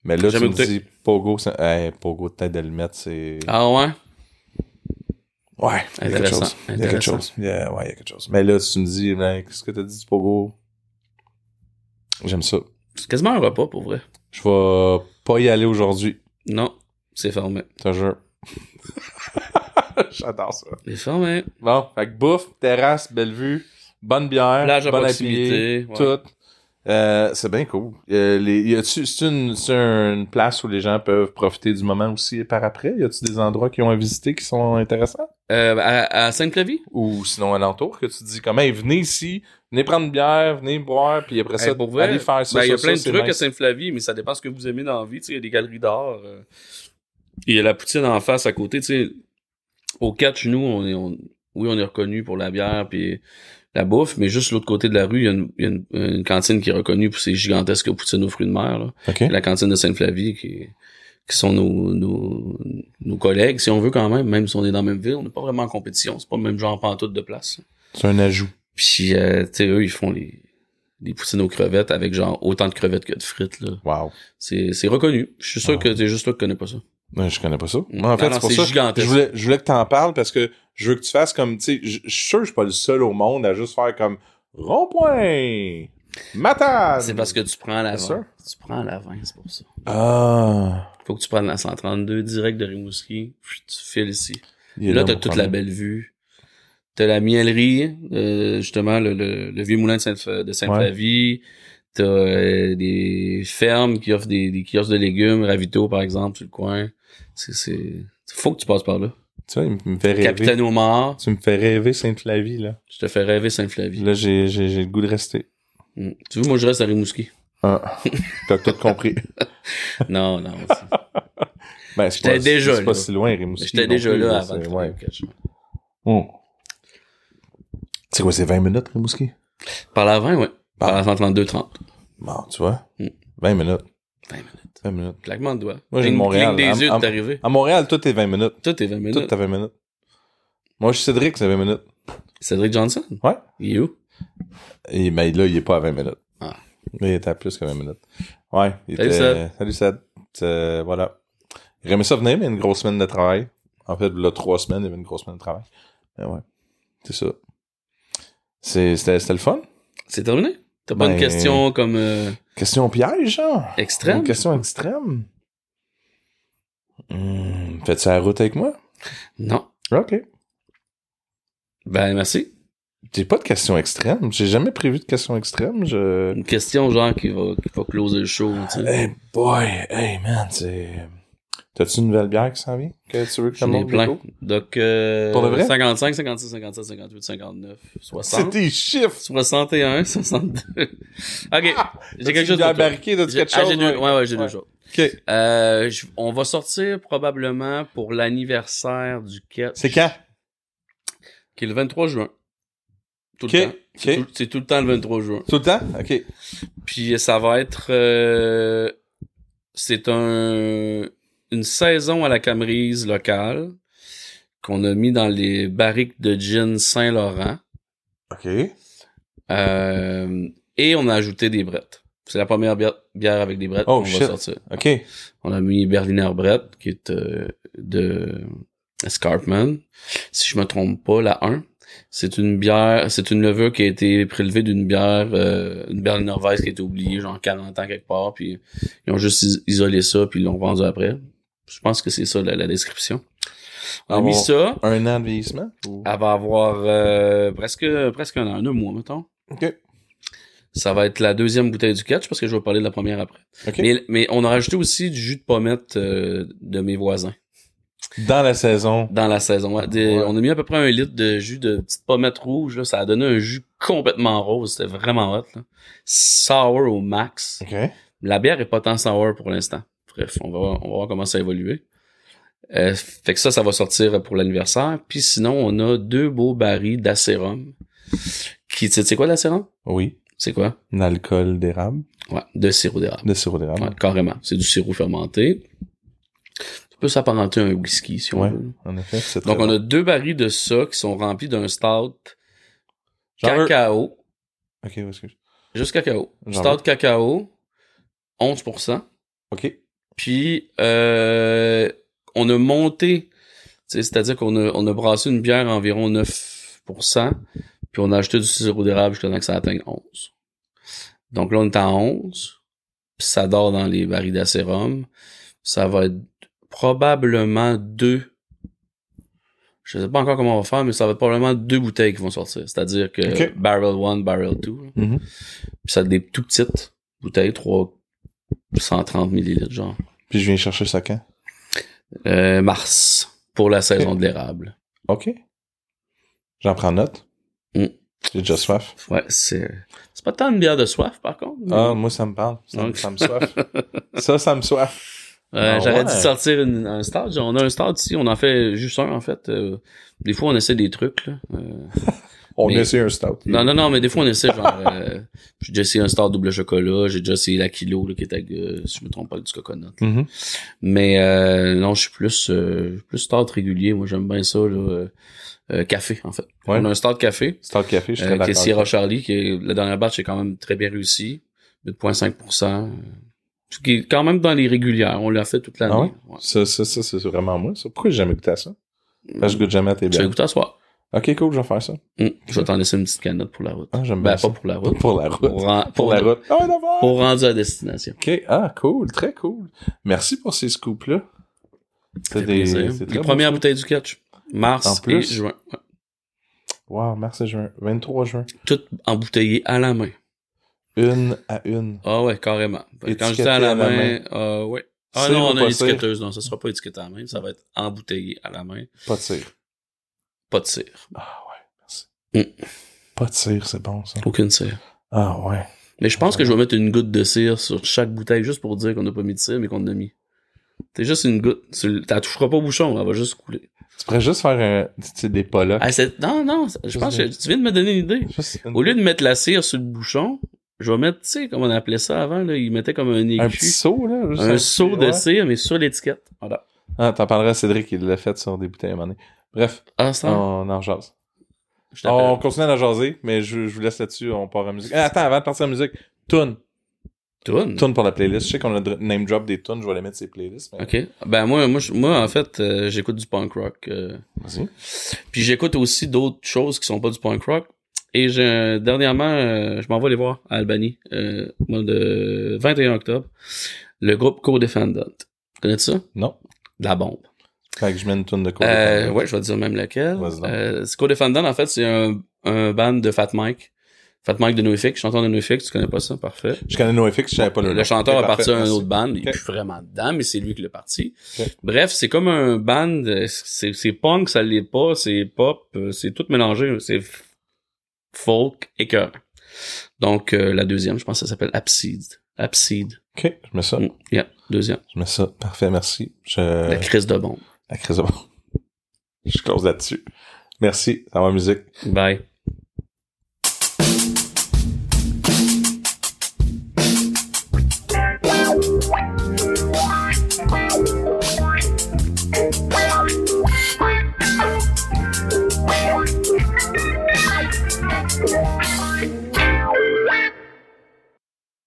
[SPEAKER 1] Mais là, tu
[SPEAKER 2] Jamais
[SPEAKER 1] me
[SPEAKER 2] goûté.
[SPEAKER 1] dis pogo, c'est- hey, pogo de tête de lumette, c'est.
[SPEAKER 2] Ah ouais?
[SPEAKER 1] Ouais, il y a quelque
[SPEAKER 2] Intéressant,
[SPEAKER 1] chose. Il y a quelque
[SPEAKER 2] intéressant.
[SPEAKER 1] chose. Il y a- ouais, il y a quelque chose. Mais là, si tu me dis, ben, qu'est-ce que t'as dit du pogo? J'aime ça.
[SPEAKER 2] C'est quasiment un repas, pour vrai.
[SPEAKER 1] Je vais pas y aller aujourd'hui.
[SPEAKER 2] Non, c'est fermé.
[SPEAKER 1] T'as jure. J'adore ça.
[SPEAKER 2] C'est fermé.
[SPEAKER 1] Bon, fait que bouffe, terrasse, belle vue, bonne bière,
[SPEAKER 2] Plage à
[SPEAKER 1] bonne
[SPEAKER 2] proximité. ouais.
[SPEAKER 1] tout. Euh, c'est bien cool. Euh, les, y a-tu, c'est une, c'est une place où les gens peuvent profiter du moment aussi par après? Y a-tu des endroits qui ont à visiter qui sont intéressants?
[SPEAKER 2] Euh, à, à Sainte-Flavie?
[SPEAKER 1] Ou sinon alentour, que tu te dis comment, venez ici, venez prendre une bière, venez boire, puis après ça,
[SPEAKER 2] Hey, pour vrai,
[SPEAKER 1] allez faire ça.
[SPEAKER 2] ben, il y a
[SPEAKER 1] ça,
[SPEAKER 2] plein
[SPEAKER 1] ça, c'est
[SPEAKER 2] de trucs à
[SPEAKER 1] nice.
[SPEAKER 2] Sainte-Flavie, mais ça dépend ce que vous aimez dans la vie. Tu sais, Il y a des galeries d'art. euh, Il y a la poutine en face à côté. Tu sais, au catch, nous, on est, on- oui, on est reconnu pour la bière puis la bouffe, mais juste l'autre côté de la rue, il y a une, il y a une- une cantine qui est reconnue pour ses gigantesques poutines aux fruits de mer. là.
[SPEAKER 1] OK.
[SPEAKER 2] La cantine de Sainte-Flavie qui qui sont nos, nos, nos collègues, si on veut quand même, même si on est dans la même ville, on n'est pas vraiment en compétition, c'est pas le même genre pantoute de place.
[SPEAKER 1] C'est un ajout.
[SPEAKER 2] Puis, euh, tu sais, eux, ils font les, les poutines aux crevettes avec genre autant de crevettes que de frites, là.
[SPEAKER 1] Wow.
[SPEAKER 2] C'est, c'est reconnu. Je suis sûr
[SPEAKER 1] Ah.
[SPEAKER 2] que t'es juste toi qui connais pas ça.
[SPEAKER 1] Non, je connais pas ça.
[SPEAKER 2] Mm.
[SPEAKER 1] Moi, en
[SPEAKER 2] Non,
[SPEAKER 1] fait,
[SPEAKER 2] non,
[SPEAKER 1] c'est pour
[SPEAKER 2] c'est
[SPEAKER 1] ça que
[SPEAKER 2] gigantesque.
[SPEAKER 1] je voulais, je voulais que t'en parles parce que je veux que tu fasses comme, tu sais, je je suis sûr que je suis pas le seul au monde à juste faire comme rond-point, matane.
[SPEAKER 2] C'est parce que tu prends la
[SPEAKER 1] Ah, C'est sûr.
[SPEAKER 2] 20. Tu prends la 20, c'est pour ça.
[SPEAKER 1] Ah.
[SPEAKER 2] Faut que tu prennes la 132 direct de Rimouski, puis tu files ici.
[SPEAKER 1] Il est
[SPEAKER 2] Là,
[SPEAKER 1] là,
[SPEAKER 2] t'as
[SPEAKER 1] mon
[SPEAKER 2] toute la
[SPEAKER 1] problème.
[SPEAKER 2] belle vue. T'as la miellerie, euh, justement, le, le, le vieux moulin de, Sainte- de Sainte-Flavie. T'as euh, des fermes qui offrent des, des kiosques de légumes, Ravito, par exemple, sur le coin. C'est, c'est, faut que tu passes par là.
[SPEAKER 1] Tu vois, il me fait rêver.
[SPEAKER 2] Capitaine Omar.
[SPEAKER 1] Tu me fais rêver Sainte-Flavie, là.
[SPEAKER 2] Je te fais rêver Sainte-Flavie.
[SPEAKER 1] Là, j'ai, j'ai, j'ai le goût de rester.
[SPEAKER 2] Mm. Tu veux, moi, je reste à Rimouski.
[SPEAKER 1] Ah. T'as tout compris.
[SPEAKER 2] non, non. c'est-
[SPEAKER 1] Ben, c'est
[SPEAKER 2] J'étais
[SPEAKER 1] pas,
[SPEAKER 2] déjà
[SPEAKER 1] c'est pas
[SPEAKER 2] là.
[SPEAKER 1] si loin,
[SPEAKER 2] mais
[SPEAKER 1] Rimouski.
[SPEAKER 2] J'étais
[SPEAKER 1] non
[SPEAKER 2] déjà
[SPEAKER 1] plus,
[SPEAKER 2] là
[SPEAKER 1] c'est-
[SPEAKER 2] avant de travailler
[SPEAKER 1] Ouais.
[SPEAKER 2] au catch.
[SPEAKER 1] Mm. C'est quoi, c'est 20 minutes, Rimouski?
[SPEAKER 2] Par la 20, ouais.
[SPEAKER 1] Ah.
[SPEAKER 2] Par la 132, 30.
[SPEAKER 1] Bon, tu vois.
[SPEAKER 2] Mm.
[SPEAKER 1] 20 minutes.
[SPEAKER 2] 20 minutes.
[SPEAKER 1] 20 minutes.
[SPEAKER 2] Claquement de doigts.
[SPEAKER 1] Moi, j'ai
[SPEAKER 2] Cligne-
[SPEAKER 1] de Montréal.
[SPEAKER 2] cligne
[SPEAKER 1] Am-
[SPEAKER 2] des yeux,
[SPEAKER 1] am-
[SPEAKER 2] t'es arrivé.
[SPEAKER 1] À Montréal, tout est 20 minutes.
[SPEAKER 2] Tout est 20 minutes.
[SPEAKER 1] Tout à 20 minutes. Moi, je suis Cédric, c'est 20 minutes.
[SPEAKER 2] Cédric Johnson?
[SPEAKER 1] Ouais.
[SPEAKER 2] Il est où?
[SPEAKER 1] Et, mais là, il est pas à 20 minutes.
[SPEAKER 2] Ah.
[SPEAKER 1] Là, il était à plus que 20 minutes. Ouais. Il
[SPEAKER 2] Salut,
[SPEAKER 1] était-
[SPEAKER 2] Seb.
[SPEAKER 1] Salut, Seb. Euh, voilà. Il remet ça venir, mais une grosse semaine de travail. En fait, là, trois semaines, il y avait une grosse semaine de travail. Mais ouais. C'est ça. C'est- C'était c'était le fun.
[SPEAKER 2] C'est terminé? T'as pas
[SPEAKER 1] Ben-
[SPEAKER 2] une question comme euh,
[SPEAKER 1] Question piège, genre.
[SPEAKER 2] extrême?
[SPEAKER 1] Une question extrême. Hmm, Faites ça la route avec moi?
[SPEAKER 2] Non.
[SPEAKER 1] OK.
[SPEAKER 2] Ben, merci.
[SPEAKER 1] J'ai pas de question extrême. J'ai jamais prévu de question extrême. Je.
[SPEAKER 2] Une
[SPEAKER 1] Eh,
[SPEAKER 2] question, genre, qui va, qui va closer le show, tu sais.
[SPEAKER 1] Hey boy, hey man, c'est. T'as-tu une nouvelle bière qui s'en vient? Que tu veux que je te
[SPEAKER 2] J'en ai
[SPEAKER 1] montre?
[SPEAKER 2] plein.
[SPEAKER 1] Nico?
[SPEAKER 2] Donc, euh,
[SPEAKER 1] Pour de vrai?
[SPEAKER 2] 55, 56, 57, 58, 59, 60.
[SPEAKER 1] C'est tes chiffres!
[SPEAKER 2] 61, 62. OK.
[SPEAKER 1] Ah!
[SPEAKER 2] J'ai quelque chose
[SPEAKER 1] de
[SPEAKER 2] pour toi.
[SPEAKER 1] barriqué, t'as-tu
[SPEAKER 2] J'ai-
[SPEAKER 1] quelque
[SPEAKER 2] ah,
[SPEAKER 1] chose?
[SPEAKER 2] j'ai deux, ouais, ouais, j'ai
[SPEAKER 1] Ouais.
[SPEAKER 2] deux choses.
[SPEAKER 1] Ok.
[SPEAKER 2] Euh, je- on va sortir probablement pour l'anniversaire du Ketch.
[SPEAKER 1] C'est quand?
[SPEAKER 2] Qui est le 23 juin. Tout
[SPEAKER 1] Ok.
[SPEAKER 2] le temps.
[SPEAKER 1] Ok.
[SPEAKER 2] C'est tout- C'est tout, le temps le 23 juin.
[SPEAKER 1] Tout le temps? Ok.
[SPEAKER 2] Puis ça va être... euh, c'est un une saison à la Camerise locale qu'on a mis dans les barriques de gin Saint-Laurent.
[SPEAKER 1] Ok.
[SPEAKER 2] Euh, et on a ajouté des brettes. C'est la première bière, bière avec des brettes
[SPEAKER 1] Oh,
[SPEAKER 2] qu'on
[SPEAKER 1] shit.
[SPEAKER 2] va sortir.
[SPEAKER 1] Ok.
[SPEAKER 2] On a mis Berliner Brett, qui est euh, de Scarpman. Si je me trompe pas, la 1. C'est une bière, c'est une levure qui a été prélevée d'une bière, euh, une Berliner Weiss qui a été oubliée, genre 40 ans quelque part, puis ils ont juste is- isolé ça, puis ils l'ont vendu après. Je pense que c'est ça la, la description. On a
[SPEAKER 1] Ah
[SPEAKER 2] mis
[SPEAKER 1] bon.
[SPEAKER 2] ça.
[SPEAKER 1] Un an de vieillissement? ou-
[SPEAKER 2] Elle va avoir euh, presque, presque un an, deux mois, mettons.
[SPEAKER 1] Ok.
[SPEAKER 2] Ça va être la deuxième bouteille du catch parce que je vais parler de la première après.
[SPEAKER 1] Ok.
[SPEAKER 2] Mais, mais on a rajouté aussi du jus de pommette euh, de mes voisins
[SPEAKER 1] Dans la saison.
[SPEAKER 2] dans la saison. Ouais, des-
[SPEAKER 1] Ouais.
[SPEAKER 2] On a mis à peu près un litre de jus de petite pommette rouge. Là. Ça a donné un jus complètement rose. C'était vraiment hot. Là. Sour au max.
[SPEAKER 1] Ok.
[SPEAKER 2] La bière est pas tant sour pour l'instant. Bref, on va, voir- on va voir comment ça évolue. Euh, fait que ça, ça va sortir pour l'anniversaire. Puis sinon, on a deux beaux barils d'acérum. Qui, tu sais- tu sais quoi l'acérum?
[SPEAKER 1] Oui.
[SPEAKER 2] C'est quoi?
[SPEAKER 1] Un alcool d'érable.
[SPEAKER 2] Ouais, de sirop d'érable.
[SPEAKER 1] De sirop d'érable.
[SPEAKER 2] Ouais, carrément. C'est du sirop fermenté. Ça peut s'apparenter à un whisky, si on
[SPEAKER 1] Ouais.
[SPEAKER 2] veut.
[SPEAKER 1] En effet, c'est
[SPEAKER 2] Donc,
[SPEAKER 1] très
[SPEAKER 2] on
[SPEAKER 1] bon.
[SPEAKER 2] a deux barils de ça qui sont remplis d'un stout
[SPEAKER 1] J'en veux.
[SPEAKER 2] cacao.
[SPEAKER 1] Ok, excuse.
[SPEAKER 2] Juste cacao.
[SPEAKER 1] J'en
[SPEAKER 2] Stout
[SPEAKER 1] veux.
[SPEAKER 2] cacao, 11%.
[SPEAKER 1] Ok.
[SPEAKER 2] Puis, euh, on a monté, tu sais, c'est-à-dire qu'on a, on a brassé une bière à environ 9%, puis on a acheté du sirop d'érable jusqu'à temps que ça atteigne 11. Donc là, on est à 11, puis ça dort dans les barils d'acérum. Ça va être probablement deux. Je sais pas encore comment on va faire, mais ça va être probablement deux bouteilles qui vont sortir. C'est-à-dire que
[SPEAKER 1] Ok.
[SPEAKER 2] barrel 1, barrel 2. Puis
[SPEAKER 1] Mhm.
[SPEAKER 2] ça a des tout petites bouteilles, 3, 130 millilitres, genre.
[SPEAKER 1] Puis je viens chercher ça quand?
[SPEAKER 2] Euh, mars pour la saison de l'érable.
[SPEAKER 1] Ok. J'en prends note.
[SPEAKER 2] Mm.
[SPEAKER 1] J'ai déjà soif.
[SPEAKER 2] Ouais, c'est c'est pas tant une bière de soif par contre. Euh, mais-
[SPEAKER 1] Ah, moi, ça me parle. Ça, me-
[SPEAKER 2] Ok.
[SPEAKER 1] ça me soif. ça, ça me soif.
[SPEAKER 2] Euh,
[SPEAKER 1] ah ouais.
[SPEAKER 2] J'aurais dû sortir une- un stade. On a un stade ici, on en fait juste un en fait. Euh, des fois on essaie des trucs là. Euh,
[SPEAKER 1] On
[SPEAKER 2] Mais-
[SPEAKER 1] essaie un stout.
[SPEAKER 2] non non non, mais des fois on essaie genre. euh, J'ai déjà essayé un stade double chocolat. J'ai déjà essayé la kilo là, qui est avec, euh, si je me trompe pas du coconut.
[SPEAKER 1] Mhm.
[SPEAKER 2] Mais euh, non, je suis plus euh, plus stade régulier. Moi j'aime bien ça là. euh, euh, café en fait.
[SPEAKER 1] Ouais.
[SPEAKER 2] On a un stade café.
[SPEAKER 1] Stout café, je suis très
[SPEAKER 2] Euh, qui est
[SPEAKER 1] d'accord.
[SPEAKER 2] Sierra Charlie, qui est, la dernière batch est quand même très bien réussie. 2,5%. euh, Ce qui est quand même dans les régulières. On l'a fait toute l'année.
[SPEAKER 1] Ah ouais?
[SPEAKER 2] Ouais.
[SPEAKER 1] Ça, ça, ça, c'est vraiment moi. Ça. Pourquoi j'ai jamais goûté à ça? Parce que je goûte jamais à tes
[SPEAKER 2] Tu vas
[SPEAKER 1] bières.
[SPEAKER 2] goûter à soir.
[SPEAKER 1] Ok, cool, je vais faire ça.
[SPEAKER 2] Hum, Je vais t'en laisser une petite canotte pour la route.
[SPEAKER 1] Ah, j'aime
[SPEAKER 2] ben,
[SPEAKER 1] bien
[SPEAKER 2] pas
[SPEAKER 1] ça.
[SPEAKER 2] pour la route.
[SPEAKER 1] Pour la route.
[SPEAKER 2] Pour, ren-
[SPEAKER 1] Pour
[SPEAKER 2] pour-
[SPEAKER 1] la route. Ah, ouais, d'abord!
[SPEAKER 2] pour rendre à destination.
[SPEAKER 1] Ok, ah, cool, très cool. Merci pour ces scoops-là.
[SPEAKER 2] Ça
[SPEAKER 1] C'est
[SPEAKER 2] fait
[SPEAKER 1] des.
[SPEAKER 2] plaisir.
[SPEAKER 1] c'est très
[SPEAKER 2] Les
[SPEAKER 1] beau.
[SPEAKER 2] premières bouteilles du catch. Mars
[SPEAKER 1] En plus.
[SPEAKER 2] et juin. Ouais.
[SPEAKER 1] Wow, mars et juin. 23 juin.
[SPEAKER 2] Toutes embouteillées à la main.
[SPEAKER 1] Une à une.
[SPEAKER 2] Ah ouais, carrément. Fait que Quand je dis
[SPEAKER 1] Étiqueté
[SPEAKER 2] à la
[SPEAKER 1] à la
[SPEAKER 2] main, euh, ouais. Ah
[SPEAKER 1] Cire
[SPEAKER 2] non,
[SPEAKER 1] ou
[SPEAKER 2] on
[SPEAKER 1] pas
[SPEAKER 2] a une
[SPEAKER 1] cire?
[SPEAKER 2] étiquetteuse. Non, ça sera pas étiqueté à la main. Ça va être embouteillé à la main.
[SPEAKER 1] Pas de tir.
[SPEAKER 2] Pas de cire.
[SPEAKER 1] Ah ouais, merci.
[SPEAKER 2] Mm.
[SPEAKER 1] Pas de tir, c'est bon ça.
[SPEAKER 2] Aucune cire.
[SPEAKER 1] Ah ouais.
[SPEAKER 2] Mais je pense que je vais mettre une goutte de cire sur chaque bouteille juste pour dire qu'on n'a pas mis de cire mais qu'on en a mis. C'est juste une goutte. Tu l- t'as toucheras pas au bouchon, elle va juste couler.
[SPEAKER 1] Tu pourrais juste faire un, tu sais, des pollocks.
[SPEAKER 2] Ah, c'est- non, non, c'est- je pense que tu viens de me donner une idée.
[SPEAKER 1] Juste une-
[SPEAKER 2] Au lieu de mettre la cire sur le bouchon, je vais mettre, tu sais, comme on appelait ça avant, là, ils mettaient comme un écu.
[SPEAKER 1] un petit seau, là. juste
[SPEAKER 2] un
[SPEAKER 1] petit-
[SPEAKER 2] seau de
[SPEAKER 1] ouais.
[SPEAKER 2] cire, mais sur l'étiquette. Voilà.
[SPEAKER 1] Ah, t'en parleras à Cédric, il l'a fait sur des bouteilles à un moment donné. Bref,
[SPEAKER 2] Ah, ça,
[SPEAKER 1] on en jase.
[SPEAKER 2] je t'appelle.
[SPEAKER 1] On continue à la jaser, mais je, je vous laisse là-dessus, on part à la musique. Ah, attends, avant de partir à la musique, tune.
[SPEAKER 2] Tourne.
[SPEAKER 1] Tune pour la playlist. Je sais qu'on a dr- name drop des tunes, je vais les mettre sur les playlists. Mais...
[SPEAKER 2] OK. Ben, moi, moi, je- moi en fait, euh, j'écoute du punk rock. euh,
[SPEAKER 1] Vas-y.
[SPEAKER 2] Puis j'écoute aussi d'autres choses qui sont pas du punk rock. Et j'ai un- dernièrement, euh, je m'en vais les voir à Albanie, euh, au mois de 21 octobre, le groupe Co-Defendant. Connais-tu ça?
[SPEAKER 1] Non.
[SPEAKER 2] De la bombe.
[SPEAKER 1] Fait que je mets une tune de côté.
[SPEAKER 2] Euh, ouais, je vais te dire même lequel.
[SPEAKER 1] Vas-y donc.
[SPEAKER 2] Euh, c'est Co-Defendant, en fait, c'est un, un band de Fat Mike Fat Mike de NoFX, chanteur de NoFX, tu connais pas ça, parfait.
[SPEAKER 1] Je connais NoFX, je savais pas le
[SPEAKER 2] Le,
[SPEAKER 1] nom.
[SPEAKER 2] chanteur
[SPEAKER 1] Ok,
[SPEAKER 2] a parti à
[SPEAKER 1] parfait,
[SPEAKER 2] un
[SPEAKER 1] merci.
[SPEAKER 2] autre band, il est
[SPEAKER 1] Ok.
[SPEAKER 2] plus vraiment dedans, mais c'est lui qui l'a parti.
[SPEAKER 1] Ok.
[SPEAKER 2] Bref, c'est comme un band, euh, c'est c'est punk, ça l'est pas, c'est pop, euh, c'est tout mélangé, c'est f- folk et cœur. Donc euh, la deuxième, je pense que ça s'appelle Abside. Abside.
[SPEAKER 1] Ok, je mets ça.
[SPEAKER 2] Mm, yeah, deuxième.
[SPEAKER 1] Je mets ça. Parfait, merci. Je...
[SPEAKER 2] La crise de bombe.
[SPEAKER 1] La crise de- Je close là-dessus. Merci. Ça va, musique.
[SPEAKER 2] Bye.